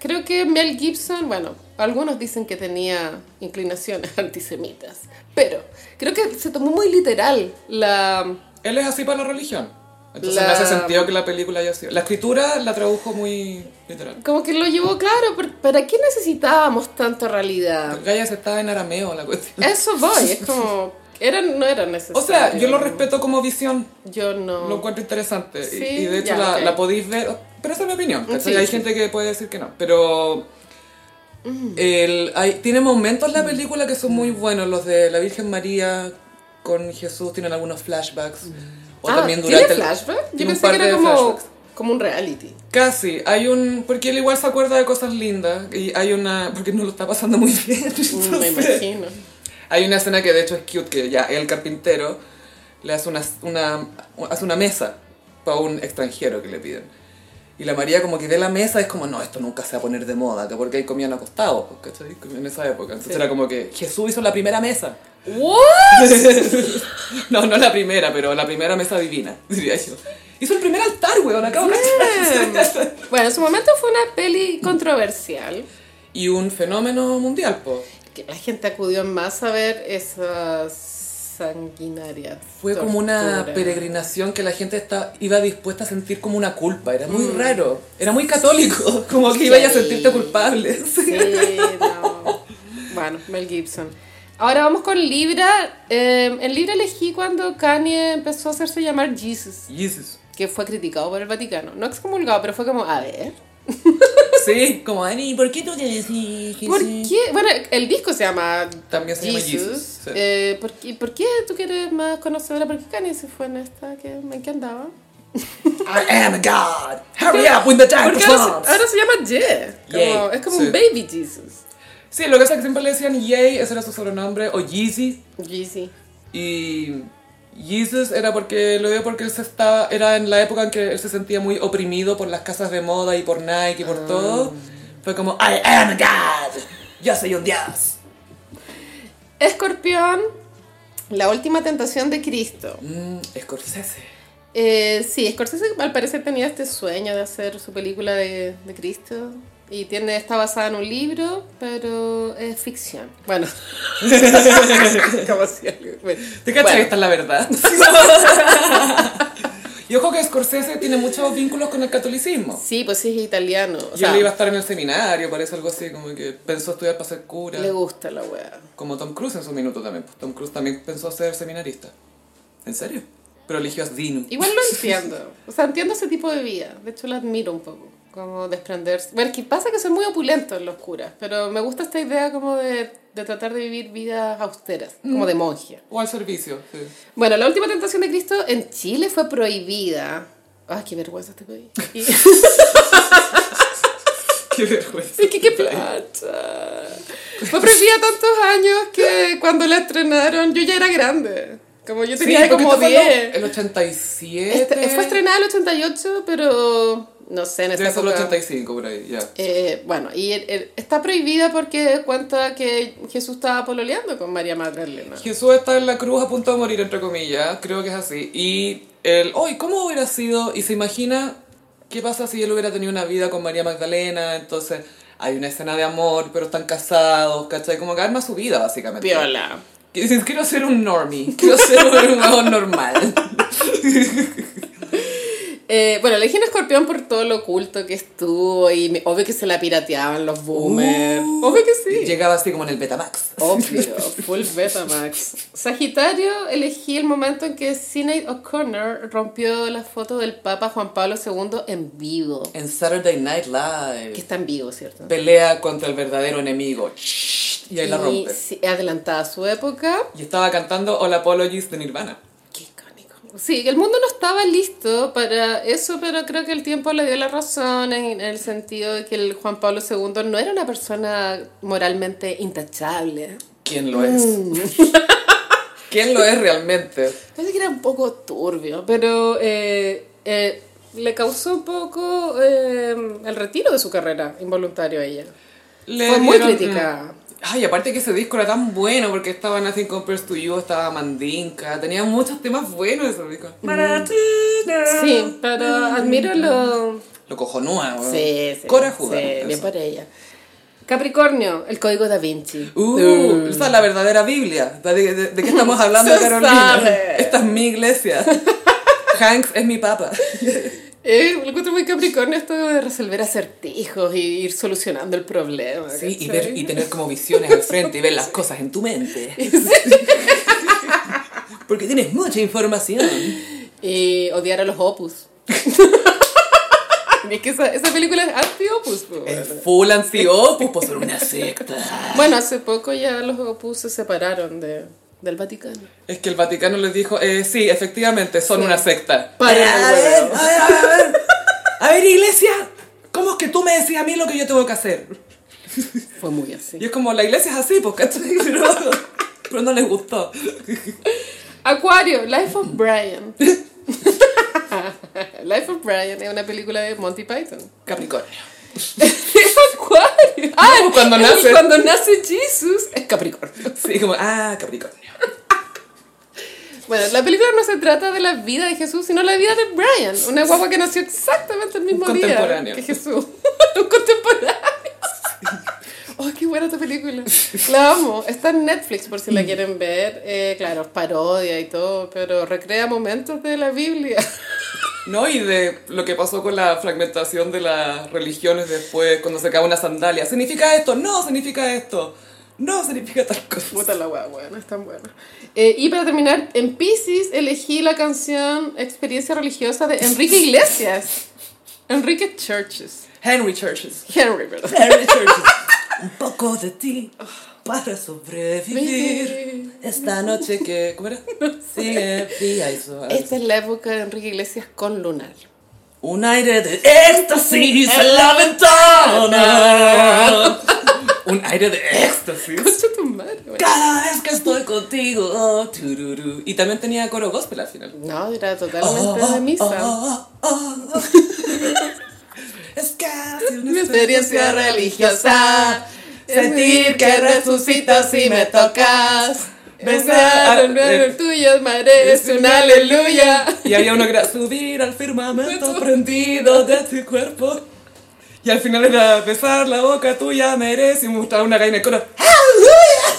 Creo que Mel Gibson, bueno, algunos dicen que tenía inclinaciones antisemitas, pero creo que se tomó muy literal la... Él es así para la religión. Entonces La- me hace sentido que la película haya sido. La escritura la tradujo muy literal. Como que lo llevó claro, por- ¿para qué necesitábamos tanta realidad? Gaya se estaba en arameo la cuestión. A Eso voy, es como... Era, no era necesario. O sea, yo lo respeto como visión, Yo no. lo encuentro interesante. y- Sí, y, de hecho ya, la, ok. la podéis ver. Pero esa es mi opinión. ¿cachai? Sí, hay sí. gente que puede decir que no. Pero Mm. el- hay- tiene momentos la película que son muy buenos. Los de la Virgen María con Jesús tienen algunos flashbacks. O Ah, también durante ¿Tiene el- flashback? Yo tiene un pensé que par era de como, flashbacks. como un reality. Casi, hay un... Porque él igual se acuerda de cosas lindas y hay una... Porque no lo está pasando muy bien. Mm, Me entonces- imagino. Hay una escena que de hecho es cute, que ya el carpintero le hace una, una, hace una mesa para un extranjero que le piden. Y la María como que ve la mesa es como, no, esto nunca se va a poner de moda, que porque ahí comían acostados, pues, ¿cachai? Como En esa época. Entonces Sí. era como que Jesús hizo la primera mesa. ¿What? no, no la primera, pero la primera mesa divina, diría yo. Hizo el primer altar, weón, acabo de cachar. Bueno, en su momento fue una peli controversial. Y un fenómeno mundial, pues. Que la gente acudió en masa a ver esa sanguinaria. Fue como una tortura. peregrinación que la gente está, iba dispuesta a sentir como una culpa. Era muy raro. Era muy católico. Como que iba a Mm. Sí. sentirte culpable. Sí, no. Bueno, Mel Gibson. Ahora vamos con Libra. Eh, en Libra elegí cuando Kanye empezó a hacerse llamar Jesus, Jesus. que fue criticado por el Vaticano. No excomulgado, pero fue como, a ver. Sí, como Ani. Dani, ¿por qué tú te decís que ¿Por sí? qué? Bueno, el disco se llama También se llama Jesus, sí. Eh, ¿por, qué, por qué tú que eres más conocedora? ¿Por qué Kanye se fue en esta que me encantaba? I am God. Hurry up with the time. Porque ahora, se- comes. ahora se llama Ye. Como- Ah, Ye, es como sí. un baby Jesus. Sí, lo que pasa es que siempre le decían Yay, ese era su sobrenombre, o Yeezy. Yeezy. Y Jesus era porque lo veo porque él se estaba, era en la época en que él se sentía muy oprimido por las casas de moda y por Nike y por todo. Fue como I am God. Yo soy un dios. Escorpión, la última tentación de Cristo. Mm, Scorsese. Eh, sí, Scorsese al parecer tenía este sueño de hacer su película de, de Cristo. Y tiene, está basada en un libro, pero es ficción. Bueno. Como si ¿Te alguien- cachas Bueno. que esta es la verdad? y ojo que Scorsese tiene muchos vínculos con el catolicismo. Sí, pues sí es italiano. O Y sea, él iba a estar en el seminario, parece algo así, como que pensó estudiar para ser cura. le gusta la wea. Como Tom Cruise en su minuto también. pues, Tom Cruise también pensó ser seminarista. ¿En serio? Pero eligió a Dinu. Igual lo entiendo. O sea, entiendo ese tipo de vida. De hecho, lo admiro un poco. Como desprenderse. Bueno, es que pasa que son muy opulentos los curas. Pero me gusta esta idea como de, de tratar de vivir vidas austeras. Mm. Como de monje. O al servicio, sí. Bueno, la última tentación de Cristo en Chile fue prohibida. Ay, qué vergüenza este país. Y- Qué vergüenza. Es que qué plata. Fue prohibida tantos años que cuando la estrenaron yo ya era grande. Como yo tenía porque como esto fue 10. lo- El 87. Este- fue estrenada el 88, pero no sé, en esa Debe ser el época- 85 por ahí, ya. Eh, bueno, y el- el- está prohibida porque cuenta que Jesús estaba pololeando con María Magdalena. Jesús está en la cruz a punto de morir, entre comillas, creo que es así. Y él, hoy, ¿cómo hubiera sido? Y se imagina, ¿qué pasa si él hubiera tenido una vida con María Magdalena? Entonces, hay una escena de amor, pero están casados, ¿cachai? Como que arma su vida, básicamente. Viola. Que dices, quiero ser un normie, quiero ser un huevón normal. Eh, bueno, elegí un escorpión por todo lo oculto que estuvo y me- obvio que se la pirateaban los boomers. Uh, obvio que sí. Oh. Llegaba así como en el Betamax. Obvio, full beta max. Sagitario, elegí el momento en que Sinead O'Connor rompió la foto del Papa Juan Pablo II en vivo. En Saturday Night Que Live. está en vivo, ¿cierto? Pelea contra el verdadero enemigo. Y ahí la Y rompe. sí, adelantada a su época. Y estaba cantando All Apologies de Nirvana. Qué icónico. Sí, el mundo no estaba listo para eso, pero creo que el tiempo le dio la razón en, en el sentido de que el Juan Pablo II no era una persona moralmente intachable. ¿Quién lo es? Mm. ¿Quién lo es realmente? Parece que era un poco turbio, pero eh, eh, le causó un poco eh, el retiro de su carrera involuntario a ella. Le Fue muy dieron- mm, crítica. Ay, aparte que ese disco era tan bueno porque estaba Nothing Compares to You, estaba Mandinka, tenía muchos temas buenos ese disco. Mm. Sí, pero admiro lo... Lo cojonúa, weón. Sí, sí. Cora sí, Judá, bien eso. por ella. Capricornio, el código da Vinci. Uh, Uh. Esa es la verdadera Biblia. ¿De, de- de qué estamos hablando, Se Carolina? sabe. Esta es mi iglesia. Hanks es mi papa. Eh, lo encuentro muy Capricornio esto de resolver acertijos y ir solucionando el problema. Sí, y, ¿cachai? ver, y tener como visiones al frente y ver las cosas en tu mente. Porque tienes mucha información. Y odiar a los opus. es que esa, esa película es anti-opus. po. Es full anti-opus por ser una secta. Bueno, hace poco ya los opus se separaron de, del Vaticano. Es que el Vaticano les dijo, eh, sí, efectivamente, son una secta. Para a, el ver, huevo. a ver, a ver, a ver. A ver, iglesia, ¿cómo es que tú me decías a mí lo que yo tengo que hacer? Fue muy así. Y es como, la iglesia es así, pues, ¿cachai? Pero, pero no les gustó. Acuario, Life of Brian. Life of Brian es una película de Monty Python. Capricornio. Es Acuario. Ah, No, cuando el- nace. Cuando nace Jesus es Capricornio. Sí, como, ah, Capricornio. Bueno, la película no se trata de la vida de Jesús, sino la vida de Brian, una guagua que nació exactamente el mismo Un día contemporáneo. que Jesús. Un contemporáneo. ¡Oh, qué buena esta película! La amo. Está en Netflix por si la quieren ver. Eh, claro, es parodia y todo, pero recrea momentos de la Biblia. No, y de lo que pasó con la fragmentación de las religiones después, cuando se acaba una sandalia. ¿Significa esto? No, significa esto. No, significa tal cosa. Puta la guagua, no es tan buena. Eh, y para terminar, en Pisces elegí la canción Experiencia Religiosa de Enrique Iglesias. Enrique Churches. Henry Churches. Henry, perdón. Henry Churchill. Un poco de ti para sobrevivir. Esta noche que... ¿Cómo era? Sigue fría y suave. Esta es la época de Enrique Iglesias con Lunar. Un aire de éxtasis en la ventana. Un aire de éxtasis. Concha tu madre, güey. Cada vez Ah, que estoy contigo. oh, tururú. Y también tenía coro gospel al final. No, era totalmente de misa. Oh, oh, oh. Es casi Mi oh, experiencia religiosa. Sentir que resucitas si me tocas. Besar el nuevo tuyo merece un aleluya. Y había uno que era subir al firmamento prendido de tu cuerpo. Y al final era besar la boca tuya, merece. Y me gustaba una gallina de coro. ¡Hallelujah!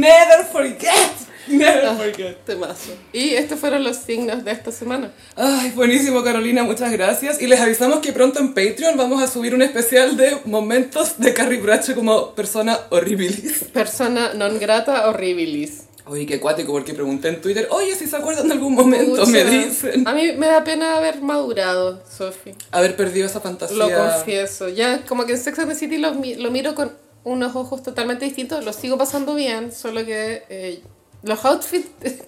Never forget. Ah. Never forget. Temazo. Y estos fueron los signos de esta semana. Ay, buenísimo Carolina, muchas gracias. Y les avisamos que pronto en Patreon vamos a subir un especial de momentos de Carrie Bracho como persona horribilis. Persona non grata horribilis. Oye, qué cuático, porque pregunté en Twitter, oye, si se acuerdan de algún momento, me Pucha. dicen. A mí me da pena haber madurado, Sofi. Haber perdido esa fantasía. Lo confieso. Ya, como que en Sex and the City lo, mi- lo miro con unos ojos totalmente distintos. Lo sigo pasando bien, solo que eh, los outfits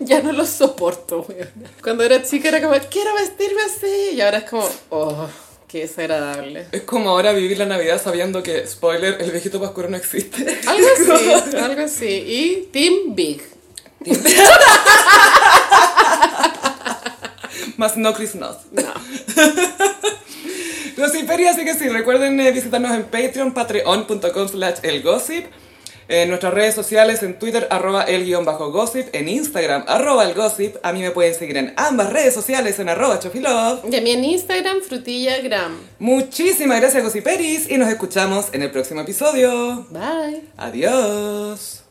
ya no los soporto. weona. Cuando era chica era como, quiero vestirme así. Y ahora es como, oh, Qué desagradable. Es como ahora vivir la Navidad sabiendo que, spoiler, el viejito pascuero no existe. Algo así, algo así. Y Team Big. Más no Chris Nos. No. Los imperios, así que sí, recuerden eh, visitarnos en Patreon, patreon.com slash elgossip. En nuestras redes sociales, en Twitter, arroba el guión bajo gossip, en Instagram, arroba el gossip. A mí me pueden seguir en ambas redes sociales, en arroba chofilove. Y a mí en Instagram, frutillagram. Muchísimas gracias, gossiperis, y nos escuchamos en el próximo episodio. Bye. Adiós.